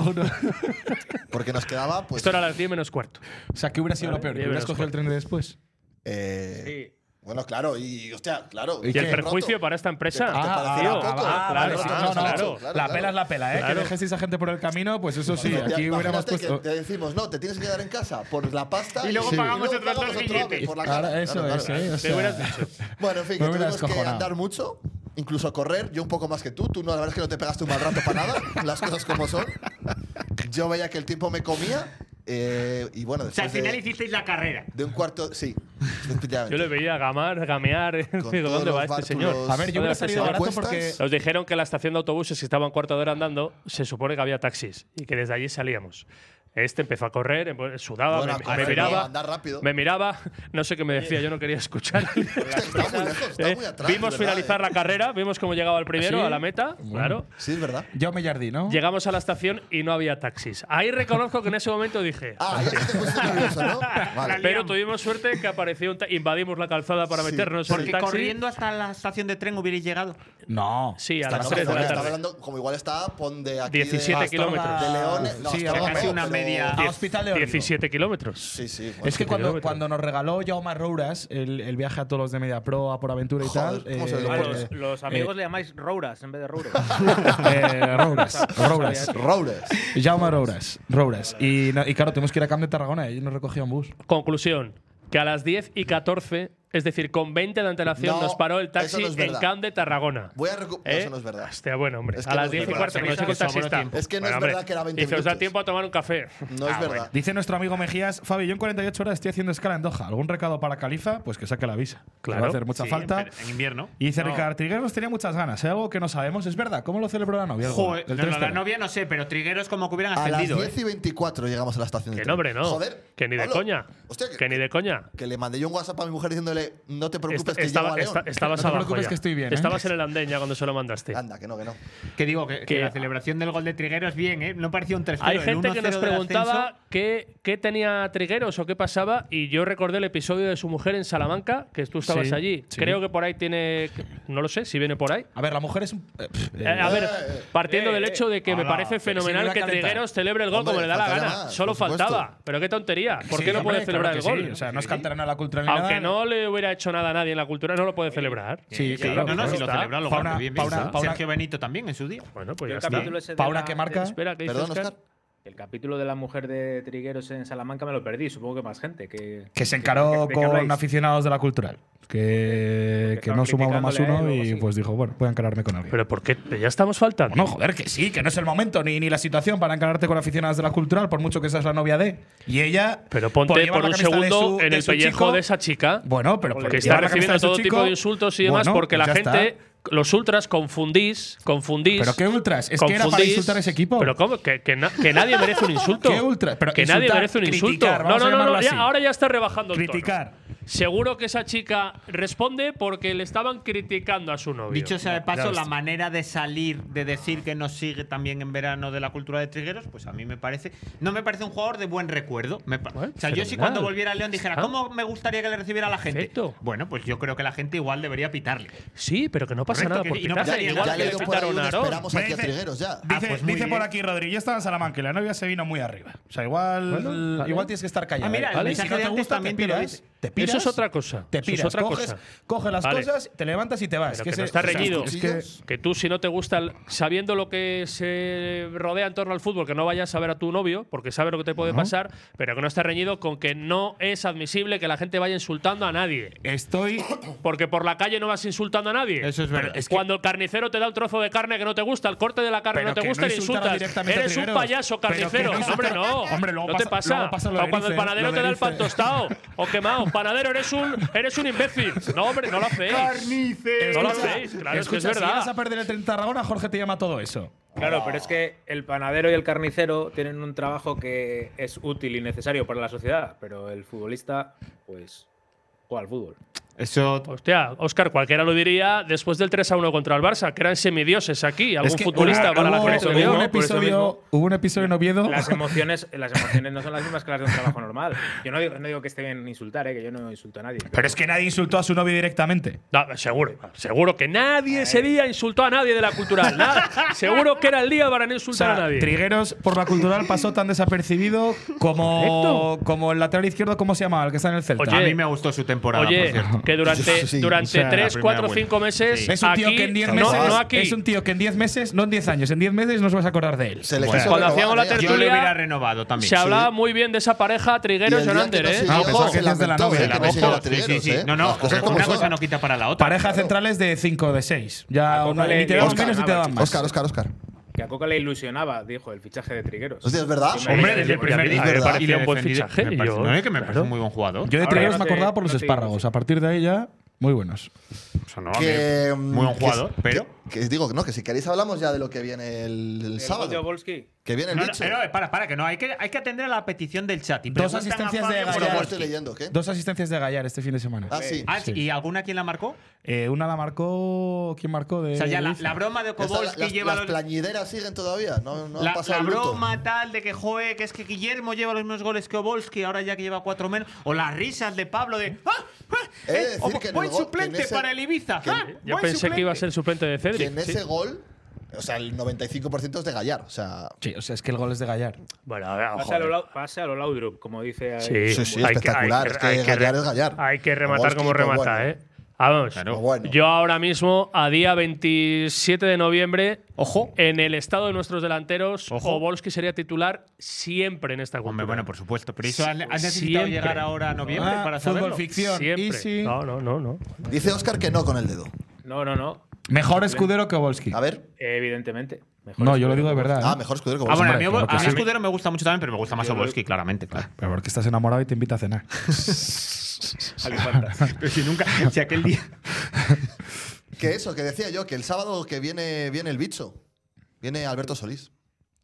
Speaker 1: porque nos quedaba pues,
Speaker 3: Esto era las 10 menos cuarto.
Speaker 2: O sea, ¿qué hubiera sido lo peor? ¿Que
Speaker 3: Vale,
Speaker 2: hubieras
Speaker 3: lleve
Speaker 2: cogido el
Speaker 3: los
Speaker 2: tren de después?
Speaker 1: eh, Bueno, claro, y hostia, claro.
Speaker 2: ¿Y
Speaker 3: Y el
Speaker 2: qué?
Speaker 3: perjuicio para esta empresa.
Speaker 1: Ah, ah,
Speaker 3: tío,
Speaker 1: ah, ah,
Speaker 3: claro,
Speaker 1: vale, sí,
Speaker 3: claro,
Speaker 1: no, no,
Speaker 3: claro.
Speaker 1: claro,
Speaker 2: La
Speaker 1: claro.
Speaker 2: pela es la pela, ¿eh?
Speaker 3: Claro.
Speaker 2: Que dejéis a gente por el camino, pues eso sí,
Speaker 1: Ya,
Speaker 2: aquí hubiéramos
Speaker 1: imagínate
Speaker 2: puesto.
Speaker 1: que te decimos, no, te tienes que quedar en casa por la pasta
Speaker 4: Y luego pagamos otros dos
Speaker 1: pagamos
Speaker 4: billetes.
Speaker 1: ave por la cara.
Speaker 2: Ahora, eso
Speaker 1: Claro, claro.
Speaker 2: es, ¿eh? O
Speaker 3: Te
Speaker 2: sea,
Speaker 3: hubieras dicho.
Speaker 1: Bueno, en fin,
Speaker 2: Me
Speaker 1: que
Speaker 2: hubiera
Speaker 1: tuvimos que
Speaker 2: descojonado.
Speaker 1: andar mucho, incluso correr, yo un poco más que tú. Tú no, la verdad es que no te pegaste un mal rato para nada, las cosas como son. Yo veía que el tiempo me comía eh, y bueno,
Speaker 4: O sea, al
Speaker 1: después
Speaker 4: final
Speaker 1: de,
Speaker 4: hicisteis la carrera.
Speaker 1: de un cuarto, sí,
Speaker 3: Yo le
Speaker 1: efectivamente.
Speaker 3: veía gamar, gamear.
Speaker 1: Con
Speaker 3: Digo,
Speaker 1: todos
Speaker 3: ¿dónde
Speaker 1: los
Speaker 3: va este señor?
Speaker 1: bártulos
Speaker 2: a ver, yo
Speaker 3: Ahora
Speaker 2: hubiera
Speaker 3: se
Speaker 2: salido
Speaker 3: sabe.
Speaker 2: barato
Speaker 1: ¿Cuestas?
Speaker 2: porque.
Speaker 3: Nos dijeron que la estación de autobuses que estaban cuarto de hora andando, se supone que había taxis y que desde allí salíamos. Este empezó a correr, em- sudaba,
Speaker 1: Bueno,
Speaker 3: me-
Speaker 1: a
Speaker 3: me,
Speaker 1: correr, no, a
Speaker 3: miraba,
Speaker 1: andar rápido.
Speaker 3: me miraba, no sé qué me decía, yo no quería escuchar.
Speaker 1: Hostia, que está muy lejos, está
Speaker 3: Eh,
Speaker 1: muy atrás.
Speaker 3: vimos
Speaker 1: de verdad,
Speaker 3: finalizar
Speaker 1: eh.
Speaker 3: la carrera, vimos cómo llegaba el primero
Speaker 2: ¿Sí?
Speaker 3: a la meta, claro.
Speaker 1: Sí, es verdad.
Speaker 2: Yo me yardí, ¿no?
Speaker 3: Llegamos a la estación y no había taxis. Ahí reconozco que en ese momento dije. "Ah,
Speaker 1: Ah, ya sí te pusiste nervioso, ¿no? Vale.
Speaker 3: Pero tuvimos suerte que apareció un ta- invadimos la calzada para
Speaker 1: Sí,
Speaker 3: meternos en
Speaker 4: Porque
Speaker 3: el taxi.
Speaker 4: corriendo hasta la estación de tren hubierais llegado.
Speaker 2: No.
Speaker 3: Sí, a
Speaker 1: Está
Speaker 3: las
Speaker 1: loco,
Speaker 3: 3 de la
Speaker 1: estaba
Speaker 3: tarde.
Speaker 1: hablando- como igual está, pon de aquí. de-
Speaker 3: 17
Speaker 1: Astorga-
Speaker 3: kilómetros. Ah,
Speaker 1: De León. No,
Speaker 2: Sí,
Speaker 1: Astorga
Speaker 2: algo
Speaker 4: Casi
Speaker 1: no,
Speaker 4: una
Speaker 1: pero-
Speaker 4: media.
Speaker 2: A Hospital de Orio.
Speaker 3: 17 kilómetros.
Speaker 1: Sí, sí. bueno.
Speaker 2: Es que cuando,
Speaker 3: kilómetros.
Speaker 2: cuando nos regaló Jaume Rouras el, el viaje a todos los de Media Pro, a Por Aventura y
Speaker 1: Joder,
Speaker 2: tal.
Speaker 1: ¿cómo se lo
Speaker 5: Ah,
Speaker 1: pone?
Speaker 5: los, los amigos le llamáis Rouras en vez de Rouros.
Speaker 2: eh, Rouras. Rouras.
Speaker 1: Roures.
Speaker 2: Jaume Rouras. Rouras. Y, no- y claro, tuvimos que ir a Camp de Tarragona y nos recogía un bus.
Speaker 3: Conclusión, que a las 10 y 14 Es decir, con 20 de antelación
Speaker 1: No,
Speaker 3: nos paró el
Speaker 1: eso
Speaker 3: taxi
Speaker 1: no es
Speaker 3: en
Speaker 1: verdad.
Speaker 3: Camp de Tarragona.
Speaker 1: Voy a recu- no,
Speaker 3: ¿Eh?
Speaker 1: eso no es verdad.
Speaker 3: Hostia, bueno, hombre.
Speaker 1: Es que
Speaker 3: a
Speaker 1: no
Speaker 3: las
Speaker 1: es
Speaker 3: 10 y
Speaker 1: verdad.
Speaker 3: cuarto
Speaker 1: Pero
Speaker 3: no sé
Speaker 1: no
Speaker 3: qué
Speaker 1: es que
Speaker 3: taxista.
Speaker 1: somos Es que no
Speaker 3: Bueno,
Speaker 1: es
Speaker 3: hombre,
Speaker 1: verdad que era 20
Speaker 3: Dice, os da
Speaker 1: minutos.
Speaker 3: tiempo a tomar un café.
Speaker 1: No es verdad.
Speaker 2: Dice nuestro amigo Mejías, Fabi, yo en 48 horas estoy haciendo escala en Doha. ¿Algún recado para Califa? Pues que saque la visa. que
Speaker 3: Claro.
Speaker 2: Va a hacer mucha
Speaker 4: Sí,
Speaker 2: falta.
Speaker 4: en- En invierno.
Speaker 2: Y dice
Speaker 4: No.
Speaker 2: Ricardo, Trigueros tenía muchas ganas. ¿Hay algo que no sabemos? Es verdad. ¿Cómo lo celebró la novia?
Speaker 4: Joder,
Speaker 2: El
Speaker 4: no, no,
Speaker 2: 3-0.
Speaker 4: la novia no sé, pero Trigueros como que hubieran
Speaker 1: A las
Speaker 4: ascendido.
Speaker 1: 10 y 24 llegamos a la estación de
Speaker 3: ¿eh?
Speaker 1: tren.
Speaker 3: Que no, hombre, no.
Speaker 1: Joder.
Speaker 3: que ni de
Speaker 1: Pablo,
Speaker 3: coña.
Speaker 1: Hostia,
Speaker 3: que,
Speaker 1: que,
Speaker 3: ni de coña.
Speaker 1: que le mandé yo un WhatsApp a mi mujer diciéndole, no te preocupes,
Speaker 3: Est-
Speaker 1: que
Speaker 3: estaba-
Speaker 1: llego a León.
Speaker 3: esta- este. estabas
Speaker 2: No te
Speaker 3: abajo
Speaker 2: preocupes
Speaker 3: ya.
Speaker 2: que estoy bien, ¿eh?
Speaker 3: Estabas en el andén ya cuando se lo mandaste.
Speaker 1: Anda, que no, que no.
Speaker 4: ¿eh? Que digo, que, que
Speaker 3: Que-
Speaker 4: la celebración del gol de Trigueros, bien, ¿eh? No parecía un 3
Speaker 3: Hay gente que nos preguntaba qué, qué tenía Trigueros o qué pasaba y yo recordé el episodio de su mujer en Salamanca, que tú estabas
Speaker 2: Sí,
Speaker 3: allí.
Speaker 2: sí.
Speaker 3: Creo que por ahí tiene… No lo sé, si viene por ahí.
Speaker 2: A ver, la mujer es un. eh, pff, eh,
Speaker 3: Eh, a ver, partiendo
Speaker 4: eh,
Speaker 3: del hecho de que me
Speaker 4: hola,
Speaker 3: parece
Speaker 4: que se
Speaker 3: fenomenal
Speaker 2: iba a
Speaker 3: que
Speaker 2: calentar.
Speaker 3: Trigueros celebre el gol
Speaker 1: Hombre,
Speaker 3: como le da la
Speaker 1: faltaría
Speaker 3: gana.
Speaker 1: más,
Speaker 3: Solo
Speaker 1: por supuesto.
Speaker 3: faltaba. Pero qué tontería. ¿Por
Speaker 2: sí,
Speaker 3: qué no
Speaker 2: hombre,
Speaker 3: puede celebrar
Speaker 2: claro
Speaker 3: el
Speaker 2: que
Speaker 3: gol?
Speaker 2: sí. O sea, no es canterana la cultura ni
Speaker 3: Aunque
Speaker 2: nada.
Speaker 3: no le hubiera hecho nada a nadie en la cultura, no lo puede celebrar.
Speaker 2: Sí, claro.
Speaker 4: no, no,
Speaker 2: claro.
Speaker 4: si lo
Speaker 3: Está.
Speaker 4: celebró, lo
Speaker 2: Paula-
Speaker 4: guardo bien, bien.
Speaker 2: Paula-
Speaker 4: está.
Speaker 2: Paula-
Speaker 4: Sergio Benito también en su día.
Speaker 3: Bueno, pues ya
Speaker 5: El
Speaker 3: está.
Speaker 5: capítulo ese de
Speaker 2: Paula
Speaker 5: la-
Speaker 2: que marca.
Speaker 5: de-
Speaker 3: Espera, ¿qué dices,
Speaker 1: Perdón,
Speaker 3: Óscar?
Speaker 1: Oscar.
Speaker 5: El capítulo de la mujer de Trigueros en Salamanca me lo perdí, supongo que más gente. Que,
Speaker 2: Que se
Speaker 5: que-
Speaker 2: encaró
Speaker 5: que- que
Speaker 2: con
Speaker 5: habláis.
Speaker 2: aficionados de la cultural. Que, que
Speaker 5: estaban
Speaker 2: no suma uno
Speaker 5: criticándole a
Speaker 2: más
Speaker 5: él
Speaker 2: uno
Speaker 5: o algo
Speaker 2: y
Speaker 5: así.
Speaker 2: pues dijo, bueno, voy a encararme con alguien.
Speaker 3: Pero ¿por qué? Ya estamos faltando.
Speaker 2: No, joder, que sí, que no es el momento ni, ni la situación para encararte con aficionadas de la cultural, por mucho que esa es la novia de. Y ella.
Speaker 3: Pero ponte por,
Speaker 2: llevar la
Speaker 3: un
Speaker 2: camiseta de
Speaker 3: segundo
Speaker 2: su-
Speaker 3: en
Speaker 2: de
Speaker 3: el
Speaker 2: su
Speaker 3: pellejo
Speaker 2: chico-
Speaker 3: de esa chica.
Speaker 2: Bueno, pero por
Speaker 3: que está
Speaker 2: llevar la camiseta
Speaker 3: recibiendo
Speaker 2: de su
Speaker 3: todo
Speaker 2: chico-
Speaker 3: tipo de insultos y demás,
Speaker 2: Bueno,
Speaker 3: porque la
Speaker 2: pues ya
Speaker 3: gente,
Speaker 2: está.
Speaker 3: los ultras, confundís, confundís.
Speaker 2: ¿Pero qué ultras? Es que era para
Speaker 3: confundís-
Speaker 2: insultar a ese equipo.
Speaker 3: Pero ¿cómo? Que, que na- que nadie merece un insulto.
Speaker 2: ¿Qué ultras? Pero
Speaker 3: que nadie
Speaker 2: insultar,
Speaker 3: merece un
Speaker 2: criticar,
Speaker 3: insulto.
Speaker 2: vamos a
Speaker 3: no, no, no,
Speaker 2: llamarlo
Speaker 3: no, ya-
Speaker 2: así.
Speaker 3: ahora ya está rebajando el tono.
Speaker 2: Criticar.
Speaker 3: Seguro que esa chica responde porque le estaban criticando a su novio.
Speaker 4: Dicho sea de
Speaker 3: Ya
Speaker 4: paso,
Speaker 3: ves
Speaker 4: la
Speaker 3: tú.
Speaker 4: manera de salir, de decir que nos sigue también en verano de la cultura de Trigueros, pues a mí me parece. No me parece un jugador de buen recuerdo. Me pa-
Speaker 3: Bueno,
Speaker 4: o sea, yo si
Speaker 3: fenomenal.
Speaker 4: cuando volviera a León dijera,
Speaker 3: Ah.
Speaker 4: ¿cómo me gustaría que le recibiera a la gente?
Speaker 3: Perfecto.
Speaker 4: Bueno, pues yo creo que la gente igual debería pitarle.
Speaker 3: Sí, pero que no pasa
Speaker 4: Correcto,
Speaker 3: nada
Speaker 4: que-
Speaker 3: por
Speaker 4: y no
Speaker 3: pitarle.
Speaker 4: pasa
Speaker 1: Ya,
Speaker 4: nada.
Speaker 3: igual
Speaker 1: ya
Speaker 3: que
Speaker 1: le he
Speaker 3: le
Speaker 1: ido por ahí
Speaker 3: pitaron
Speaker 1: un
Speaker 3: a Aarón.
Speaker 1: esperamos
Speaker 2: Me
Speaker 1: aquí a
Speaker 2: dice-
Speaker 1: Trigueros ya.
Speaker 2: Dice,
Speaker 4: Ah, pues muy
Speaker 2: dice por
Speaker 4: bien.
Speaker 2: aquí, Rodri, yo estaba en Salamanca y la novia se vino muy arriba. O sea, igual,
Speaker 3: Bueno, vale.
Speaker 2: igual tienes que estar callado.
Speaker 4: Ah, mira, el
Speaker 2: ¿eh?
Speaker 4: mensaje de antes también
Speaker 2: te
Speaker 4: te lo
Speaker 2: piras,
Speaker 4: dice.
Speaker 2: te piras,
Speaker 3: Eso es otra cosa.
Speaker 2: Te
Speaker 3: Eso es
Speaker 2: piras,
Speaker 3: otra
Speaker 2: coges,
Speaker 3: cosa.
Speaker 2: coges las
Speaker 3: Vale.
Speaker 2: cosas, te levantas y te vas. que
Speaker 3: Pero que
Speaker 2: ese-
Speaker 3: no está
Speaker 2: esas
Speaker 3: reñido.
Speaker 2: cuchillas-
Speaker 1: Es
Speaker 3: que tú si no te gusta, el- sabiendo lo que se rodea en torno al fútbol, que no vayas a ver a tu novio, porque sabe lo que te puede pasar, pero que no está reñido con que no es admisible que la gente vaya insultando a nadie.
Speaker 2: Estoy.
Speaker 3: Porque por la calle no vas insultando a nadie.
Speaker 4: Eso es verdad. Es que-
Speaker 3: Cuando el carnicero te da un trozo de carne que no te gusta, el corte de la carne
Speaker 2: Pero
Speaker 3: no te
Speaker 2: que
Speaker 3: gusta,
Speaker 2: no
Speaker 3: le
Speaker 2: insultar
Speaker 3: insultas.
Speaker 2: directamente a
Speaker 3: Eres un
Speaker 2: Trigueros. Pero
Speaker 3: payaso
Speaker 2: que
Speaker 3: carnicero.
Speaker 2: no
Speaker 3: hombre,
Speaker 2: insultar-
Speaker 3: no.
Speaker 2: Hombre, luego
Speaker 3: no te
Speaker 2: pasa- luego
Speaker 3: pasa.
Speaker 2: pasa lo
Speaker 3: O
Speaker 2: de
Speaker 3: cuando el
Speaker 2: Erice,
Speaker 3: panadero
Speaker 2: lo de
Speaker 3: te da el
Speaker 2: Erice.
Speaker 3: pan tostado o quemado. Panadero, eres un, eres un imbécil. No, hombre, no lo hacéis. No
Speaker 2: Escucha,
Speaker 3: lo hacéis, claro, es que
Speaker 2: escucha,
Speaker 3: es
Speaker 2: Si llegas
Speaker 3: verdad.
Speaker 2: a perder el 30 Tarragona, Jorge te llama todo eso.
Speaker 5: Claro, pero es que el panadero y el carnicero tienen un trabajo que es útil y necesario para la sociedad, pero el futbolista, pues, juega al fútbol.
Speaker 4: Eso.
Speaker 3: Pues, Hostia, Oscar, cualquiera lo diría después del 3 a 1 contra el Barça, que eran semidioses aquí. Algún
Speaker 2: Es que,
Speaker 3: futbolista
Speaker 2: hubo-
Speaker 3: para la ¿eh?
Speaker 2: hubo-
Speaker 3: gente
Speaker 2: hubo
Speaker 3: de
Speaker 2: un
Speaker 3: hoy.
Speaker 5: por eso
Speaker 2: episodio,
Speaker 5: mismo.
Speaker 2: hubo un episodio en Oviedo.
Speaker 5: Las emociones, las emociones no son las mismas que las de un trabajo normal. Yo no digo, no digo que esté bien insultar, ¿eh? que yo no insulto a nadie.
Speaker 2: Pero es que nadie insultó a su novio directamente.
Speaker 3: No, seguro, seguro que
Speaker 4: Eh.
Speaker 3: nadie ese día insultó a nadie de la cultural. nada. seguro que era el día para no
Speaker 2: O
Speaker 3: insultar
Speaker 2: sea,
Speaker 3: a nadie.
Speaker 2: Trigueros por la cultural pasó tan desapercibido como, como el lateral izquierdo, ¿cómo se llamaba? El que está en el Celta.
Speaker 3: Oye,
Speaker 4: A mí me gustó su temporada, por
Speaker 3: Oye,
Speaker 4: cierto.
Speaker 3: que durante,
Speaker 1: Sí,
Speaker 4: o
Speaker 3: durante
Speaker 4: sea, la
Speaker 3: 3,
Speaker 4: primera
Speaker 3: 4,
Speaker 4: vuelta.
Speaker 3: 5 meses.
Speaker 4: Sí.
Speaker 2: Es un tío
Speaker 3: aquí-
Speaker 2: que en 10
Speaker 3: no,
Speaker 2: meses.
Speaker 3: No, aquí.
Speaker 2: Es un tío que en 10 meses, no en 10 años, en 10 meses no os vas a acordar de él.
Speaker 1: Se le
Speaker 4: Bueno.
Speaker 1: quiso
Speaker 3: Cuando
Speaker 1: renovar,
Speaker 3: hacíamos la
Speaker 1: ¿eh?
Speaker 3: tertulia-
Speaker 4: Yo le hubiera renovado también.
Speaker 3: Se hablaba muy bien de esa pareja
Speaker 1: Y el
Speaker 3: Trigueros y
Speaker 1: día que
Speaker 3: Onander,
Speaker 1: no
Speaker 3: ¿eh?
Speaker 1: se
Speaker 4: Ah,
Speaker 2: No,
Speaker 1: llegó,
Speaker 2: pensaba que
Speaker 1: se
Speaker 2: decías de la
Speaker 1: lamentó,
Speaker 2: novia.
Speaker 1: se
Speaker 2: La
Speaker 1: lamentó
Speaker 4: Ojo,
Speaker 1: la
Speaker 4: sí,
Speaker 1: Trigueros,
Speaker 4: sí, sí.
Speaker 1: ¿eh?
Speaker 4: No, no,
Speaker 1: Las cosas como
Speaker 4: una
Speaker 1: son.
Speaker 4: cosa no quita para la otra.
Speaker 2: Pareja centrales de 5 o de 6. Ya
Speaker 3: pues
Speaker 5: Ah,
Speaker 2: una-
Speaker 5: vale.
Speaker 2: ni te daban
Speaker 5: Oscar,
Speaker 2: menos ni te
Speaker 3: Ah,
Speaker 2: daban más.
Speaker 1: Oscar, Oscar, Oscar.
Speaker 5: Que a Coca le ilusionaba, dijo, el fichaje de Trigueros.
Speaker 4: Pues
Speaker 1: Hostia, ¿es verdad?
Speaker 5: Que me-
Speaker 4: Hombre,
Speaker 5: que
Speaker 4: desde
Speaker 5: me-
Speaker 4: el primer
Speaker 1: Es
Speaker 4: día
Speaker 1: verdad.
Speaker 4: me
Speaker 3: Y le
Speaker 4: parecía
Speaker 3: un buen
Speaker 4: defendido-
Speaker 3: fichaje,
Speaker 4: me parece-
Speaker 3: yo-
Speaker 4: No, es que me
Speaker 3: claro.
Speaker 4: parece muy buen jugador.
Speaker 2: Yo de
Speaker 5: Ahora
Speaker 2: Trigueros
Speaker 5: ya
Speaker 2: me
Speaker 5: no te-
Speaker 2: acordaba por
Speaker 5: no
Speaker 2: los
Speaker 5: te digo
Speaker 2: espárragos.
Speaker 5: así.
Speaker 2: A partir de ahí ya, muy buenos.
Speaker 4: Eso no,
Speaker 1: Que, mm,
Speaker 4: que- muy buen
Speaker 1: que-
Speaker 4: jugador,
Speaker 1: que-
Speaker 4: pero.
Speaker 1: Que, digo, no, que si queréis hablamos ya de lo que viene el,
Speaker 5: ¿El
Speaker 1: el
Speaker 5: gol de
Speaker 1: sábado.
Speaker 5: Obolski?
Speaker 1: Que viene el
Speaker 4: No, no,
Speaker 1: bicho.
Speaker 4: no, eh, para, para, que no. Hay que, hay que atender a la petición del chat. Y
Speaker 2: Dos
Speaker 4: preguntan a
Speaker 2: asistencias de
Speaker 4: Fabio por
Speaker 1: Bueno,
Speaker 2: Gallar.
Speaker 1: pues
Speaker 4: Obolski.
Speaker 1: estoy leyendo, ¿qué?
Speaker 2: Dos asistencias de Gallar este fin de semana.
Speaker 1: Ah, sí.
Speaker 4: Ah,
Speaker 2: Sí.
Speaker 4: ¿Y alguna quién la marcó?
Speaker 2: Eh, una la marcó. ¿Quién marcó? De,
Speaker 4: O sea, ya la,
Speaker 2: Ibiza.
Speaker 4: la broma de
Speaker 1: Esta-
Speaker 4: Obolski
Speaker 1: las,
Speaker 4: lleva
Speaker 1: las
Speaker 4: los,
Speaker 1: plañideras siguen todavía. No, no han
Speaker 4: La,
Speaker 1: pasado
Speaker 4: la
Speaker 1: el luto.
Speaker 4: broma tal de que joe, que es que Guillermo lleva los mismos goles que Obolski, ahora ya que lleva cuatro menos. O las risas de Pablo de. ¡Ah! ah,
Speaker 1: He de
Speaker 4: eh,
Speaker 1: decir
Speaker 4: Obo-
Speaker 1: que en
Speaker 4: buen
Speaker 1: el gol- que en
Speaker 4: suplente
Speaker 1: ese-
Speaker 4: para el Ibiza.
Speaker 1: que-
Speaker 4: ¡Ah!
Speaker 3: Yo
Speaker 4: buen
Speaker 3: pensé que iba a
Speaker 4: suplente!
Speaker 3: ser suplente de
Speaker 1: Que
Speaker 3: Cedric.
Speaker 1: en
Speaker 3: sí.
Speaker 1: ese gol, o sea, el 95% es de Gallar. O sea,
Speaker 2: Sí, o sea, es que el gol es de Gallar.
Speaker 3: Bueno, a ver,
Speaker 7: Ah,
Speaker 5: Pase a,
Speaker 3: joder.
Speaker 5: lo, lau- pase a lo Laudrup, como dice ahí.
Speaker 3: Sí,
Speaker 1: Sí, sí,
Speaker 3: hay que-
Speaker 1: espectacular.
Speaker 3: hay que-
Speaker 1: es que
Speaker 3: hay que
Speaker 1: Gallar
Speaker 3: re-
Speaker 1: es Gallar.
Speaker 3: Hay que rematar
Speaker 1: Obolski,
Speaker 3: como
Speaker 1: pues,
Speaker 3: remata,
Speaker 1: bueno.
Speaker 3: ¿eh? Ah, vamos.
Speaker 4: Claro.
Speaker 1: Bueno.
Speaker 3: Yo ahora mismo, a día 27 de noviembre,
Speaker 4: Ojo.
Speaker 3: en el estado de nuestros delanteros,
Speaker 4: Ojo.
Speaker 3: Obolski sería titular siempre en esta
Speaker 4: Hombre,
Speaker 3: cultura.
Speaker 4: bueno, por supuesto. Pero eso has, has necesitado
Speaker 3: Siempre.
Speaker 4: llegar ahora a noviembre
Speaker 7: Ah,
Speaker 4: para
Speaker 7: fútbol
Speaker 4: saberlo.
Speaker 7: ficción.
Speaker 3: Siempre.
Speaker 7: Easy.
Speaker 3: No, no, no, no.
Speaker 1: Dice Oscar que no con el dedo.
Speaker 5: No, no, no.
Speaker 7: Mejor escudero que Volsky.
Speaker 1: A ver.
Speaker 5: Evidentemente. Mejor
Speaker 7: No, yo lo
Speaker 5: escudero.
Speaker 7: digo de verdad.
Speaker 1: Ah,
Speaker 7: ¿eh?
Speaker 1: mejor escudero que
Speaker 4: Ah, bueno,
Speaker 1: Bolsonaro.
Speaker 4: a mí, Obo-
Speaker 7: claro que
Speaker 4: a mí
Speaker 7: sí.
Speaker 4: Escudero me gusta mucho también, pero me gusta más Obolski, claramente. Claro.
Speaker 1: Ah,
Speaker 2: Pero porque estás enamorado y te invita a cenar.
Speaker 4: pero si nunca, si aquel día.
Speaker 1: Que eso, que decía yo, que el sábado que viene, viene el bicho. Viene Alberto Solís.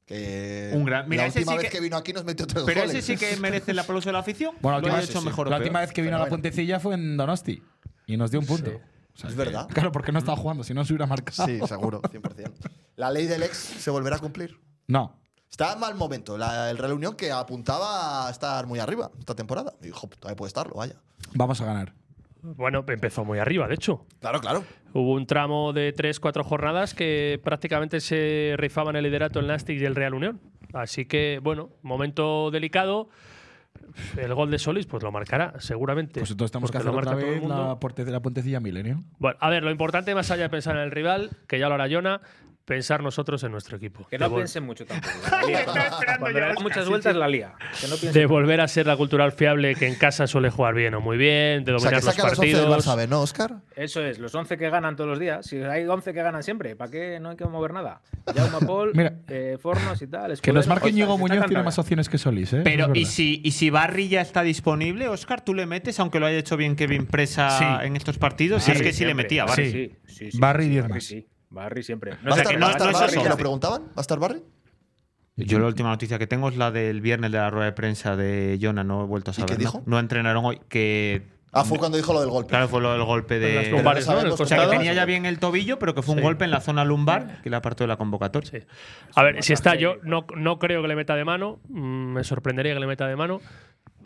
Speaker 1: Que
Speaker 4: Un gran- Mira,
Speaker 1: la
Speaker 4: ese
Speaker 1: última
Speaker 4: sí
Speaker 1: vez
Speaker 4: que-
Speaker 1: que... vino aquí nos metió tres
Speaker 4: Pero
Speaker 1: goles.
Speaker 4: ese sí que merece el aplauso de la afición.
Speaker 7: Bueno, la
Speaker 4: lo ha
Speaker 7: última,
Speaker 4: hecho
Speaker 1: sí, sí.
Speaker 4: mejor o
Speaker 7: la
Speaker 4: peor.
Speaker 7: última vez que vino a la
Speaker 1: Pero bueno.
Speaker 7: puentecilla fue en Donosti y nos dio un punto. O sea
Speaker 1: Es
Speaker 7: que-
Speaker 1: verdad.
Speaker 7: Claro, porque no estaba jugando, si no se hubiera marcado.
Speaker 1: Sí, seguro, 100%. La ley del ex se volverá a cumplir.
Speaker 7: No.
Speaker 1: Está en mal momento. La, el Real Unión que apuntaba a estar muy arriba esta temporada. Y, jo, todavía puede estarlo, vaya.
Speaker 7: Vamos a ganar.
Speaker 3: Bueno, empezó muy arriba, de hecho.
Speaker 1: Claro, claro.
Speaker 3: Hubo un tramo de 3-4 jornadas que prácticamente se rifaban el liderato el Nastic y el Real Unión. Así que, bueno, momento delicado. El gol de Solís, pues lo marcará, seguramente.
Speaker 7: Pues entonces tenemos que
Speaker 3: Porque
Speaker 7: hacer
Speaker 3: lo
Speaker 7: otra
Speaker 3: marca todo el
Speaker 7: vez
Speaker 3: mundo.
Speaker 7: la, puente- la puentecilla milenio.
Speaker 3: Bueno, a ver, lo importante, más allá de pensar en el rival, que ya lo hará Jona, pensar nosotros en nuestro equipo.
Speaker 5: Que
Speaker 3: de,
Speaker 5: no
Speaker 3: vol-
Speaker 5: piense mucho tampoco. La lía.
Speaker 4: Estaba esperando
Speaker 5: Cuando le
Speaker 4: yo,
Speaker 5: da
Speaker 4: Oscar,
Speaker 5: muchas
Speaker 4: sí,
Speaker 5: vueltas la lía. Que no piense
Speaker 3: de volver a ser la cultural fiable que en casa suele jugar bien o muy bien, de
Speaker 1: O sea,
Speaker 3: dominar
Speaker 1: que saca
Speaker 3: los
Speaker 1: los 11 del
Speaker 3: partidos.
Speaker 1: Barça B, ¿no, Oscar?
Speaker 5: Eso es, los 11 que ganan todos los días. Si hay 11 que ganan siempre, ¿para qué no hay que mover nada? Jaume Paul,
Speaker 7: Mira.
Speaker 5: eh, Fornos y tal.
Speaker 7: Que nos
Speaker 5: Escudero.
Speaker 7: marque
Speaker 5: Ostras,
Speaker 7: Íñigo
Speaker 5: está
Speaker 7: Muñoz tiene
Speaker 5: cantando.
Speaker 7: más opciones que Solís, ¿eh?
Speaker 4: Pero,
Speaker 7: Eso es
Speaker 4: ¿y
Speaker 7: verdad.
Speaker 4: si, ¿y si Barry ya está disponible, Oscar? ¿Tú le metes, aunque lo haya hecho bien Kevin Presa
Speaker 2: Sí.
Speaker 4: en estos partidos?
Speaker 2: Sí,
Speaker 4: es que sí le
Speaker 5: siempre.
Speaker 4: metía, Barry.
Speaker 5: Barry,
Speaker 2: Sí.
Speaker 5: sí. sí, sí,
Speaker 2: Barry
Speaker 5: sí,
Speaker 2: diez
Speaker 5: Barry
Speaker 2: más.
Speaker 5: sí. Barry siempre.
Speaker 1: ¿Va a
Speaker 4: sea,
Speaker 1: estar,
Speaker 4: que
Speaker 1: va a
Speaker 4: no-
Speaker 1: estar
Speaker 4: no es
Speaker 1: Barry?
Speaker 4: eso.
Speaker 1: ¿Que lo preguntaban? ¿Va a estar Barry?
Speaker 4: Yo la última noticia que tengo es la del viernes de la rueda de prensa de Jonah, no he vuelto a saber.
Speaker 1: qué
Speaker 4: ¿no?
Speaker 1: dijo?
Speaker 4: No entrenaron hoy, que
Speaker 1: Ah, fue cuando dijo lo del golpe.
Speaker 4: claro fue lo del golpe
Speaker 3: En las
Speaker 4: de…
Speaker 1: lumbares.
Speaker 3: lumbares, ¿no? En el
Speaker 1: O sea,
Speaker 4: O sea, que
Speaker 3: costado.
Speaker 4: tenía ya bien el tobillo, pero que fue un
Speaker 3: Sí.
Speaker 4: golpe en la zona lumbar que le apartó de la convocatoria.
Speaker 3: Sí. A ver, si está yo, no, no creo que le meta de mano. Mm, Me sorprendería que le meta de mano.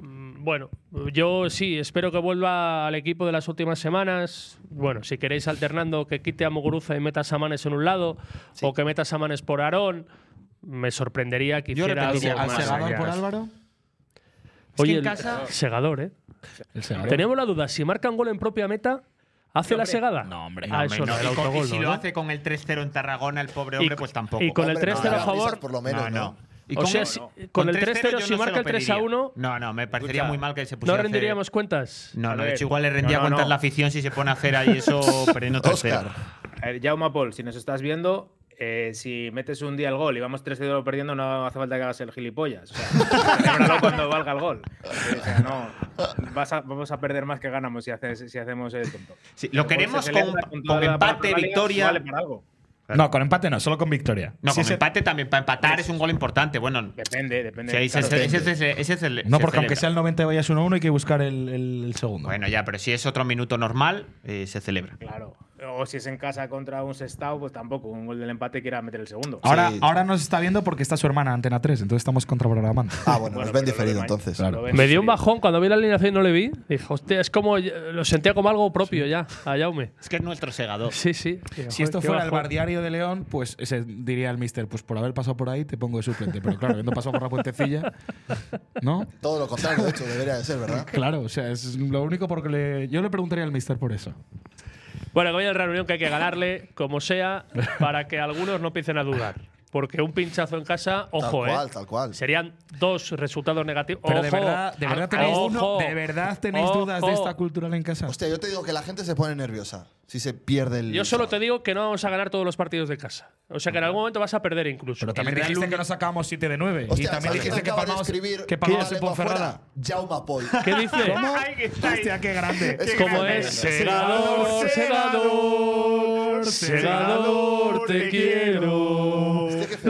Speaker 3: Mm, Bueno, yo sí, espero que vuelva al equipo de las últimas semanas. Bueno, si queréis alternando, que quite a Muguruza y meta a Samanes en un lado, o que meta a Samanes por Aarón. Me sorprendería que
Speaker 4: Yo
Speaker 3: hiciera
Speaker 4: repetiría
Speaker 3: algo
Speaker 7: ¿Al
Speaker 4: más
Speaker 7: segador
Speaker 4: allá.
Speaker 7: por Álvaro?
Speaker 4: que
Speaker 3: Oye,
Speaker 4: en
Speaker 3: el
Speaker 4: casa-
Speaker 3: segador, ¿eh?
Speaker 7: El segador.
Speaker 3: Teníamos la duda, si marca un gol en propia meta, ¿hace la segada?
Speaker 7: No, hombre.
Speaker 3: Ah, eso
Speaker 4: Hombre,
Speaker 3: no,
Speaker 4: no,
Speaker 3: el
Speaker 4: y con-
Speaker 3: autogol
Speaker 4: y si
Speaker 3: no,
Speaker 4: lo
Speaker 3: ¿no?
Speaker 4: hace con el 3-0 en Tarragona, el pobre hombre,
Speaker 3: Y-
Speaker 4: pues tampoco.
Speaker 3: y con el
Speaker 1: Hombre, no,
Speaker 3: 3-0 a
Speaker 1: las
Speaker 3: favor.
Speaker 1: risas, por lo menos,
Speaker 4: no, no. ¿Y
Speaker 3: O
Speaker 4: con-
Speaker 3: sea,
Speaker 4: no,
Speaker 3: si-
Speaker 4: no.
Speaker 3: con el 3-0
Speaker 4: yo
Speaker 3: si
Speaker 4: no se
Speaker 3: marca
Speaker 4: lo
Speaker 3: el 3
Speaker 4: pediría.
Speaker 3: 1,
Speaker 4: No, no, me parecería
Speaker 5: escucha,
Speaker 4: muy mal que se pusiera
Speaker 3: No
Speaker 4: a hacer-
Speaker 3: rendiríamos cuentas.
Speaker 4: No, no,
Speaker 5: A
Speaker 4: de
Speaker 5: ver.
Speaker 4: hecho igual le rendía
Speaker 5: No, no,
Speaker 4: cuentas
Speaker 5: no.
Speaker 4: la afición si se pone a hacer ahí eso perdiendo 3-0.
Speaker 1: Oscar.
Speaker 5: A ver, Jaume Paul, si nos estás viendo, eh, si metes un día el gol y vamos 3-0 perdiendo, no hace falta que hagas el gilipollas. O sea, celébralo cuando valga el gol. Eh, O sea, no, vas a- vamos a perder más que ganamos si, haces- si hacemos el tonto.
Speaker 4: Sí, lo
Speaker 5: El gol
Speaker 4: queremos
Speaker 5: se
Speaker 4: con,
Speaker 5: celebra
Speaker 4: con
Speaker 5: toda la
Speaker 4: empate,
Speaker 5: parroquia,
Speaker 4: victoria.
Speaker 5: Vale para algo.
Speaker 2: No, con empate no, solo con victoria.
Speaker 4: No,
Speaker 2: Si
Speaker 4: con
Speaker 2: ese-
Speaker 4: empate también. Para empatar es un gol importante. Bueno,
Speaker 5: Depende, depende.
Speaker 4: si ahí se-
Speaker 5: Claro,
Speaker 4: ese- ese- ese- ese se-
Speaker 2: No,
Speaker 4: se
Speaker 2: porque aunque
Speaker 4: celebra.
Speaker 2: sea el 90 y vayas 1-1, hay que buscar el, el- el segundo.
Speaker 4: Bueno, ya, pero si es otro minuto normal, eh, se celebra.
Speaker 5: Claro. O si es en casa contra un Sestao, pues tampoco. Un gol del empate quiera meter el segundo.
Speaker 2: ahora,
Speaker 1: sí.
Speaker 2: ahora nos está viendo porque está su hermana Antena 3, entonces estamos contraprogramando.
Speaker 1: Ah, bueno,
Speaker 5: Bueno,
Speaker 1: nos ven
Speaker 5: pero lo de
Speaker 1: diferido
Speaker 5: Ma-
Speaker 1: entonces.
Speaker 5: Lo ven
Speaker 3: Me dio un
Speaker 5: diferido.
Speaker 3: bajón cuando vi la alineación y no le vi. Dije, hostia, es como. Lo sentía como algo propio ya, a Jaume.
Speaker 4: Es que es nuestro segador.
Speaker 3: Sí, sí. Dije,
Speaker 2: Si esto
Speaker 3: joder, qué
Speaker 2: fuera el
Speaker 3: bajón.
Speaker 2: bar diario de León, pues ese diría el mister, pues por haber pasado por ahí te pongo de suplente. Pero claro, habiendo pasado por la puentecilla, ¿no?
Speaker 1: Todo lo contrario, de hecho, debería de ser, ¿verdad?
Speaker 2: Claro, o sea, es lo único porque le, yo le preguntaría al mister por eso.
Speaker 3: Bueno, que vaya el reunión que hay que ganarle, como sea, para que algunos no empiecen a dudar. Porque un pinchazo en casa, ojo,
Speaker 1: tal cual,
Speaker 3: ¿eh?
Speaker 1: tal cual.
Speaker 3: Serían dos resultados negativos.
Speaker 2: Pero de
Speaker 3: Ojo,
Speaker 2: verdad, de verdad
Speaker 3: a-
Speaker 2: tenéis,
Speaker 3: ojo,
Speaker 2: de verdad tenéis
Speaker 3: ojo.
Speaker 2: dudas de esta cultural en casa.
Speaker 1: Hostia, yo te digo que la gente se pone nerviosa si se pierde el.
Speaker 3: Yo solo te digo que no vamos a ganar todos los partidos de casa. O sea que en algún momento vas a perder incluso.
Speaker 2: Pero también
Speaker 4: El Real
Speaker 2: dijiste
Speaker 4: Unión-
Speaker 2: que nos sacábamos 7 de 9.
Speaker 1: Hostia,
Speaker 2: y también
Speaker 1: ¿sabes
Speaker 2: dijiste
Speaker 1: quién
Speaker 2: que
Speaker 1: acaba de
Speaker 2: pagamos,
Speaker 1: escribir
Speaker 2: que
Speaker 1: con la
Speaker 2: pagamos en
Speaker 1: lengua
Speaker 2: Ponferrada.
Speaker 1: fuera? Jaume Paul.
Speaker 3: ¿Qué dice?
Speaker 2: Hostia, qué grande.
Speaker 1: Es
Speaker 3: Como
Speaker 1: grande.
Speaker 3: es segador, segador, segador, te quiero.
Speaker 1: Hostia, qué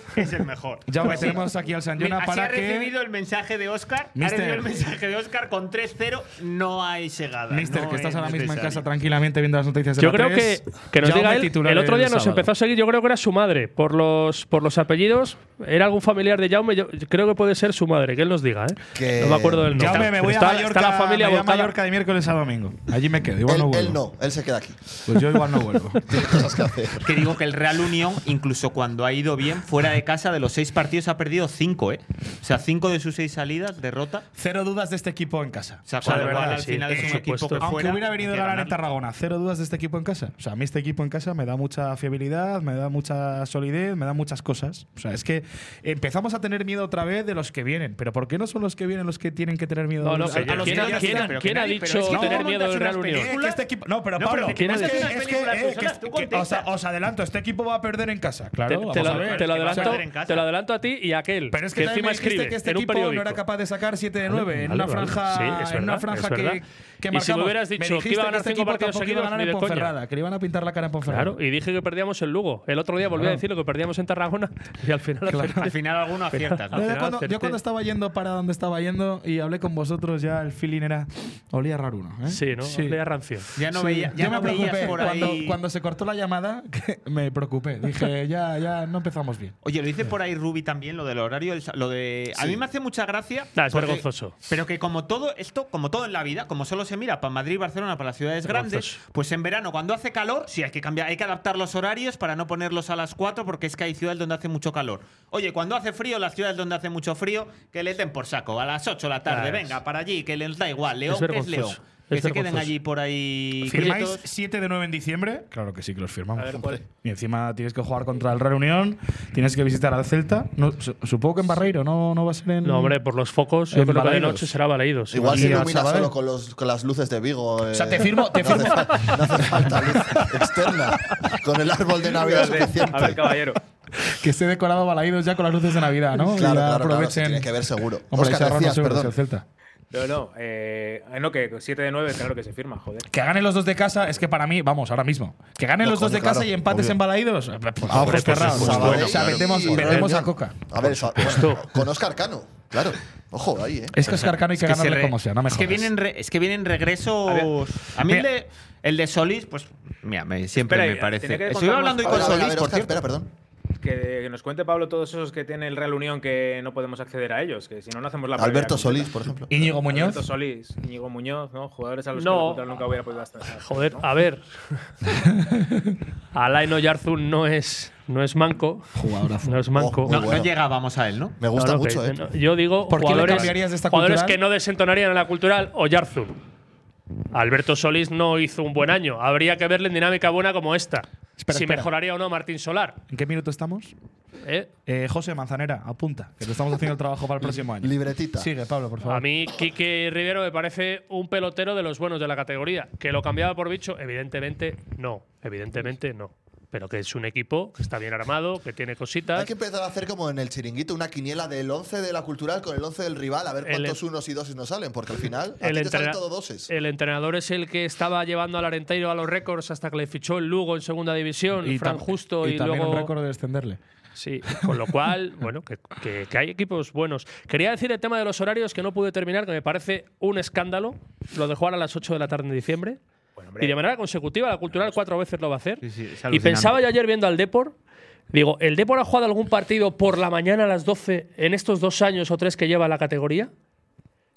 Speaker 4: Es el mejor.
Speaker 2: Ya
Speaker 4: Pues sí.
Speaker 2: tenemos aquí al San
Speaker 4: Mira, así
Speaker 2: Jona para
Speaker 4: ha
Speaker 2: que.
Speaker 4: recibido el mensaje de Oscar. Ha
Speaker 2: Mister.
Speaker 4: recibido el mensaje de Oscar con 3-0. No hay segada.
Speaker 2: Mister,
Speaker 4: no
Speaker 2: que estás
Speaker 4: es
Speaker 2: ahora mismo en
Speaker 4: necesario.
Speaker 2: casa tranquilamente viendo las noticias de
Speaker 3: Yo
Speaker 2: la
Speaker 3: creo que,
Speaker 2: 3.
Speaker 3: que nos
Speaker 2: Jaume
Speaker 3: diga él.
Speaker 2: titular
Speaker 3: El otro día nos
Speaker 2: sábado.
Speaker 3: empezó a seguir, yo creo que era su madre, por los, por los apellidos. Era algún familiar de Jaume, yo creo que puede ser su madre, que él nos diga, ¿eh?
Speaker 1: Que-
Speaker 3: No me acuerdo del nombre.
Speaker 2: Jaume, me
Speaker 3: Pero
Speaker 2: voy a
Speaker 3: está,
Speaker 2: Mallorca.
Speaker 3: está la familia
Speaker 2: me voy a
Speaker 3: volcada.
Speaker 2: Mallorca de miércoles a domingo. Allí me quedo. Igual
Speaker 1: Él-
Speaker 2: no vuelvo.
Speaker 1: él no, él se queda aquí.
Speaker 2: Pues yo igual no vuelvo.
Speaker 1: Tiene cosas que hacer.
Speaker 4: Que digo que el Real Unión, incluso cuando ha ido bien, fuera de casa, de los seis partidos ha perdido cinco, ¿eh? O sea, cinco de sus seis salidas, derrota.
Speaker 2: Cero dudas de este equipo en casa.
Speaker 4: O sea, con
Speaker 3: de
Speaker 4: lo cual,
Speaker 3: verdad,
Speaker 4: al
Speaker 3: sí,
Speaker 4: final
Speaker 3: por
Speaker 4: es un
Speaker 3: supuesto.
Speaker 4: equipo que
Speaker 2: Aunque
Speaker 4: fuera
Speaker 2: hubiera venido a
Speaker 4: hay que
Speaker 2: ganar en
Speaker 4: ganar.
Speaker 2: Tarragona, cero dudas de este equipo en casa. O sea, a mí este equipo en casa me da mucha fiabilidad, me da mucha solidez, me da muchas cosas. O sea, es que empezamos a tener miedo otra vez de los que vienen. Pero ¿por qué no son los que vienen los que tienen que tener miedo?
Speaker 3: No, no,
Speaker 2: los-
Speaker 3: que- ¿quién ha-
Speaker 2: que
Speaker 3: quién ha-
Speaker 2: llegan?
Speaker 3: quién ha dicho tener miedo del Real Unión?
Speaker 2: Eh, que este equipo- no, pero
Speaker 4: No, pero
Speaker 2: Pablo,
Speaker 4: que
Speaker 3: montas
Speaker 2: es que,
Speaker 3: unas
Speaker 2: es que,
Speaker 4: películas,
Speaker 2: eh,
Speaker 4: Susana,
Speaker 2: que es-
Speaker 4: tú
Speaker 2: que-
Speaker 4: contesta.
Speaker 2: os, os adelanto, este equipo va a perder en casa,
Speaker 3: Te,
Speaker 2: claro.
Speaker 3: te
Speaker 2: vamos
Speaker 3: lo,
Speaker 2: a ver.
Speaker 4: Es
Speaker 3: te lo
Speaker 4: que va a
Speaker 3: adelanto,
Speaker 4: perder en casa.
Speaker 3: te lo adelanto a ti y a aquel.
Speaker 2: Pero es que, también
Speaker 3: encima
Speaker 2: me dijiste
Speaker 3: escribe
Speaker 2: que este
Speaker 3: en un
Speaker 2: equipo
Speaker 3: periódico.
Speaker 2: no era capaz de sacar 7 de
Speaker 7: Vale,
Speaker 2: 9 en,
Speaker 7: vale,
Speaker 2: una
Speaker 7: vale.
Speaker 2: franja,
Speaker 3: Sí, es
Speaker 2: en una
Speaker 3: verdad,
Speaker 2: franja
Speaker 3: es verdad.
Speaker 2: que, que
Speaker 3: Y si me
Speaker 2: marcamos.
Speaker 3: hubieras dicho que iba a
Speaker 2: dijiste
Speaker 3: ganar
Speaker 2: este
Speaker 3: cinco
Speaker 2: equipo
Speaker 3: partidos
Speaker 2: tampoco iba
Speaker 3: seguidos,
Speaker 2: a ganar
Speaker 3: ni
Speaker 2: en
Speaker 3: de coña.
Speaker 2: Ponferrada, que le iban a pintar la cara en Ponferrada.
Speaker 3: Claro, y dije que perdíamos en Lugo. El otro día volví a
Speaker 7: Claro.
Speaker 3: decir lo que perdíamos en Tarragona y al final
Speaker 4: Al final alguno acierta. ¿no?
Speaker 3: Al
Speaker 2: Yo
Speaker 3: final
Speaker 2: cuando,
Speaker 3: acerté.
Speaker 2: yo cuando estaba yendo para donde estaba yendo y hablé con vosotros, ya el feeling era. Olía raro uno. ¿eh?
Speaker 3: Sí, ¿no?
Speaker 2: Sí.
Speaker 3: Olía rancio.
Speaker 4: Ya no
Speaker 2: Sí.
Speaker 4: veía, ya
Speaker 2: Yo
Speaker 4: no
Speaker 2: me
Speaker 4: veías
Speaker 2: preocupé.
Speaker 4: por
Speaker 2: cuando,
Speaker 4: ahí.
Speaker 2: cuando se cortó la llamada, que me preocupé. Dije, ya, ya no empezamos bien.
Speaker 4: Oye, lo dice por ahí Ruby también, lo del horario. del sa- Lo de... A mí me hace mucha gracia.
Speaker 3: Nah, Ah, es
Speaker 4: porque-
Speaker 3: vergonzoso.
Speaker 4: Pero que como todo esto, como todo en la vida, como solo se mira para Madrid, Barcelona, para las ciudades grandes,
Speaker 3: Vergonzoso.
Speaker 4: pues en verano, cuando hace calor, sí hay que cambiar, hay que adaptar los horarios para no ponerlos a las 4 porque es que hay ciudades donde hace mucho calor. Oye, cuando hace frío, las ciudades donde hace mucho frío, que les den por saco. A las 8 de la tarde,
Speaker 3: Claro.
Speaker 4: venga, para allí, que les da igual. León
Speaker 3: Es
Speaker 4: es,
Speaker 3: Ah, vergonzoso.
Speaker 4: León. Que
Speaker 3: Es
Speaker 4: se queden
Speaker 3: vergonzoso.
Speaker 4: allí por ahí.
Speaker 2: ¿Firmáis
Speaker 4: quietos.
Speaker 2: 7 de 9 en diciembre? Claro que sí, que los firmamos.
Speaker 3: A ver,
Speaker 2: hombre.
Speaker 3: ¿cuál?
Speaker 2: y encima tienes que jugar contra el Real Unión, tienes que visitar al Celta. No, su- supongo que en Barreiro, no, no va a ser en.
Speaker 3: No, hombre, por los focos, yo
Speaker 2: En
Speaker 3: creo que de
Speaker 2: Baleiros.
Speaker 3: noche será Baleidos.
Speaker 1: Igual
Speaker 2: Y
Speaker 1: se
Speaker 2: a
Speaker 1: ilumina
Speaker 2: Sabadell.
Speaker 1: solo con, los, con las luces de Vigo.
Speaker 2: O sea, te firmo- te firmo-
Speaker 1: No hace, fa- no hace falta luz externa. Con el árbol de Navidad
Speaker 5: A ver,
Speaker 1: suficiente.
Speaker 5: A ver, caballero.
Speaker 2: que esté decorado Balaídos ya con las luces de Navidad, ¿no?
Speaker 1: Claro,
Speaker 2: Y la
Speaker 1: claro, claro,
Speaker 2: aprovechen.
Speaker 1: se tiene que ver seguro.
Speaker 2: Hombre,
Speaker 1: Óscar,
Speaker 2: se ahorran
Speaker 1: decías,
Speaker 2: los euros
Speaker 1: perdón.
Speaker 2: el Celta.
Speaker 5: No, no. Eh, no, que 7 de 9, claro que se firma, joder.
Speaker 2: Que ganen los dos de casa es que para mí, vamos, ahora mismo. Que ganen
Speaker 1: No,
Speaker 2: los dos
Speaker 1: coño,
Speaker 2: de casa
Speaker 1: claro,
Speaker 2: y empates
Speaker 1: obvio.
Speaker 2: en Balaídos, eh, pues, a
Speaker 3: Ah, Hombre,
Speaker 2: ojos
Speaker 3: por
Speaker 2: cerrados.
Speaker 3: supuesto,
Speaker 2: ¿sabes? O sea,
Speaker 1: claro.
Speaker 2: vendemos,
Speaker 1: Sí,
Speaker 2: vendemos a
Speaker 1: claro.
Speaker 2: Coca.
Speaker 1: A ver, eso-
Speaker 3: Supuesto.
Speaker 1: con Oscar Cano. Claro. Ojo, ahí, ¿eh?
Speaker 2: Es que Oscar Cano hay que,
Speaker 4: se
Speaker 2: ganarle
Speaker 4: re-
Speaker 2: como sea, no me
Speaker 4: es que
Speaker 2: jodas.
Speaker 4: vienen re- es que vienen regresos.
Speaker 5: A
Speaker 4: A,
Speaker 5: ver,
Speaker 4: mí el
Speaker 2: mira.
Speaker 4: de, el de Solís, pues mira, me- siempre
Speaker 5: Espera,
Speaker 4: me
Speaker 5: eh,
Speaker 4: parece.
Speaker 5: tenía que
Speaker 4: Estuve
Speaker 5: contar
Speaker 4: hablando
Speaker 5: más
Speaker 4: hoy
Speaker 1: A
Speaker 4: con
Speaker 1: ver, a
Speaker 4: Solís,
Speaker 1: ver, a ver,
Speaker 4: por
Speaker 1: Oscar,
Speaker 4: cierto.
Speaker 1: espera, perdón.
Speaker 5: Que, que nos cuente Pablo todos esos que tiene el Real Unión que no podemos acceder a ellos, que si no, no hacemos la previa
Speaker 1: Alberto
Speaker 5: completa.
Speaker 1: Solís, por ejemplo.
Speaker 2: Íñigo Muñoz.
Speaker 5: Alberto Solís, Íñigo Muñoz, ¿no? Jugadores a los
Speaker 3: No.
Speaker 5: que el Real nunca hubiera podido acceder.
Speaker 3: Joder, a ver. Alain Oyarzún no es, no es manco. No es manco.
Speaker 1: Oh, Muy
Speaker 4: No,
Speaker 1: bueno.
Speaker 4: no llegábamos a él, ¿no?
Speaker 1: Me
Speaker 3: No,
Speaker 1: gusta
Speaker 3: no,
Speaker 1: mucho,
Speaker 3: que-
Speaker 1: ¿eh?
Speaker 3: no, yo digo
Speaker 2: ¿Por qué le
Speaker 3: jugadores,
Speaker 2: cambiarías de esta
Speaker 3: jugadores
Speaker 2: cultural?
Speaker 3: que no desentonarían a la cultural Oyarzún. Alberto Solís no hizo un buen año. Habría que verle en dinámica buena como esta.
Speaker 2: Espera,
Speaker 3: si
Speaker 2: espera.
Speaker 3: mejoraría o no Martín Solar.
Speaker 2: ¿En qué minuto estamos?
Speaker 3: ¿eh?
Speaker 2: Eh, José Manzanera, apunta, que te estamos haciendo el trabajo para el próximo año.
Speaker 1: Libretita.
Speaker 2: Sigue, Pablo, por favor.
Speaker 3: A mí, Quique Rivero me parece un pelotero de los buenos de la categoría. ¿Que lo cambiaba por bicho? Evidentemente no. Evidentemente no. Pero que es un equipo que está bien armado, que tiene cositas.
Speaker 1: Hay que empezar a hacer como en el chiringuito una quiniela del 11 de la cultural con el 11 del rival, a ver
Speaker 3: El-
Speaker 1: cuántos unos y doses nos salen, porque al final a
Speaker 3: El,
Speaker 1: ti te salen
Speaker 3: entrena- eh,
Speaker 1: todo doses.
Speaker 3: el entrenador es el que estaba llevando al Arenteiro a los récords hasta que le fichó el Lugo en segunda división, Fran
Speaker 2: tam-
Speaker 3: Justo y,
Speaker 2: y también
Speaker 3: luego.
Speaker 2: un récord de descenderle.
Speaker 3: Sí, con lo cual, bueno, que, que- que hay equipos buenos. Quería decir el tema de los horarios que no pude terminar, que me parece un escándalo, lo de jugar a las 8 de la tarde en diciembre. y de manera consecutiva, la cultural cuatro veces lo va a hacer.
Speaker 4: Sí, sí, es
Speaker 3: y
Speaker 4: alucinante.
Speaker 3: pensaba yo ayer viendo al Depor, digo, ¿el Depor ha jugado algún partido por la mañana a las 12 en estos dos años o tres que lleva la categoría?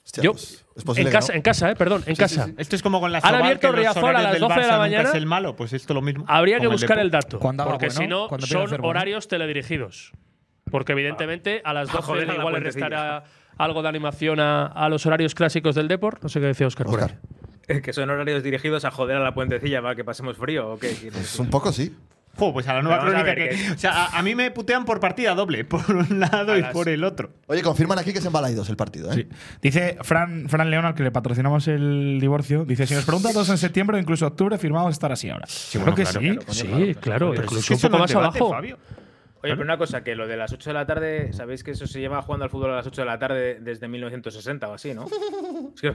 Speaker 1: Hostia,
Speaker 3: yo-
Speaker 1: pues, es posible que
Speaker 3: en, casa,
Speaker 1: no.
Speaker 3: en casa, eh, perdón, en casa.
Speaker 4: Esto es como con la
Speaker 3: Han
Speaker 4: Sobal,
Speaker 3: abierto
Speaker 4: que los
Speaker 3: Riazor a
Speaker 4: horarios
Speaker 3: las
Speaker 4: del
Speaker 3: 12 de la
Speaker 4: Barça nunca
Speaker 3: mañana.
Speaker 4: Es el malo, pues esto lo mismo.
Speaker 3: Habría que
Speaker 4: Con
Speaker 3: buscar
Speaker 4: Depor.
Speaker 3: el dato.
Speaker 2: Cuando haga
Speaker 3: Porque
Speaker 2: bueno,
Speaker 3: si no,
Speaker 2: cuando empiece a
Speaker 3: son
Speaker 2: hacer bueno.
Speaker 3: horarios teledirigidos. Porque evidentemente a las 12
Speaker 5: joder, la
Speaker 3: igual le
Speaker 5: puentecilla.
Speaker 3: restará algo de animación a, a los horarios clásicos del Deport. No sé qué decía Oscar. por
Speaker 1: Óscar.
Speaker 3: ahí.
Speaker 5: Eh, Que son horarios dirigidos a joder a la puentecilla para que pasemos frío o qué. quieres
Speaker 1: Pues
Speaker 5: decir?
Speaker 1: un poco sí.
Speaker 4: Jo, pues a la nueva
Speaker 5: Pero vamos a
Speaker 4: crónica
Speaker 5: ver
Speaker 4: que-
Speaker 5: que-
Speaker 4: O sea, a, a mí me putean por partida doble, por un lado y por el otro.
Speaker 1: Oye, confirman aquí que es en Balaidos el partido, ¿eh?
Speaker 2: Sí. Dice Fran, Fran León, al que le patrocinamos el divorcio, dice, si nos preguntan todos en septiembre o incluso octubre, firmamos estar así ahora. Creo que sí.
Speaker 3: Sí, claro,
Speaker 4: Pero
Speaker 3: incluso
Speaker 4: es que
Speaker 3: un
Speaker 4: eso
Speaker 3: poco
Speaker 4: no
Speaker 3: más
Speaker 4: es debate,
Speaker 3: abajo.
Speaker 4: Fabio.
Speaker 5: Oye, pero una cosa, que lo de las 8 de la tarde, sabéis que eso se lleva jugando al fútbol a las 8 de la tarde desde 1960 o así, ¿no? Es que,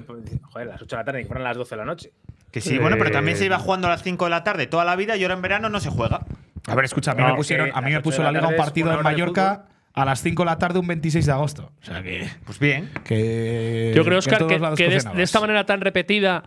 Speaker 5: joder, las 8 de la tarde y que fueran las 12 de la noche.
Speaker 4: Que sí,
Speaker 3: Eh,
Speaker 4: bueno, pero también se iba jugando a las 5 de la tarde toda la vida y ahora en verano no se juega.
Speaker 2: A ver, escucha, a mí
Speaker 5: No,
Speaker 2: me pusieron,
Speaker 5: que
Speaker 2: a mí
Speaker 5: las
Speaker 2: me
Speaker 5: ocho
Speaker 2: puso
Speaker 5: de
Speaker 2: la
Speaker 5: la
Speaker 2: liga
Speaker 5: tarde
Speaker 2: un
Speaker 5: es
Speaker 2: partido
Speaker 5: una
Speaker 2: en
Speaker 5: hora de
Speaker 2: Mallorca a las 5 de la tarde un 26 de agosto. O sea que,
Speaker 4: Pues bien.
Speaker 2: que-
Speaker 3: Yo creo,
Speaker 2: en
Speaker 3: Oscar,
Speaker 2: todos
Speaker 3: que,
Speaker 2: lados
Speaker 3: que de,
Speaker 2: cocinabas.
Speaker 3: de esta manera tan repetida,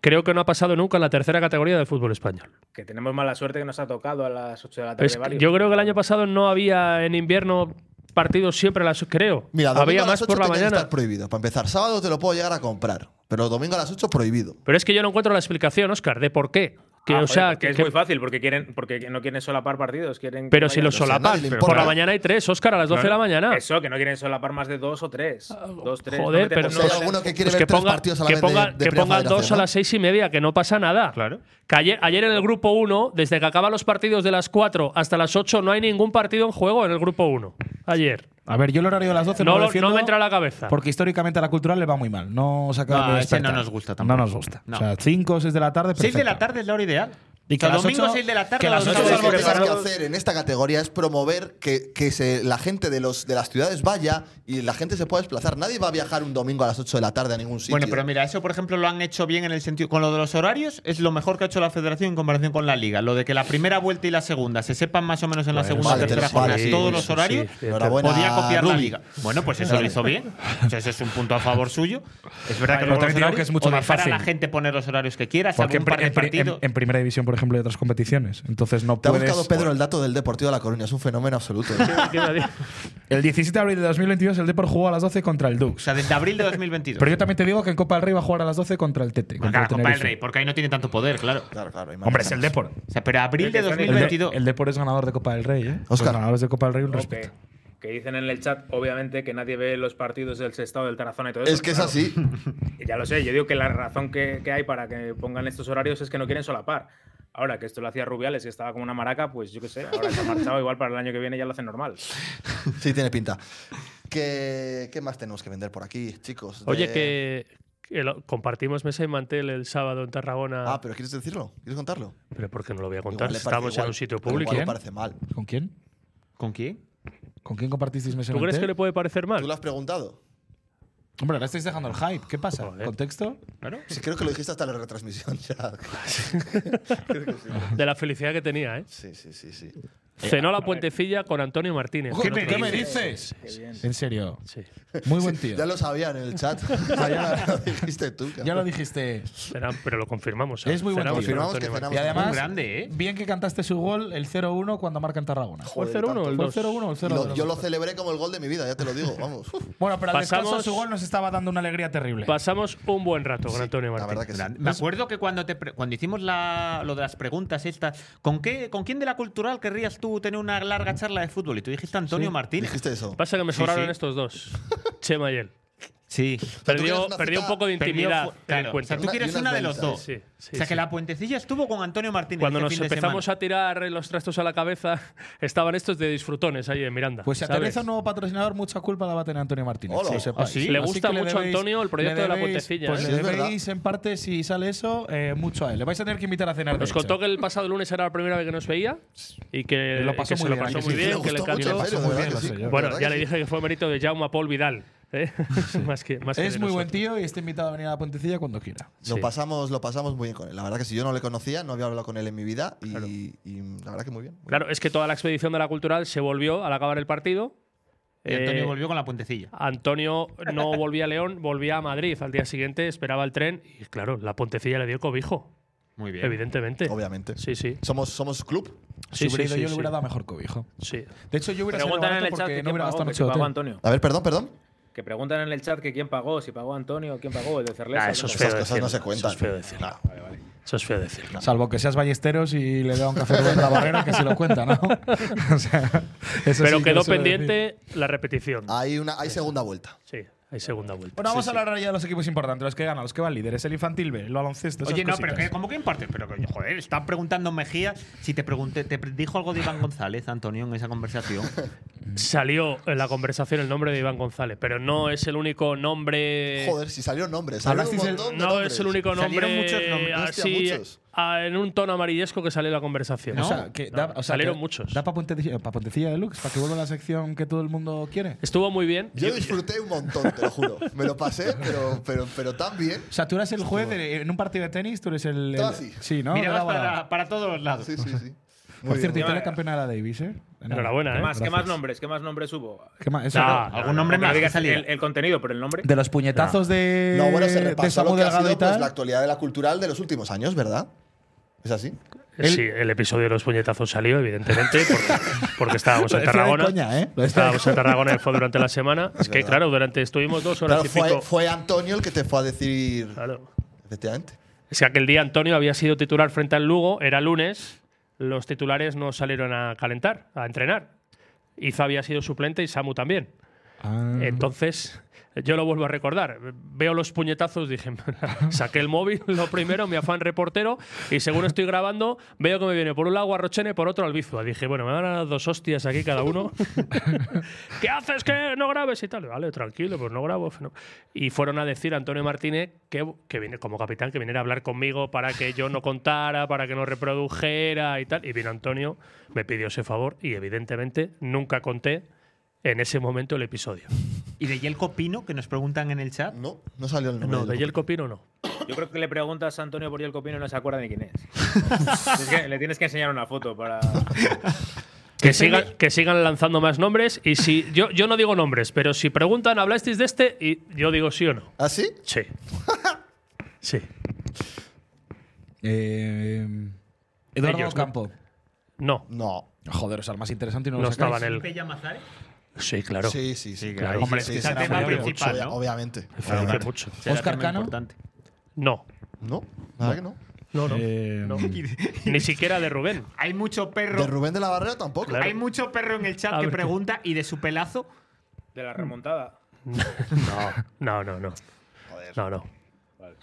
Speaker 3: creo que no ha pasado nunca en la tercera categoría del fútbol español.
Speaker 5: Que tenemos mala suerte que nos ha tocado a las 8 de la tarde
Speaker 3: Es-
Speaker 5: varios.
Speaker 3: yo creo
Speaker 8: Ah,
Speaker 3: que el año pasado no había en invierno partidos siempre a las creo.
Speaker 1: Mira, domingo
Speaker 3: había
Speaker 1: a las
Speaker 3: más
Speaker 1: 8
Speaker 3: por la
Speaker 1: tenía que
Speaker 3: mañana.
Speaker 1: estar prohibido. Para empezar, sábado te lo puedo llegar a comprar, pero domingo a las 8 prohibido.
Speaker 3: Pero es que yo no encuentro la explicación, Oscar, de por qué. Que,
Speaker 8: Ah,
Speaker 3: o
Speaker 8: joder,
Speaker 3: sea,
Speaker 8: porque es
Speaker 3: que-
Speaker 8: muy fácil, porque quieren, porque no quieren solapar partidos, quieren. que
Speaker 3: pero si
Speaker 8: vayan-
Speaker 3: los
Speaker 1: o sea, a nadie
Speaker 3: solapas,
Speaker 1: le
Speaker 3: por
Speaker 1: importa.
Speaker 3: la mañana hay tres, Óscar, a las 12 de la mañana.
Speaker 8: Eso, que no quieren solapar más de dos o tres. Dos, tres.
Speaker 3: Joder,
Speaker 8: no meten-
Speaker 3: pero
Speaker 8: no
Speaker 1: Si hay
Speaker 8: meten-
Speaker 1: alguno que quiere
Speaker 3: Pues
Speaker 1: ver
Speaker 3: que
Speaker 1: tres
Speaker 3: ponga-
Speaker 1: partidos a la
Speaker 3: que
Speaker 1: vez
Speaker 3: ponga-
Speaker 1: de, de
Speaker 3: que
Speaker 1: Primera
Speaker 3: pongan dos
Speaker 1: Federación,
Speaker 3: a
Speaker 1: ¿no?
Speaker 3: las seis y media, que no pasa nada.
Speaker 4: Claro.
Speaker 3: Que ayer, ayer en el grupo 1, desde que acaban los partidos de las 4 hasta las 8, no hay ningún partido en juego en el grupo 1. Ayer.
Speaker 2: A ver, yo el horario de las 12
Speaker 3: No,
Speaker 2: no, lo
Speaker 3: lo-
Speaker 2: defiendo
Speaker 3: no me entra a la cabeza.
Speaker 2: Porque históricamente a la cultural le va muy mal. No se acaba
Speaker 4: No,
Speaker 2: de
Speaker 4: ese
Speaker 2: despertar.
Speaker 4: no nos gusta tampoco.
Speaker 2: No nos gusta.
Speaker 4: No.
Speaker 2: O sea, 5 o 6 de la tarde.
Speaker 4: 6 de
Speaker 2: perfecto.
Speaker 4: la tarde es la hora ideal.
Speaker 2: Y que a
Speaker 4: el
Speaker 2: las
Speaker 4: domingo
Speaker 2: ocho-
Speaker 4: 6 de la tarde.
Speaker 2: que a las
Speaker 4: los
Speaker 2: ocho
Speaker 1: Entonces,
Speaker 4: sábados
Speaker 2: salvo
Speaker 1: lo que
Speaker 2: que
Speaker 1: tienes que
Speaker 2: parado-
Speaker 1: hacer en esta categoría es promover que, que se- la gente de, los, de las ciudades vaya y la gente se pueda desplazar. Nadie va a viajar un domingo a las 8 de la tarde a ningún sitio.
Speaker 4: Bueno, pero mira, eso por ejemplo lo han hecho bien en el sentido con lo de los horarios, es lo mejor que ha hecho la federación en comparación con la liga, lo de que la primera vuelta y la segunda se sepan más o menos en la segunda
Speaker 1: vale,
Speaker 4: o tercera
Speaker 1: vale,
Speaker 4: jornada
Speaker 1: sí,
Speaker 4: todos
Speaker 1: sí,
Speaker 4: los horarios,
Speaker 1: sí. Enhorabuena,
Speaker 4: podía copiar la
Speaker 1: Rubi.
Speaker 4: liga. Bueno, pues eso lo hizo bien. O sea, eso es un punto a favor suyo. Es verdad
Speaker 9: Vale,
Speaker 4: que luego
Speaker 9: pero
Speaker 4: los
Speaker 9: también digo
Speaker 4: horarios,
Speaker 9: que es mucho
Speaker 4: o
Speaker 9: más
Speaker 4: dejar a la
Speaker 9: fácil.
Speaker 4: gente poner los horarios que quiera, salvo
Speaker 9: Porque en,
Speaker 4: un par de
Speaker 9: en-
Speaker 4: partidos.
Speaker 9: en- en primera división, por ejemplo, hay otras competiciones. Entonces no
Speaker 2: Pues
Speaker 1: Te ha
Speaker 9: puedes.
Speaker 1: buscado Pedro el dato del Deportivo de La Coruña. Es un fenómeno absoluto. ¿eh?
Speaker 9: El 17 de abril de 2022 el Depor jugó a las 12 contra el
Speaker 4: o
Speaker 9: Dux.
Speaker 4: sea, desde abril de 2022.
Speaker 9: Pero yo también te digo que en Copa del Rey va a jugar a las 12 contra el Tete.
Speaker 4: Bueno,
Speaker 9: contra
Speaker 4: claro,
Speaker 9: el
Speaker 4: Copa del
Speaker 9: Tenerife.
Speaker 4: Rey, porque ahí no tiene tanto poder, claro.
Speaker 1: claro, claro. hay más
Speaker 9: Hombre, es el
Speaker 1: cosas.
Speaker 9: Depor.
Speaker 4: O sea, pero abril de
Speaker 8: Pero que son-
Speaker 9: El, de-
Speaker 4: 2022.
Speaker 9: el Depor es ganador de Copa del Rey, ¿eh?
Speaker 1: Óscar.
Speaker 9: Los ganadores de Copa del Rey, un
Speaker 8: no,
Speaker 9: respeto.
Speaker 8: que, que dicen en el chat, obviamente, que nadie ve los partidos del Sestado, del Tarazona y todo eso.
Speaker 1: Es que es
Speaker 8: claro.
Speaker 1: así.
Speaker 8: Y Ya lo sé, yo digo que la razón que, que hay para que pongan estos horarios es que no quieren solapar. Ahora que esto lo hacía Rubiales y estaba como una maraca, pues yo qué sé, ahora que ha marchado, igual para el año que viene ya lo hacen normal.
Speaker 1: Sí, tiene pinta. ¿Qué, qué más tenemos que vender por aquí, chicos?
Speaker 3: Oye,
Speaker 1: De-
Speaker 3: que, que lo- compartimos mesa y mantel el sábado en Tarragona.
Speaker 1: Ah, pero ¿quieres decirlo? ¿Quieres contarlo?
Speaker 3: pero ¿por qué no lo voy a
Speaker 1: Igual
Speaker 3: contar?
Speaker 1: le
Speaker 3: si
Speaker 1: parece
Speaker 3: Estábamos Pues en
Speaker 1: igual,
Speaker 3: un sitio
Speaker 1: igual
Speaker 3: público. ¿eh?
Speaker 1: le
Speaker 2: ¿Quién?
Speaker 1: parece mal.
Speaker 2: ¿Con quién?
Speaker 4: ¿Con quién?
Speaker 2: ¿Con quién compartisteis mes en
Speaker 3: ¿Tú crees
Speaker 2: Antel?
Speaker 3: que le puede parecer mal?
Speaker 1: ¿Tú lo has preguntado?
Speaker 2: Hombre, ahora estáis dejando el hype. ¿Qué pasa? ¿Contexto?
Speaker 4: Claro.
Speaker 1: Sí, creo que lo dijiste hasta la retransmisión ya.
Speaker 3: De la felicidad que tenía, ¿eh?
Speaker 1: Sí, sí, sí, sí.
Speaker 3: Cenó la puentecilla con Antonio Martínez.
Speaker 2: ¿Qué, me,
Speaker 4: ¿Qué me
Speaker 2: dices? En serio. Muy buen tío.
Speaker 1: Ya lo sabían en el chat. ya lo dijiste tú. cabrón.
Speaker 2: Ya lo dijiste.
Speaker 3: Cena- pero lo confirmamos.
Speaker 2: Es muy buen
Speaker 3: Cenamos
Speaker 2: tío.
Speaker 3: con
Speaker 1: Confirmamos que
Speaker 3: Antonio
Speaker 1: cenamos.
Speaker 3: Martínez.
Speaker 2: Y además,
Speaker 4: Un grande, ¿eh?
Speaker 2: bien que cantaste su gol, el 0-1, cuando marca en Tarragona.
Speaker 3: ¿Fue el
Speaker 1: Joder,
Speaker 3: 0-1 o el
Speaker 2: ¿Fue el
Speaker 3: 2?
Speaker 2: 0-1 o el
Speaker 1: Y
Speaker 2: 0-2?
Speaker 1: lo- yo lo celebré como el gol de mi vida, ya te lo digo, vamos. Uf,
Speaker 2: Bueno, pero al descanso
Speaker 3: Pasamos-
Speaker 2: su gol nos estaba dando una alegría terrible.
Speaker 3: Pasamos un buen rato con Antonio
Speaker 1: la
Speaker 3: Martínez.
Speaker 1: verdad que sí.
Speaker 4: Me acuerdo que cuando, te pre- cuando hicimos la- lo de las preguntas estas, ¿con, qué, ¿con quién de la cultural querrías tú tener una larga charla de fútbol? Y tú dijiste Antonio Martínez.
Speaker 1: Dijiste eso.
Speaker 3: Pasa que me
Speaker 4: Sí,
Speaker 3: sobraron
Speaker 4: sí.
Speaker 3: estos dos. Chema y él.
Speaker 4: Sí.
Speaker 3: Perdió,
Speaker 1: quieres una
Speaker 3: perdió un
Speaker 1: cita-
Speaker 3: poco de
Speaker 4: Perdió
Speaker 3: intimidad
Speaker 4: fu-
Speaker 3: en el
Speaker 4: claro, o
Speaker 3: encuentro.
Speaker 4: sea, tú
Speaker 1: Una-
Speaker 4: quieres
Speaker 1: y unas
Speaker 4: una de los
Speaker 1: ventas.
Speaker 4: dos.
Speaker 3: Sí, sí,
Speaker 4: o sea,
Speaker 3: sí.
Speaker 4: que la puentecilla estuvo con Antonio Martínez.
Speaker 3: Cuando
Speaker 4: este
Speaker 3: nos
Speaker 4: fin de
Speaker 3: empezamos
Speaker 4: semana.
Speaker 3: a tirar los trastos a la cabeza, estaban estos de disfrutones ahí en Miranda.
Speaker 2: Pues si
Speaker 3: ¿sabes?
Speaker 2: aterriza un nuevo patrocinador, mucha culpa la va a tener Antonio Martínez.
Speaker 1: Hola.
Speaker 2: que lo
Speaker 1: ¿Ah,
Speaker 2: sepáis.
Speaker 4: sí?
Speaker 2: Así
Speaker 3: Le
Speaker 2: que
Speaker 3: gusta mucho a Antonio el proyecto
Speaker 2: le
Speaker 3: de la
Speaker 2: debéis-
Speaker 3: puentecilla,
Speaker 2: Pues
Speaker 1: ¿eh? Sí,
Speaker 2: le
Speaker 1: es verdad.
Speaker 2: veis, en parte, si sale eso, eh, mucho a él. Le vais a tener que invitar a cenar.
Speaker 3: Nos
Speaker 2: de
Speaker 3: contó
Speaker 2: hecho.
Speaker 3: que el pasado lunes era la primera vez que nos veía y que,
Speaker 2: Lo
Speaker 3: y
Speaker 2: pasó
Speaker 3: que se
Speaker 2: muy
Speaker 3: lo
Speaker 2: bien,
Speaker 3: pasó
Speaker 2: que
Speaker 3: muy
Speaker 2: sí,
Speaker 3: bien,
Speaker 2: le
Speaker 3: que le
Speaker 1: gustó mucho,
Speaker 3: cantó.
Speaker 1: en serio, de
Speaker 2: muy
Speaker 1: verdad
Speaker 2: bien,
Speaker 1: que
Speaker 2: lo
Speaker 1: sí.
Speaker 2: sé yo.
Speaker 1: De
Speaker 3: Bueno,
Speaker 1: verdad
Speaker 3: ya
Speaker 1: que
Speaker 3: le
Speaker 1: sí.
Speaker 3: dije que fue mérito de Jaume Paul Vidal. ¿eh? más que, más que
Speaker 2: Es
Speaker 3: de
Speaker 2: muy buen
Speaker 3: nosotros.
Speaker 2: tío y está invitado a venir a la puentecilla cuando quiera.
Speaker 1: Lo,
Speaker 3: Sí.
Speaker 1: pasamos, lo pasamos muy bien con él. La verdad que si yo no le conocía, no había hablado con él en mi vida y, y la verdad que muy bien.
Speaker 3: Claro, es que toda la expedición de la cultural se volvió al acabar el partido.
Speaker 4: Y Antonio
Speaker 3: Eh,
Speaker 4: volvió con la puentecilla.
Speaker 3: Antonio no volvía a León, volvía a Madrid al día siguiente, esperaba el tren y claro, la pontecilla le dio cobijo,
Speaker 4: Muy bien.
Speaker 3: evidentemente.
Speaker 1: Obviamente.
Speaker 3: Sí, sí.
Speaker 1: Somos, somos club.
Speaker 2: Si
Speaker 3: Sí,
Speaker 2: hubiera
Speaker 3: sí,
Speaker 2: ido
Speaker 3: sí,
Speaker 2: yo, le
Speaker 3: sí.
Speaker 2: hubiera dado mejor cobijo.
Speaker 3: Sí.
Speaker 2: De hecho, yo hubiera
Speaker 8: Preguntan en
Speaker 2: salido barato
Speaker 8: el chat que
Speaker 2: porque no
Speaker 8: quién
Speaker 2: hubiera
Speaker 8: pagó,
Speaker 2: gastado
Speaker 8: que
Speaker 2: noche
Speaker 8: si
Speaker 2: de
Speaker 8: pagó
Speaker 2: hotel.
Speaker 8: Antonio.
Speaker 1: A ver, perdón, perdón.
Speaker 8: Que preguntan en el chat que quién pagó, si pagó Antonio, quién pagó, el de Cerlesa.
Speaker 3: Ah,
Speaker 8: quién
Speaker 3: eso es
Speaker 8: pagó.
Speaker 1: Esas
Speaker 3: feo
Speaker 1: cosas no
Speaker 3: decirlo,
Speaker 1: se cuentan.
Speaker 3: Eso es feo decirlo.
Speaker 1: Claro.
Speaker 3: Eso es feo decirlo.
Speaker 2: Salvo que seas ballesteros y le da un café en la barrera que se lo cuenta, ¿no? O sea, eso
Speaker 3: Pero
Speaker 2: sí que
Speaker 3: quedó
Speaker 2: lo suelo decir.
Speaker 3: pendiente la repetición.
Speaker 1: Hay, una, hay segunda vuelta.
Speaker 3: Sí, hay segunda vuelta.
Speaker 2: Bueno, vamos a hablar ahora ya de los equipos importantes, los que ganan, los que van líderes, el infantil B, el baloncesto. esas
Speaker 4: Oye, no, pero
Speaker 2: cositas.
Speaker 4: que, ¿cómo que imparte? Pero, que, joder, está preguntando Mejía si te pregunté, te pre- dijo algo de Iván González, Antonio, en esa conversación.
Speaker 3: Salió en la conversación el nombre de Iván González, pero no es el único nombre.
Speaker 1: Joder, si salieron nombres. Salieron un
Speaker 2: Hablasteis el-
Speaker 1: montón de
Speaker 3: no
Speaker 1: nombres.
Speaker 3: es el único nombre.
Speaker 4: Salieron muchos nombres,
Speaker 1: hostia,
Speaker 3: así,
Speaker 1: muchos.
Speaker 3: a- en un tono amarillesco que salió en la conversación.
Speaker 2: O sea, que da- o sea,
Speaker 3: salieron
Speaker 2: que
Speaker 3: muchos.
Speaker 2: Da para puentecilla, pa' Puentecilla de Lux, para que vuelva a la sección que todo el mundo quiere.
Speaker 3: Estuvo muy bien.
Speaker 1: Yo disfruté un montón, te lo juro. Me lo pasé, pero, pero, pero tan bien.
Speaker 2: O sea, tú eres el juez de- en un partido de tenis, tú eres el. el-
Speaker 1: Todo así.
Speaker 2: sí, ¿no?
Speaker 4: Mira,
Speaker 2: De
Speaker 4: vas
Speaker 2: la bola.
Speaker 4: para, para todos los lados.
Speaker 1: Sí, sí, sí.
Speaker 2: Por cierto,
Speaker 8: bien.
Speaker 2: Italia campeona de la Davis, ¿eh?
Speaker 3: Enhorabuena,
Speaker 8: ¿Qué
Speaker 3: ¿eh?
Speaker 8: más, ¿Qué más
Speaker 2: Gracias.
Speaker 8: nombres? ¿Qué más nombres hubo?
Speaker 2: ¿Qué más? Eso-
Speaker 3: Nah,
Speaker 4: Algún nombre
Speaker 8: me
Speaker 4: más que
Speaker 8: digas
Speaker 4: saliera.
Speaker 8: el, el contenido, pero el nombre.
Speaker 2: De los puñetazos de.
Speaker 1: No, bueno, se
Speaker 2: de
Speaker 1: repasó
Speaker 2: Samu
Speaker 1: lo que ha
Speaker 2: Delgado
Speaker 1: sido
Speaker 2: y tal.
Speaker 1: pues, la actualidad de la cultural de los últimos años, ¿verdad? ¿Es así?
Speaker 3: Sí, el episodio de los puñetazos salió, evidentemente, porque, porque estábamos
Speaker 2: Lo
Speaker 3: en
Speaker 2: decía de
Speaker 3: Tarragona.
Speaker 2: coña, ¿eh? Lo decía
Speaker 3: Estábamos en Tarragona y fue durante la semana. Es que,
Speaker 1: verdad.
Speaker 3: claro, durante estuvimos dos horas
Speaker 1: Claro,
Speaker 3: y pico.
Speaker 1: fue, fue Antonio el que te fue a decir.
Speaker 3: Claro.
Speaker 1: Efectivamente.
Speaker 3: Es que aquel día Antonio había sido titular frente al Lugo, era lunes, los titulares no salieron a calentar, a entrenar. Iza había sido suplente y Samu también.
Speaker 2: Ah,
Speaker 3: Entonces, yo lo vuelvo a recordar. Veo los puñetazos, dije, saqué el móvil, lo primero, mi afán reportero, y según estoy grabando, veo que me viene por un lado Arrochene, por otro Albizua. Dije, bueno, me van a dar dos hostias aquí cada uno. ¿Qué haces que no grabes y tal? Vale, tranquilo, pues no grabo. no. Y fueron a decir a Antonio Martínez que, que viene, como capitán, que viniera a hablar conmigo para que yo no contara, para que no reprodujera y tal. Y vino Antonio, me pidió ese favor y evidentemente nunca conté en ese momento el episodio.
Speaker 4: ¿Y de Yelko Pino, que nos preguntan en el chat?
Speaker 1: No, no salió el nombre.
Speaker 3: No, de
Speaker 1: del-
Speaker 3: Yelko Pino no.
Speaker 10: Yo creo que le preguntas a Antonio por Yelko Pino y no se acuerda ni quién es. es que le tienes que enseñar una foto para.
Speaker 3: Que sigan, que sigan lanzando más nombres y si yo, yo no digo nombres, pero si preguntan, ¿hablasteis de este? Y yo digo sí o no.
Speaker 1: ¿Ah, sí?
Speaker 3: Sí. Sí.
Speaker 2: Eh, Eduardo
Speaker 3: Ellos, ¿no?
Speaker 2: Campo.
Speaker 3: No.
Speaker 1: No.
Speaker 2: Joder, o sea, el más interesante y no,
Speaker 3: No
Speaker 2: lo
Speaker 3: estaba
Speaker 2: sacáis.
Speaker 3: en el.
Speaker 4: Pella Mazare.
Speaker 3: Sí, claro.
Speaker 1: Sí, sí, sí.
Speaker 4: claro.
Speaker 2: Hombre,
Speaker 1: sí,
Speaker 2: es que
Speaker 1: sí,
Speaker 2: será
Speaker 1: sí,
Speaker 2: tema
Speaker 1: obvia-
Speaker 4: principal,
Speaker 1: obvia-
Speaker 4: ¿no?
Speaker 1: Obviamente.
Speaker 3: Fue hace mucho.
Speaker 4: Será
Speaker 2: Óscar
Speaker 4: tema
Speaker 2: Cano.
Speaker 4: importante.
Speaker 3: No.
Speaker 1: No, nada que no.
Speaker 3: No, no.
Speaker 2: Eh,
Speaker 3: No. Ni siquiera de Rubén.
Speaker 4: Hay mucho
Speaker 1: De
Speaker 4: perro.
Speaker 1: Rubén de la Barrera tampoco.
Speaker 3: Claro.
Speaker 4: Hay mucho perro en el chat
Speaker 3: A
Speaker 4: que
Speaker 3: ver qué-
Speaker 4: pregunta y de su pelazo.
Speaker 10: De la remontada.
Speaker 3: No, no, no. No, no.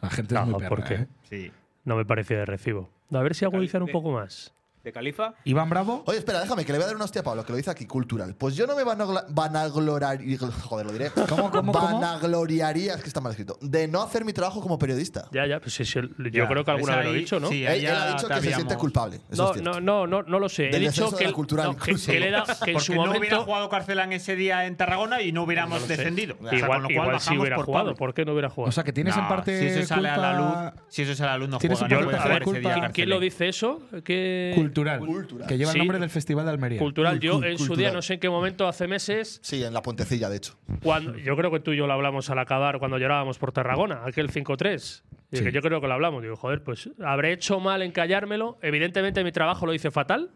Speaker 2: La gente es
Speaker 3: No,
Speaker 2: muy perra,
Speaker 3: ¿por qué?
Speaker 2: ¿eh?
Speaker 4: Sí.
Speaker 3: No me pareció de recibo. A ver si agudizan un poco más.
Speaker 10: ¿De Califa?
Speaker 2: Iván Bravo.
Speaker 1: Oye, espera, déjame, que le voy a dar una hostia a Pablo, que lo dice aquí, cultural. Pues yo no me vanaglo- vanaglorar... y- Joder, lo diré.
Speaker 2: ¿Cómo, cómo, cómo?
Speaker 1: Vanagloriaría, es que está mal escrito, de no hacer mi trabajo como periodista.
Speaker 3: Ya, ya. pues sí, sí, yo
Speaker 4: Ya,
Speaker 3: creo que alguna
Speaker 4: pues
Speaker 3: vez lo he
Speaker 4: ahí-
Speaker 3: dicho, ¿no?
Speaker 4: sí, ahí
Speaker 1: Él, él ha
Speaker 4: ya
Speaker 1: dicho
Speaker 4: te
Speaker 1: que se siente
Speaker 4: habíamos-
Speaker 1: culpable. Eso
Speaker 3: No,
Speaker 1: es cierto.
Speaker 3: no, no, no, no lo sé.
Speaker 1: Del
Speaker 3: he
Speaker 1: descenso
Speaker 3: dicho
Speaker 1: de
Speaker 3: que,
Speaker 1: la
Speaker 3: el-
Speaker 1: cultura
Speaker 3: no, que-
Speaker 1: incluso.
Speaker 3: que le da- que en
Speaker 4: Porque
Speaker 3: su
Speaker 4: no hubiera
Speaker 3: momento.
Speaker 4: jugado Carcelán ese día en Tarragona y no hubiéramos
Speaker 3: No lo sé.
Speaker 4: descendido. O sea,
Speaker 3: Igual,
Speaker 4: con lo cual
Speaker 3: igual si
Speaker 4: bajamos
Speaker 3: hubiera
Speaker 4: por
Speaker 3: jugado.
Speaker 4: Pablo.
Speaker 3: ¿Por qué no hubiera jugado?
Speaker 2: O sea, que tienes en
Speaker 3: pues,
Speaker 4: No,
Speaker 2: parte.
Speaker 4: si eso sale a la
Speaker 2: culpa-
Speaker 4: luz, si eso sale a la luz no
Speaker 2: Tienes
Speaker 4: juega.
Speaker 2: un
Speaker 4: no
Speaker 2: poco
Speaker 4: puede
Speaker 2: de
Speaker 4: jugar
Speaker 2: culpa-
Speaker 4: ese día
Speaker 2: ¿Quién-
Speaker 4: Carcelén.
Speaker 3: ¿Quién lo dice eso? Que
Speaker 2: Cultural, Que lleva el
Speaker 3: Sí.
Speaker 2: nombre del Festival de Almería.
Speaker 3: cultural. Yo
Speaker 1: Cul-
Speaker 3: en su
Speaker 1: cultural.
Speaker 3: día, no sé en qué momento, hace meses,
Speaker 1: Sí, en la puentecilla, de hecho.
Speaker 3: cuando yo creo que tú y yo lo hablamos al acabar cuando llorábamos por Tarragona, aquel 5-3. Y
Speaker 2: Sí.
Speaker 3: que yo creo que lo hablamos. Digo, joder, pues habré hecho mal en callármelo. Evidentemente mi trabajo lo hice fatal.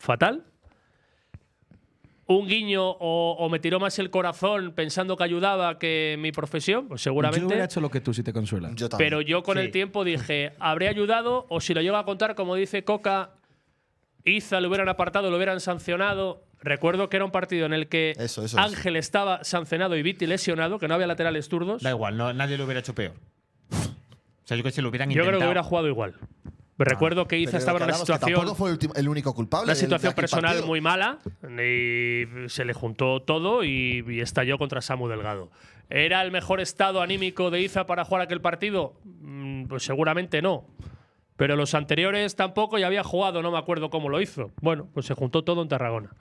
Speaker 3: Fatal. Un guiño o, o me tiró más el corazón pensando que ayudaba que mi profesión, pues seguramente.
Speaker 2: Yo hubiera hecho lo que tú si te consuela.
Speaker 1: Yo también.
Speaker 3: Pero yo con el tiempo dije, habré ayudado o si lo llego a contar, como dice Coca, Iza lo hubieran apartado, lo hubieran sancionado. Recuerdo que era un partido en el que
Speaker 1: Eso, eso,
Speaker 3: Ángel estaba sancionado y Viti lesionado, que no había laterales turdos.
Speaker 4: Da igual, no, nadie lo hubiera hecho peor. O sea, yo que si lo hubieran
Speaker 3: Yo
Speaker 4: intentado.
Speaker 3: creo que hubiera jugado igual. Recuerdo que
Speaker 1: Pero
Speaker 3: Iza estaba en
Speaker 1: lo que
Speaker 3: una
Speaker 1: hablamos, que
Speaker 3: situación,
Speaker 1: Tampoco fue el, ulti- el único culpable.
Speaker 3: una
Speaker 1: del- de
Speaker 3: situación
Speaker 1: aquel
Speaker 3: personal
Speaker 1: partido.
Speaker 3: muy mala y se le juntó todo y, y estalló contra Samu Delgado. ¿Era el mejor estado anímico de Iza para jugar aquel partido? Mm, Pues seguramente no. Pero los anteriores tampoco y había jugado, no me acuerdo cómo lo hizo. Bueno, pues se juntó todo en Tarragona.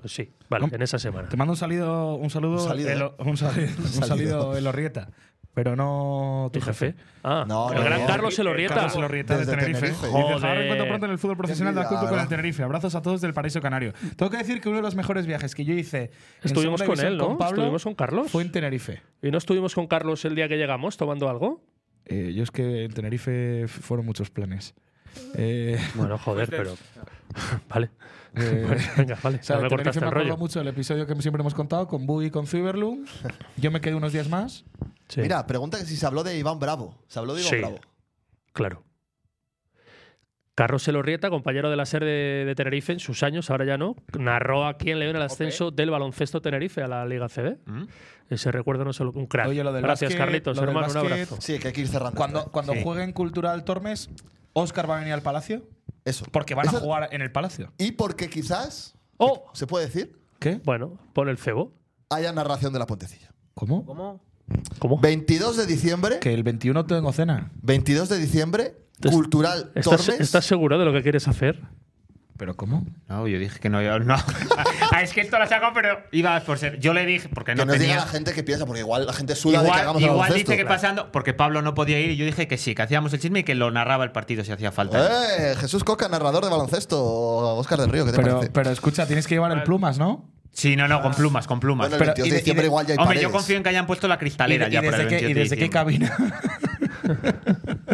Speaker 3: Pues sí, vale, en esa semana.
Speaker 2: Te mando un salido, un saludo,
Speaker 1: Un salido,
Speaker 2: Elo-
Speaker 4: ¿eh?
Speaker 2: un salido, un
Speaker 1: Salido.
Speaker 2: salido Elorrieta, pero no tu jefe.
Speaker 3: Ah,
Speaker 1: No,
Speaker 3: el
Speaker 1: no,
Speaker 3: gran
Speaker 1: no.
Speaker 3: Carlos Elorrieta.
Speaker 2: Carlos Elorrieta de
Speaker 1: Desde
Speaker 2: Tenerife.
Speaker 1: Tenerife.
Speaker 2: Dice,
Speaker 3: Joder.
Speaker 2: "Ahora encuentro pronto en el fútbol profesional
Speaker 1: Qué
Speaker 2: de
Speaker 1: envidia,
Speaker 2: acuerdo con
Speaker 1: la
Speaker 2: el Tenerife. Abrazos a todos del paraíso canario. Tengo que decir que uno de los mejores viajes que yo hice. en
Speaker 3: Estuvimos
Speaker 2: segunda
Speaker 3: con
Speaker 2: división
Speaker 3: él, ¿no?
Speaker 2: Pablo
Speaker 3: Estuvimos con Carlos.
Speaker 2: Fue en Tenerife.
Speaker 3: ¿Y no estuvimos con Carlos el día que llegamos tomando algo?
Speaker 2: Eh, yo es que en Tenerife f- fueron muchos planes. Eh,
Speaker 3: Bueno, joder,
Speaker 11: Pues
Speaker 3: pero. Vale.
Speaker 2: Eh,
Speaker 3: Bueno, venga, vale.
Speaker 2: o sea,
Speaker 3: no
Speaker 2: de Tenerife
Speaker 3: me cortaste
Speaker 2: me
Speaker 3: el rollo.
Speaker 2: acuerdo mucho del episodio que siempre hemos contado con Bui y con Zuiberlum. Yo me quedé unos días más.
Speaker 3: Sí,
Speaker 1: Mira, pregunta que si se habló de Iván Bravo. ¿Se habló de Iván
Speaker 3: Sí.
Speaker 1: Bravo?
Speaker 3: Claro. Carlos Elorrieta, compañero de la SER de, de Tenerife en sus años, ahora ya no, narró aquí en León el ascenso del baloncesto Tenerife a la Liga CB.
Speaker 11: Mm.
Speaker 3: Ese recuerdo no solo un crack.
Speaker 2: Oye, lo del
Speaker 3: Gracias,
Speaker 2: básquet,
Speaker 3: Carlitos,
Speaker 2: lo del
Speaker 3: hermano, un
Speaker 2: básquet,
Speaker 3: abrazo.
Speaker 1: Sí, que hay que ir cerrando.
Speaker 2: Cuando, cuando
Speaker 4: Sí.
Speaker 2: jueguen Cultural Tormes, Oscar va a venir al Palacio.
Speaker 1: Eso.
Speaker 2: Porque van
Speaker 1: Eso-
Speaker 2: a jugar en el Palacio.
Speaker 1: Y porque quizás,
Speaker 3: ¡Oh!
Speaker 1: ¿se puede decir?
Speaker 2: ¿Qué?
Speaker 3: Bueno, pon el cebo.
Speaker 1: Haya narración de la puentecilla.
Speaker 2: ¿Cómo?
Speaker 10: ¿Cómo?
Speaker 3: ¿Cómo?
Speaker 1: 22 de diciembre.
Speaker 2: Que el 21 tengo cena.
Speaker 1: 22 de diciembre.
Speaker 3: Entonces,
Speaker 1: Cultural
Speaker 3: ¿Estás,
Speaker 1: Tormes.
Speaker 3: estás seguro de lo que quieres hacer?
Speaker 2: ¿Pero cómo?
Speaker 4: No, yo dije que no. yo- no. Ah, es que esto lo saco, pero iba por ser. Yo le dije, porque
Speaker 1: que
Speaker 4: no
Speaker 1: nos diga
Speaker 4: tenía.
Speaker 1: la gente que piensa, porque igual la gente suda de que
Speaker 4: Igual,
Speaker 1: hagamos el
Speaker 4: igual
Speaker 1: baloncesto.
Speaker 4: dice que pasando, porque Pablo no podía ir y yo dije que sí, que hacíamos el chisme y que lo narraba el partido si hacía falta.
Speaker 1: Eh, Jesús Coca, narrador de baloncesto. Oscar del Río, ¿qué te
Speaker 2: Pero,
Speaker 1: parece?
Speaker 2: pero escucha, tienes que llevar el plumas, ¿no?
Speaker 4: Sí, no, no, con plumas, con plumas.
Speaker 1: bueno, el
Speaker 2: pero-
Speaker 1: 22
Speaker 2: y
Speaker 1: de
Speaker 2: de- y
Speaker 1: diciembre
Speaker 2: de-
Speaker 1: igual ya hay
Speaker 4: Hombre,
Speaker 1: paredes.
Speaker 4: yo confío en que hayan puesto la cristalera
Speaker 2: y,
Speaker 4: ya
Speaker 2: y
Speaker 4: para
Speaker 2: desde
Speaker 4: el
Speaker 2: qué,
Speaker 4: 28
Speaker 2: ¿Y
Speaker 4: de
Speaker 2: desde qué
Speaker 4: diciembre.
Speaker 2: cabina?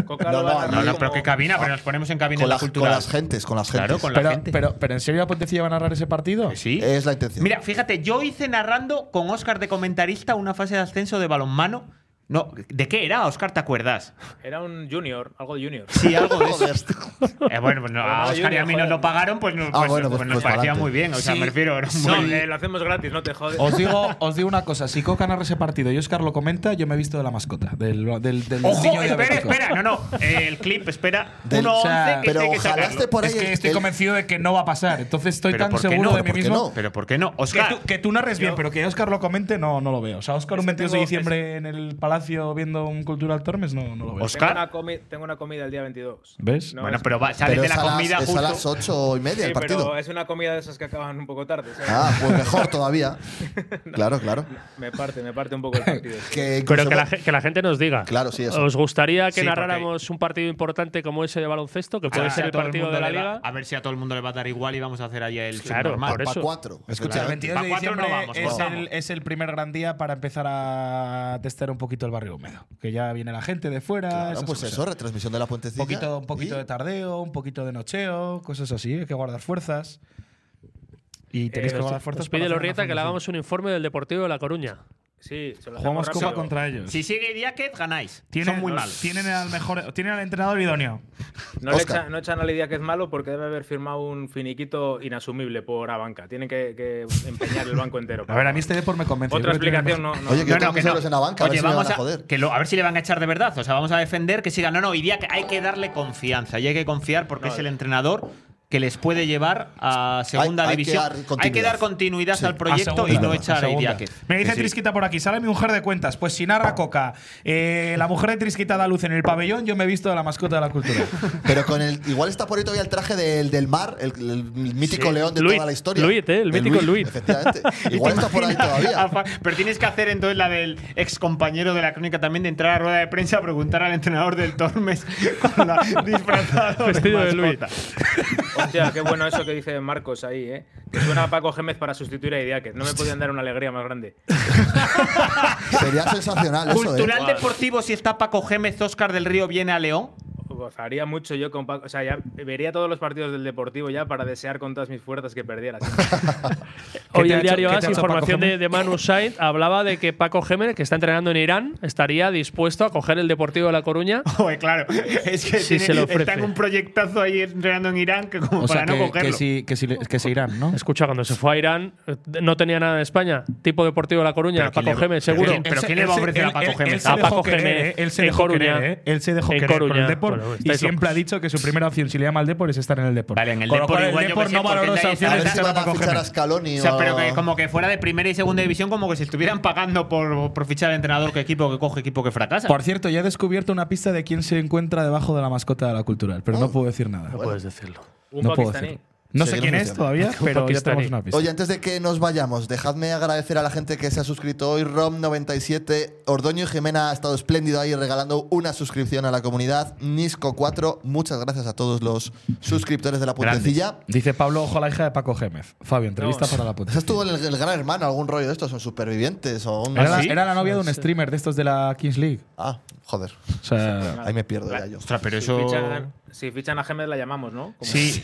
Speaker 10: Coca lo
Speaker 1: No, no,
Speaker 10: va a
Speaker 1: no,
Speaker 10: narrar
Speaker 4: No, no, pero
Speaker 10: como-
Speaker 4: qué cabina, pero nos ponemos en cabina
Speaker 1: con,
Speaker 4: en la
Speaker 1: las-
Speaker 4: cultura.
Speaker 1: con las gentes, con las gentes.
Speaker 4: Claro, con la
Speaker 2: pero,
Speaker 4: gente.
Speaker 2: pero, pero, ¿en serio la Pontecilla va a narrar ese partido?
Speaker 4: Sí.
Speaker 1: Es la intención.
Speaker 4: Mira, fíjate, yo hice narrando con Óscar de comentarista una fase de ascenso de balonmano No, ¿de qué era, Oscar? ¿Te acuerdas?
Speaker 11: Era un junior, algo de junior.
Speaker 4: Sí, algo de eso.
Speaker 1: Joder.
Speaker 4: Eh, bueno, pues no, a
Speaker 11: Pero no,
Speaker 4: Oscar y a mí
Speaker 11: Junior,
Speaker 4: nos lo
Speaker 11: joder.
Speaker 4: pagaron, pues, no-
Speaker 1: Ah,
Speaker 4: pues-
Speaker 1: bueno, pues-
Speaker 4: pues nos
Speaker 1: pues
Speaker 4: parecía
Speaker 1: pa'lante.
Speaker 4: muy bien. O sea,
Speaker 2: Sí.
Speaker 4: me refiero. era muy-
Speaker 11: No, eh, lo hacemos gratis, no te jodes.
Speaker 2: Os digo, os digo una cosa, si Coca narra ese partido y Oscar lo comenta, yo me he visto de la mascota, del, del, del
Speaker 4: Ojo,
Speaker 2: niño
Speaker 4: espera,
Speaker 2: diabético.
Speaker 4: espera. No, no. eh, el clip, espera.
Speaker 1: Del-
Speaker 4: 1
Speaker 2: o sea,
Speaker 4: que
Speaker 1: Pero
Speaker 4: hay que
Speaker 1: jalaste
Speaker 4: sacarlo.
Speaker 1: por ahí.
Speaker 2: es que
Speaker 1: el-
Speaker 2: estoy
Speaker 1: el-
Speaker 2: convencido de que no va a pasar. Entonces estoy
Speaker 4: Pero
Speaker 2: tan
Speaker 4: ¿por qué
Speaker 2: seguro
Speaker 4: no?
Speaker 2: de mí
Speaker 1: ¿Por qué
Speaker 2: mismo.
Speaker 1: no?
Speaker 4: Pero ¿por qué no?
Speaker 2: Que
Speaker 4: Oscar.
Speaker 2: tú, que tú narres bien,
Speaker 11: yo-
Speaker 2: pero que Oscar lo comente, no, no lo veo. O sea, Oscar un
Speaker 11: que
Speaker 2: 22 de
Speaker 11: tengo-
Speaker 2: diciembre en el Palacio viendo un Cultural Tormes, no, no lo veo.
Speaker 4: Oscar.
Speaker 11: Tengo una, comi- tengo una comida el día 22.
Speaker 2: ¿Ves?
Speaker 11: No,
Speaker 4: bueno,
Speaker 11: es-
Speaker 4: pero va, sales
Speaker 1: Pero
Speaker 4: de
Speaker 1: es
Speaker 4: la
Speaker 1: a las-
Speaker 4: comida
Speaker 1: es
Speaker 4: justo.
Speaker 1: a las ocho y media
Speaker 11: Sí,
Speaker 1: el partido.
Speaker 11: pero es una comida de esas que acaban un poco tarde. ¿sabes?
Speaker 1: Ah, pues mejor todavía. Claro, claro.
Speaker 11: Me parte, me parte un poco el partido. sí.
Speaker 1: Que
Speaker 3: Pero
Speaker 1: incluso-
Speaker 3: que la, ge- que la gente nos diga.
Speaker 1: Claro, sí, eso.
Speaker 3: ¿Os gustaría que
Speaker 4: Sí, porque-
Speaker 3: narráramos un partido importante como ese de baloncesto, que
Speaker 4: A ver
Speaker 3: puede
Speaker 4: si
Speaker 3: ser
Speaker 4: a
Speaker 3: el
Speaker 4: Ah, todo el
Speaker 3: partido
Speaker 4: mundo
Speaker 3: de la
Speaker 4: le Ah, va-
Speaker 3: liga?
Speaker 4: A ver si a todo el mundo le va a dar igual y vamos a hacer ahí el
Speaker 3: Claro,
Speaker 4: normal.
Speaker 3: por eso.
Speaker 1: Pa' cuatro.
Speaker 2: Escucha, el 22 de
Speaker 4: Pa' cuatro
Speaker 2: diciembre
Speaker 4: no vamos,
Speaker 2: es,
Speaker 4: vamos.
Speaker 2: el, es el primer gran día para empezar a testar un poquito el barrio húmedo. Que ya viene la gente de fuera.
Speaker 1: Claro,
Speaker 2: esas
Speaker 1: pues
Speaker 2: cosas.
Speaker 1: eso, retransmisión de la
Speaker 2: Un
Speaker 1: puentecilla.
Speaker 2: poquito, un poquito
Speaker 1: y-
Speaker 2: de tardeo, un poquito de nocheo, cosas así. Hay que guardar fuerzas. Y tenéis
Speaker 11: Eh,
Speaker 2: que guardar fuerzas.
Speaker 3: Nos pide
Speaker 2: para hacer
Speaker 3: Lorrieta
Speaker 2: una
Speaker 3: que le
Speaker 2: formación.
Speaker 3: hagamos un informe del Deportivo de La Coruña.
Speaker 11: Sí, se lo
Speaker 2: Jugamos
Speaker 11: hacemos
Speaker 2: Copa
Speaker 11: rápido.
Speaker 2: contra ellos.
Speaker 4: Si sigue Diáquez, ganáis.
Speaker 2: Tienen-
Speaker 4: Son muy
Speaker 2: los-
Speaker 4: malos.
Speaker 2: Tienen al, mejor, tienen al entrenador idóneo.
Speaker 11: No, le
Speaker 1: Óscar.
Speaker 11: echa- no echan a Lidia que es malo porque debe haber firmado un finiquito inasumible por Abanca. Tienen que, que empeñar el banco entero.
Speaker 2: A ver, a mí este deporte me convence.
Speaker 11: Otra
Speaker 2: Yo creo que tienen
Speaker 11: explicación no. no-
Speaker 1: Oye, que
Speaker 11: no,
Speaker 1: yo tengo mis euros en la banca, a ver
Speaker 4: Oye,
Speaker 1: si me
Speaker 4: vamos
Speaker 1: van a
Speaker 4: a-
Speaker 1: joder.
Speaker 4: que lo- a ver si le van a echar de verdad. O sea, vamos a defender que siga. No, no, Idiáquez hay que darle confianza y hay que confiar porque es el entrenador que les puede llevar a segunda
Speaker 1: Hay- hay que
Speaker 4: división.
Speaker 1: dar continuidad.
Speaker 4: hay que dar continuidad
Speaker 1: Sí,
Speaker 4: al
Speaker 2: A
Speaker 11: Ah,
Speaker 4: proyecto
Speaker 2: segunda,
Speaker 4: y no
Speaker 2: a
Speaker 4: echar a,
Speaker 2: segunda.
Speaker 4: Idiáquez.
Speaker 2: Me dice
Speaker 4: Sí, sí.
Speaker 2: Trisquita por aquí, sale mi mujer de cuentas. Pues si narra Coca, eh, la mujer de Trisquita da luz en el pabellón, yo me he visto de la mascota de la cultura.
Speaker 1: Pero con el. Igual está por ahí todavía el traje del, del mar, el, el mítico
Speaker 3: Sí.
Speaker 1: león de
Speaker 3: Luis,
Speaker 1: toda la historia.
Speaker 3: Luis, eh, el mítico Luis.
Speaker 1: Efectivamente.
Speaker 4: ¿Y
Speaker 1: Igual
Speaker 4: te
Speaker 1: está por
Speaker 4: imaginas
Speaker 1: ahí todavía.
Speaker 4: a Fa- Pero tienes que hacer entonces la del ex compañero de la crónica también de entrar a rueda de prensa a preguntar al entrenador del Tormes con la disfrazado
Speaker 3: Vestido de
Speaker 4: de
Speaker 3: Luis.
Speaker 4: mascota.
Speaker 11: Hostia, qué bueno eso que dice Marcos ahí, ¿eh? Que suena a Paco Gémez para sustituir a Idiáquez. No me podían dar una alegría más grande.
Speaker 1: Sería sensacional eso, ¿eh?
Speaker 4: Cultural deportivo si está Paco Gémez, Oscar del Río viene a León.
Speaker 11: Gozaría mucho yo con Paco. O sea, ya vería todos los partidos del Deportivo ya para desear con todas mis fuerzas que perdiera.
Speaker 2: ¿Qué
Speaker 3: Hoy
Speaker 2: te ha hecho-
Speaker 3: el diario
Speaker 2: qué te
Speaker 3: AS,
Speaker 2: ha hecho
Speaker 3: información
Speaker 2: Paco
Speaker 3: de, de Manu Sainz, hablaba de que Paco Gémez, que está entrenando en Irán, estaría dispuesto a coger el Deportivo de La Coruña.
Speaker 4: Joder, claro. Es que
Speaker 3: Sí,
Speaker 4: tiene-
Speaker 3: se lo ofrece.
Speaker 4: está en un proyectazo ahí entrenando en Irán que como
Speaker 2: O sea,
Speaker 4: para no
Speaker 2: que,
Speaker 4: cogerlo.
Speaker 2: que si, que, si, que se irán, ¿no?
Speaker 3: Escucha, cuando se fue a Irán, eh, no tenía nada en España. Tipo Deportivo de La Coruña,
Speaker 4: Pero ¿quién
Speaker 3: Paco
Speaker 4: le-
Speaker 3: Gémez, seguro.
Speaker 4: quién- pero ¿quién le va a ofrecer a Paco Gémez?
Speaker 2: se
Speaker 3: A
Speaker 2: dejó
Speaker 3: Paco
Speaker 2: querer,
Speaker 3: Gémez,
Speaker 2: ¿eh? Él se
Speaker 3: en
Speaker 2: dejó
Speaker 3: Coruña.
Speaker 2: querer, ¿eh? Él se dejó
Speaker 3: En
Speaker 2: querer con
Speaker 3: Coruña.
Speaker 2: el Depor.
Speaker 3: Bueno,
Speaker 2: y
Speaker 3: estáis
Speaker 2: siempre ha
Speaker 3: locos.
Speaker 2: dicho que su primera opción, si le llama al Depor, es estar en el Depor.
Speaker 4: Vale, en el
Speaker 2: Con lo
Speaker 4: Depor
Speaker 2: cual,
Speaker 4: igual
Speaker 2: el
Speaker 4: yo
Speaker 2: Depor
Speaker 4: pensé,
Speaker 2: no
Speaker 4: porque
Speaker 2: valoró
Speaker 4: ya
Speaker 2: esa
Speaker 4: hay-
Speaker 2: opción
Speaker 1: A
Speaker 2: de
Speaker 1: ver
Speaker 2: echar
Speaker 1: si
Speaker 2: a
Speaker 1: van a
Speaker 2: Paco
Speaker 1: fichar a
Speaker 2: Gémez.
Speaker 1: Scaloni
Speaker 4: O
Speaker 1: o
Speaker 4: sea,
Speaker 1: a-
Speaker 4: pero que como que fuera de primera y segunda división, como que se estuvieran pagando por, por fichar entrenador que equipo que coge, equipo que fracasa.
Speaker 2: Por cierto, ya he descubierto una pista de quién se encuentra debajo de la mascota de la cultural, pero no
Speaker 4: Ah.
Speaker 2: puedo decir nada.
Speaker 3: puedes decirlo.
Speaker 11: Un
Speaker 2: No puedo
Speaker 11: pakistaní.
Speaker 2: decirlo. No sé
Speaker 1: Seguiremos
Speaker 2: quién es
Speaker 1: diciendo.
Speaker 2: todavía, pero ya
Speaker 3: pakistaní.
Speaker 2: tenemos una pista.
Speaker 1: Oye, antes de que nos vayamos, dejadme agradecer a la gente que se ha suscrito hoy. Rom97, Ordoño y Jimena ha estado espléndido ahí regalando una suscripción a la comunidad. Nisco4, muchas gracias a todos los suscriptores de la puentecilla.
Speaker 2: Dice Pablo Ojo, la hija de Paco Gémez. Fabio, entrevista
Speaker 11: No.
Speaker 2: para la puta.
Speaker 1: Esa estuvo en el, el Gran Hermano, algún rollo de estos, son supervivientes o un.
Speaker 2: Era, la,
Speaker 4: sí?
Speaker 2: era la novia de un streamer de estos de la Kings League.
Speaker 1: Ah, joder.
Speaker 2: O sea,
Speaker 1: Ahí me pierdo ya yo.
Speaker 4: Ostras, pero
Speaker 11: Si
Speaker 4: eso.
Speaker 11: fichan, si fichan a Gémez la llamamos, ¿no? Como-
Speaker 4: Sí.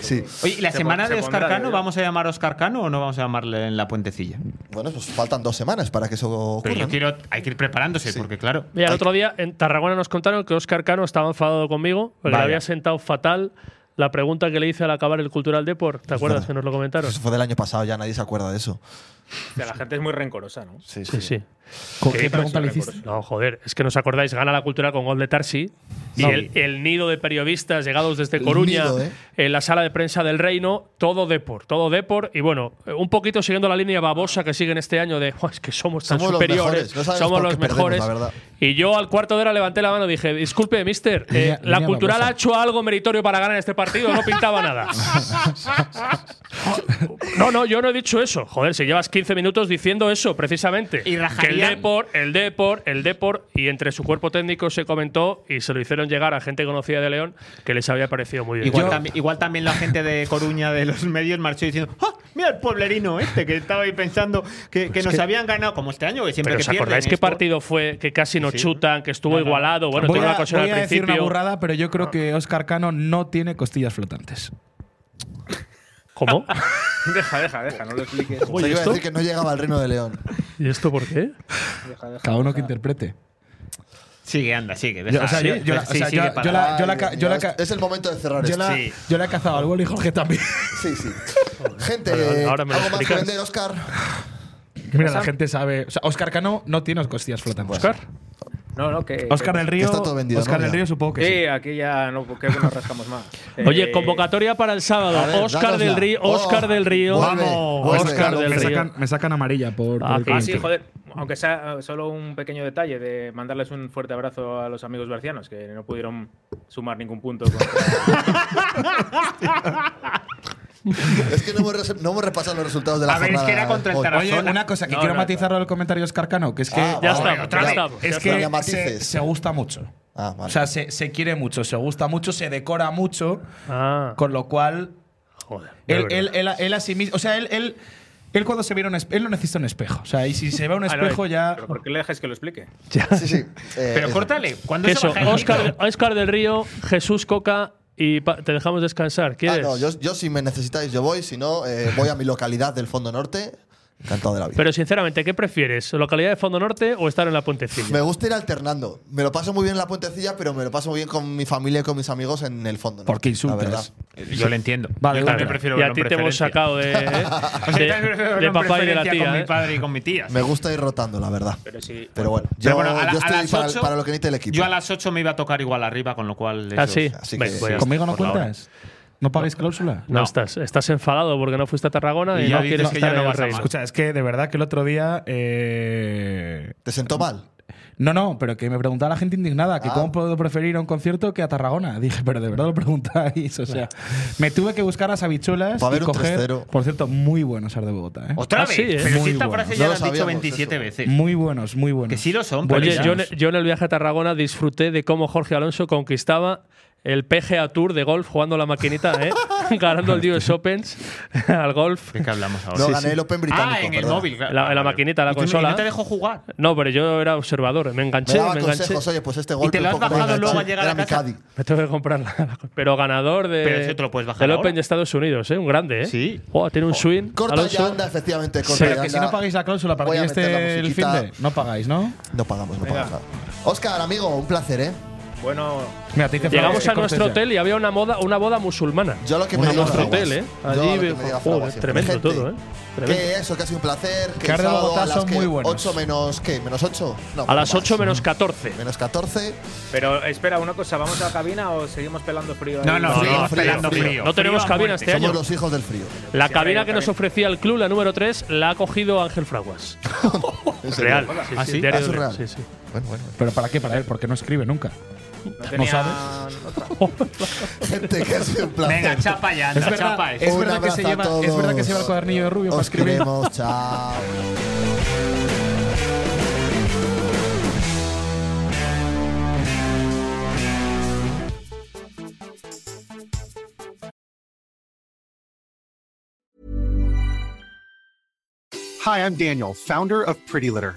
Speaker 1: Sí.
Speaker 4: Oye, ¿y la
Speaker 11: Se
Speaker 4: semana
Speaker 11: pon-
Speaker 4: de
Speaker 11: se
Speaker 4: Oscar
Speaker 11: pondrá,
Speaker 4: Cano
Speaker 11: digo.
Speaker 4: vamos a llamar a Oscar Cano o no vamos a llamarle en la puentecilla?
Speaker 1: Bueno, pues faltan dos semanas para que eso
Speaker 4: Pero
Speaker 1: ocurra.
Speaker 4: yo
Speaker 1: ¿no?
Speaker 4: quiero. Hay que ir preparándose, porque claro.
Speaker 3: Mira, el otro día en Tarragona nos contaron que Oscar Cano estaba enfadado conmigo porque
Speaker 4: Vaya.
Speaker 3: le había sentado fatal la pregunta que le hice al acabar el Cultural Deport. ¿Te acuerdas
Speaker 1: verdad.
Speaker 3: que nos lo comentaron?
Speaker 1: Eso fue del año pasado, ya nadie se acuerda de eso.
Speaker 11: O sea, la gente es muy rencorosa, ¿no?
Speaker 3: Sí, sí.
Speaker 2: ¿con ¿qué pregunta le hiciste?
Speaker 3: Pues No, joder, es que nos acordáis, gana la cultura con gol de Tarsi. Y el, el nido de periodistas llegados desde
Speaker 1: El
Speaker 3: Coruña,
Speaker 1: nido, ¿eh?
Speaker 3: en la sala de prensa del Reino, todo Depor, todo Depor. Y bueno, eh, un poquito siguiendo la línea babosa que siguen este año de "Buah, es que somos tan
Speaker 1: Somos los
Speaker 3: superiores,
Speaker 1: mejores, no sabemos
Speaker 3: somos
Speaker 1: por
Speaker 3: los
Speaker 1: qué perdemos,
Speaker 3: mejores.
Speaker 1: la verdad.
Speaker 3: y yo al cuarto de hora levanté la mano y dije, disculpe, mister, eh,
Speaker 2: Línea-
Speaker 3: la
Speaker 2: línea
Speaker 3: cultural
Speaker 2: babosa.
Speaker 3: ha hecho algo meritorio para ganar este partido, no pintaba nada. No, no, yo no he dicho eso. Joder, si llevas 15 minutos diciendo eso, precisamente.
Speaker 4: Y
Speaker 3: que el
Speaker 4: rajarían.
Speaker 3: Depor, el Depor, el Depor, y entre su cuerpo técnico se comentó y se lo hicieron llegar a gente conocida de León que les había parecido muy bien.
Speaker 4: Igual, tambi- igual también la gente de Coruña de los medios marchó diciendo ¡Ah! Mira el pueblerino este que estaba ahí pensando que, que nos habían ganado como este año, que siempre
Speaker 3: Pues Pero
Speaker 4: que
Speaker 3: ¿os acordáis
Speaker 4: pierden
Speaker 3: qué
Speaker 4: esto-
Speaker 3: partido fue que casi no chutan, que estuvo igualado? Bueno,
Speaker 2: voy
Speaker 3: tuvo
Speaker 2: a,
Speaker 3: una cosa
Speaker 2: voy
Speaker 3: al
Speaker 2: a decir una
Speaker 3: principio.
Speaker 2: burrada, pero yo creo que Oscar Cano no tiene costillas flotantes.
Speaker 3: ¿Cómo?
Speaker 11: Deja, deja, deja, no lo expliques.
Speaker 1: O sea, iba a decir que no llegaba al Reino de León.
Speaker 3: ¿Y esto por qué?
Speaker 12: Deja, deja,
Speaker 2: Cada uno
Speaker 12: deja.
Speaker 2: que interprete.
Speaker 13: Sigue, anda, sigue.
Speaker 2: Yo- o sea, yo- yo la-
Speaker 13: deja-
Speaker 2: o sea,
Speaker 13: sigue
Speaker 2: yo-
Speaker 13: para
Speaker 2: yo la-
Speaker 13: adelante.
Speaker 2: la ca-
Speaker 1: Dios
Speaker 2: yo la
Speaker 1: mío,
Speaker 2: ca-
Speaker 1: es- es el momento de cerrar
Speaker 2: Yo
Speaker 1: esto.
Speaker 2: la,
Speaker 13: Sí.
Speaker 2: yo la he cazado al gol y Jorge también.
Speaker 1: Sí, sí. Gente,
Speaker 3: Vale, vale, ahora
Speaker 1: ahora
Speaker 3: me
Speaker 1: me
Speaker 3: lo
Speaker 1: ¿algo más que
Speaker 3: explicas.
Speaker 1: vender, Oscar?
Speaker 2: Mira, la gente sabe. O sea, Oscar Cano no tiene costillas flotantes.
Speaker 3: Oscar.
Speaker 12: No, no, que.
Speaker 2: Oscar
Speaker 12: que-
Speaker 2: del Río.
Speaker 1: Está todo vendido,
Speaker 2: Oscar
Speaker 1: ¿no?
Speaker 2: del
Speaker 1: Ya.
Speaker 2: Río, supongo que
Speaker 12: Sí,
Speaker 2: sí.
Speaker 12: aquí ya no, porque no rascamos más.
Speaker 3: Oye,
Speaker 12: Eh,
Speaker 3: convocatoria para el sábado.
Speaker 1: A ver,
Speaker 3: Oscar
Speaker 1: dánosla.
Speaker 3: del Río.
Speaker 1: Oh,
Speaker 3: Oscar del Río.
Speaker 1: vuelve, vuelve.
Speaker 3: Oscar del
Speaker 2: me,
Speaker 3: Río.
Speaker 2: sacan, me sacan amarilla por. por
Speaker 3: Ah,
Speaker 2: el
Speaker 3: que-
Speaker 12: Ah,
Speaker 2: comentario.
Speaker 12: sí, joder. Aunque sea eh, solo un pequeño detalle de mandarles un fuerte abrazo a los amigos bercianos que no pudieron sumar ningún punto. con-
Speaker 1: Es que no hemos, rese- no hemos repasado los resultados de la
Speaker 13: A ver, es
Speaker 1: jornada
Speaker 13: que era contra el
Speaker 1: hoy.
Speaker 13: Tarazona.
Speaker 2: Oye, una cosa que
Speaker 12: No,
Speaker 2: quiero
Speaker 12: no,
Speaker 2: matizar al comentario de Oscar Cano, que es que.
Speaker 1: Ah,
Speaker 3: Ya
Speaker 1: vale,
Speaker 3: estamos,
Speaker 1: otra
Speaker 3: ya
Speaker 1: vez.
Speaker 3: estamos.
Speaker 2: Es
Speaker 3: Ya
Speaker 2: que
Speaker 1: está.
Speaker 2: se,
Speaker 1: Matices.
Speaker 2: se gusta mucho.
Speaker 1: Ah, vale.
Speaker 2: O sea, se, se quiere mucho, se gusta mucho, se decora mucho,
Speaker 3: Ah,
Speaker 2: con lo cual
Speaker 3: joder. de
Speaker 2: él,
Speaker 3: verdad.
Speaker 2: él, él, él a sí mismo. O sea, él, él, él cuando se viera un espejo. Él no necesita un espejo. O sea, y si se ve un
Speaker 12: Ah, no,
Speaker 2: espejo
Speaker 12: eh,
Speaker 2: ya.
Speaker 12: ¿Pero ¿Por qué le dejas que lo explique?
Speaker 1: Sí, sí. Eh,
Speaker 13: Pero
Speaker 1: eso.
Speaker 13: córtale. ¿Cuándo se
Speaker 3: Eso,
Speaker 13: baja el
Speaker 3: Oscar,
Speaker 13: micro?
Speaker 3: Oscar del Río, Jesús Coca y pa- te dejamos descansar.
Speaker 1: Ah,
Speaker 3: ¿Quieres?
Speaker 1: no, yo, yo si me necesitáis, yo voy. Si no, eh, voy a mi localidad del Fondo Norte. Encantado de la vida.
Speaker 3: Pero sinceramente, ¿qué prefieres? ¿Localidad de Fondo Norte o estar en la
Speaker 1: me
Speaker 3: Puentecilla?
Speaker 1: gusta ir alternando. Me lo paso muy bien en la puentecilla, pero me lo paso muy bien con mi familia y con mis amigos en el fondo. ¿no?
Speaker 2: Porque insultas.
Speaker 1: La verdad.
Speaker 13: Yo le entiendo.
Speaker 2: Vale,
Speaker 13: yo también
Speaker 2: bueno.
Speaker 13: prefiero
Speaker 3: y a
Speaker 13: verlo
Speaker 3: ti
Speaker 13: en
Speaker 3: te hemos
Speaker 13: preferencia.
Speaker 3: sacado de, eh,
Speaker 12: Ah,
Speaker 13: O sea, yo también
Speaker 3: de,
Speaker 13: prefiero
Speaker 3: de
Speaker 13: verlo en
Speaker 3: papá y de la
Speaker 13: preferencia
Speaker 3: tía.
Speaker 13: Con
Speaker 3: ¿eh?
Speaker 13: mi padre y con mi tía.
Speaker 1: Me gusta ir rotando, la verdad. Pero,
Speaker 12: Pero sí.
Speaker 1: bueno, yo,
Speaker 13: Pero bueno, a la-
Speaker 1: yo
Speaker 13: a
Speaker 1: estoy
Speaker 13: las
Speaker 1: para,
Speaker 13: ocho-
Speaker 1: para lo que necesita el equipo.
Speaker 13: Yo a las 8 me iba a tocar igual arriba, con lo cual. eso
Speaker 3: Ah, sí.
Speaker 13: es-
Speaker 1: Así
Speaker 3: Bueno,
Speaker 1: que
Speaker 3: pues
Speaker 1: sí.
Speaker 3: ya está,
Speaker 2: ¿Conmigo no
Speaker 3: por ahora.
Speaker 2: cuentas? ¿No pagáis cláusula?
Speaker 3: No,
Speaker 13: No.
Speaker 3: estás, estás enfadado porque no fuiste a Tarragona y,
Speaker 13: Y ya
Speaker 3: no
Speaker 13: dices
Speaker 3: quieres
Speaker 13: que
Speaker 3: estar
Speaker 13: ya no
Speaker 3: en el
Speaker 13: vas a
Speaker 3: Rey.
Speaker 13: más.
Speaker 2: Escucha, es que de verdad que el otro día. eh,
Speaker 1: ¿Te sentó mal?
Speaker 2: No, no, pero que me preguntaba la gente indignada que
Speaker 1: Ah.
Speaker 2: cómo puedo preferir a un concierto que a Tarragona. Dije, pero de verdad lo preguntáis. O sea, me tuve que buscar a Sabichuelas
Speaker 1: Pa' ver
Speaker 2: y
Speaker 1: un
Speaker 2: coger.
Speaker 1: 3-0.
Speaker 2: Por cierto, muy buenos Ar de Bogotá. ¿eh?
Speaker 13: Otra
Speaker 3: Ah,
Speaker 13: vez.
Speaker 3: sí, ¿eh?
Speaker 13: Pero
Speaker 2: Muy
Speaker 13: si esta
Speaker 2: bueno.
Speaker 13: frase
Speaker 1: No
Speaker 13: ya
Speaker 1: lo
Speaker 13: la has dicho
Speaker 1: sabíamos,
Speaker 13: 27
Speaker 1: eso.
Speaker 13: veces.
Speaker 2: Muy buenos, muy buenos.
Speaker 13: Que sí lo son, pero
Speaker 3: Oye,
Speaker 13: ya.
Speaker 3: yo, en- yo en el viaje a Tarragona disfruté de cómo Jorge Alonso conquistaba el PGA Tour de golf jugando la maquinita, ¿eh? ganando el US Opens al golf.
Speaker 13: ¿De qué hablamos ahora?
Speaker 1: No, gané el Open británico.
Speaker 13: Ah, en el
Speaker 1: perdón.
Speaker 13: móvil. claro.
Speaker 3: En la- en la
Speaker 13: Vale.
Speaker 3: maquinita, la
Speaker 13: ¿Y tú- y
Speaker 3: consola.
Speaker 13: No te dejo jugar.
Speaker 3: No, pero yo era observador, me
Speaker 1: Me
Speaker 3: enganché,
Speaker 1: daba
Speaker 3: me enganché.
Speaker 1: consejos, oye, pues este golpe.
Speaker 13: te lo
Speaker 1: un
Speaker 13: has
Speaker 1: poco me
Speaker 13: bajado
Speaker 1: enganché.
Speaker 13: luego al llegar
Speaker 1: Era
Speaker 13: a
Speaker 1: mi
Speaker 13: casa?
Speaker 1: Caddy.
Speaker 3: Me tengo que comprarla. Pero ganador de,
Speaker 13: Pero eso te lo puedes bajar
Speaker 3: del
Speaker 13: ahora.
Speaker 3: Open de Estados Unidos, ¿eh? Un grande, ¿eh?
Speaker 13: Sí.
Speaker 3: Oh, tiene un swing.
Speaker 1: Corta
Speaker 3: Alonso.
Speaker 1: ya anda, efectivamente. Corta
Speaker 2: Pero
Speaker 1: ya
Speaker 2: que si
Speaker 1: anda.
Speaker 2: no pagáis la cláusula para
Speaker 1: Voy a
Speaker 2: que ya
Speaker 1: meter la
Speaker 2: esté el fin
Speaker 1: musiquita.
Speaker 2: de. No pagáis, ¿no?
Speaker 1: No pagamos, no pagamos nada. Oscar, amigo, un placer, ¿eh?
Speaker 12: Bueno,
Speaker 2: Mira, te dice
Speaker 3: Llegamos
Speaker 2: Francis
Speaker 3: a
Speaker 2: Cortés
Speaker 3: nuestro
Speaker 2: ya.
Speaker 3: hotel y había una moda, una boda musulmana.
Speaker 1: Yo lo que
Speaker 2: Una
Speaker 1: me digo
Speaker 2: mostra
Speaker 1: Fraguas.
Speaker 3: hotel, ¿eh?
Speaker 1: Yo
Speaker 3: Allí,
Speaker 1: lo que me
Speaker 3: joder,
Speaker 1: diga Fraguas siempre.
Speaker 3: tremendo
Speaker 1: Gente,
Speaker 3: todo, ¿eh? Tremendo.
Speaker 1: Que eso, que ha sido un placer. Que
Speaker 2: Carlos
Speaker 1: el sábado
Speaker 2: Bogotá
Speaker 1: a las
Speaker 2: son
Speaker 1: que
Speaker 2: muy buenos.
Speaker 1: 8 menos, ¿qué? ¿Menos 8? No,
Speaker 3: A las
Speaker 1: más.
Speaker 3: 8 menos 14.
Speaker 1: Menos 14.
Speaker 12: pero espera, una cosa, ¿vamos a la cabina o seguimos pelando frío? ahí?
Speaker 13: No, no,
Speaker 3: No,
Speaker 13: seguimos
Speaker 3: no,
Speaker 1: frío,
Speaker 13: pelando
Speaker 1: frío.
Speaker 13: frío.
Speaker 3: No tenemos
Speaker 13: a
Speaker 3: cabina
Speaker 13: muerte.
Speaker 3: este año.
Speaker 1: Somos los hijos del frío.
Speaker 3: La
Speaker 12: Sí,
Speaker 3: cabina
Speaker 12: ahí
Speaker 3: que
Speaker 12: también.
Speaker 3: nos ofrecía el club, la número 3, la ha cogido Ángel Fraguas.
Speaker 1: En serio.
Speaker 3: Real. Sí,
Speaker 13: ¿Ah,
Speaker 3: sí,
Speaker 13: sí?
Speaker 3: diario
Speaker 1: Ah, eso
Speaker 3: de-
Speaker 1: es real.
Speaker 3: sí, sí.
Speaker 1: Bueno, bueno.
Speaker 2: Pero ¿para qué? Para él, porque no escribe nunca.
Speaker 12: No tenían otra.
Speaker 1: Gente, que ha sido un placer.
Speaker 13: Venga, chapa ya, anda, chapa. ¿eh? eso.
Speaker 2: es
Speaker 1: Un
Speaker 2: verdad que
Speaker 1: abrazo
Speaker 2: se
Speaker 1: a
Speaker 2: lleva, es verdad que se lleva el
Speaker 1: todos.
Speaker 2: cuadernillo de rubio para
Speaker 1: Os
Speaker 2: escribir.
Speaker 1: queremos, chao.
Speaker 4: Hi, I'm Daniel, founder of Pretty Litter.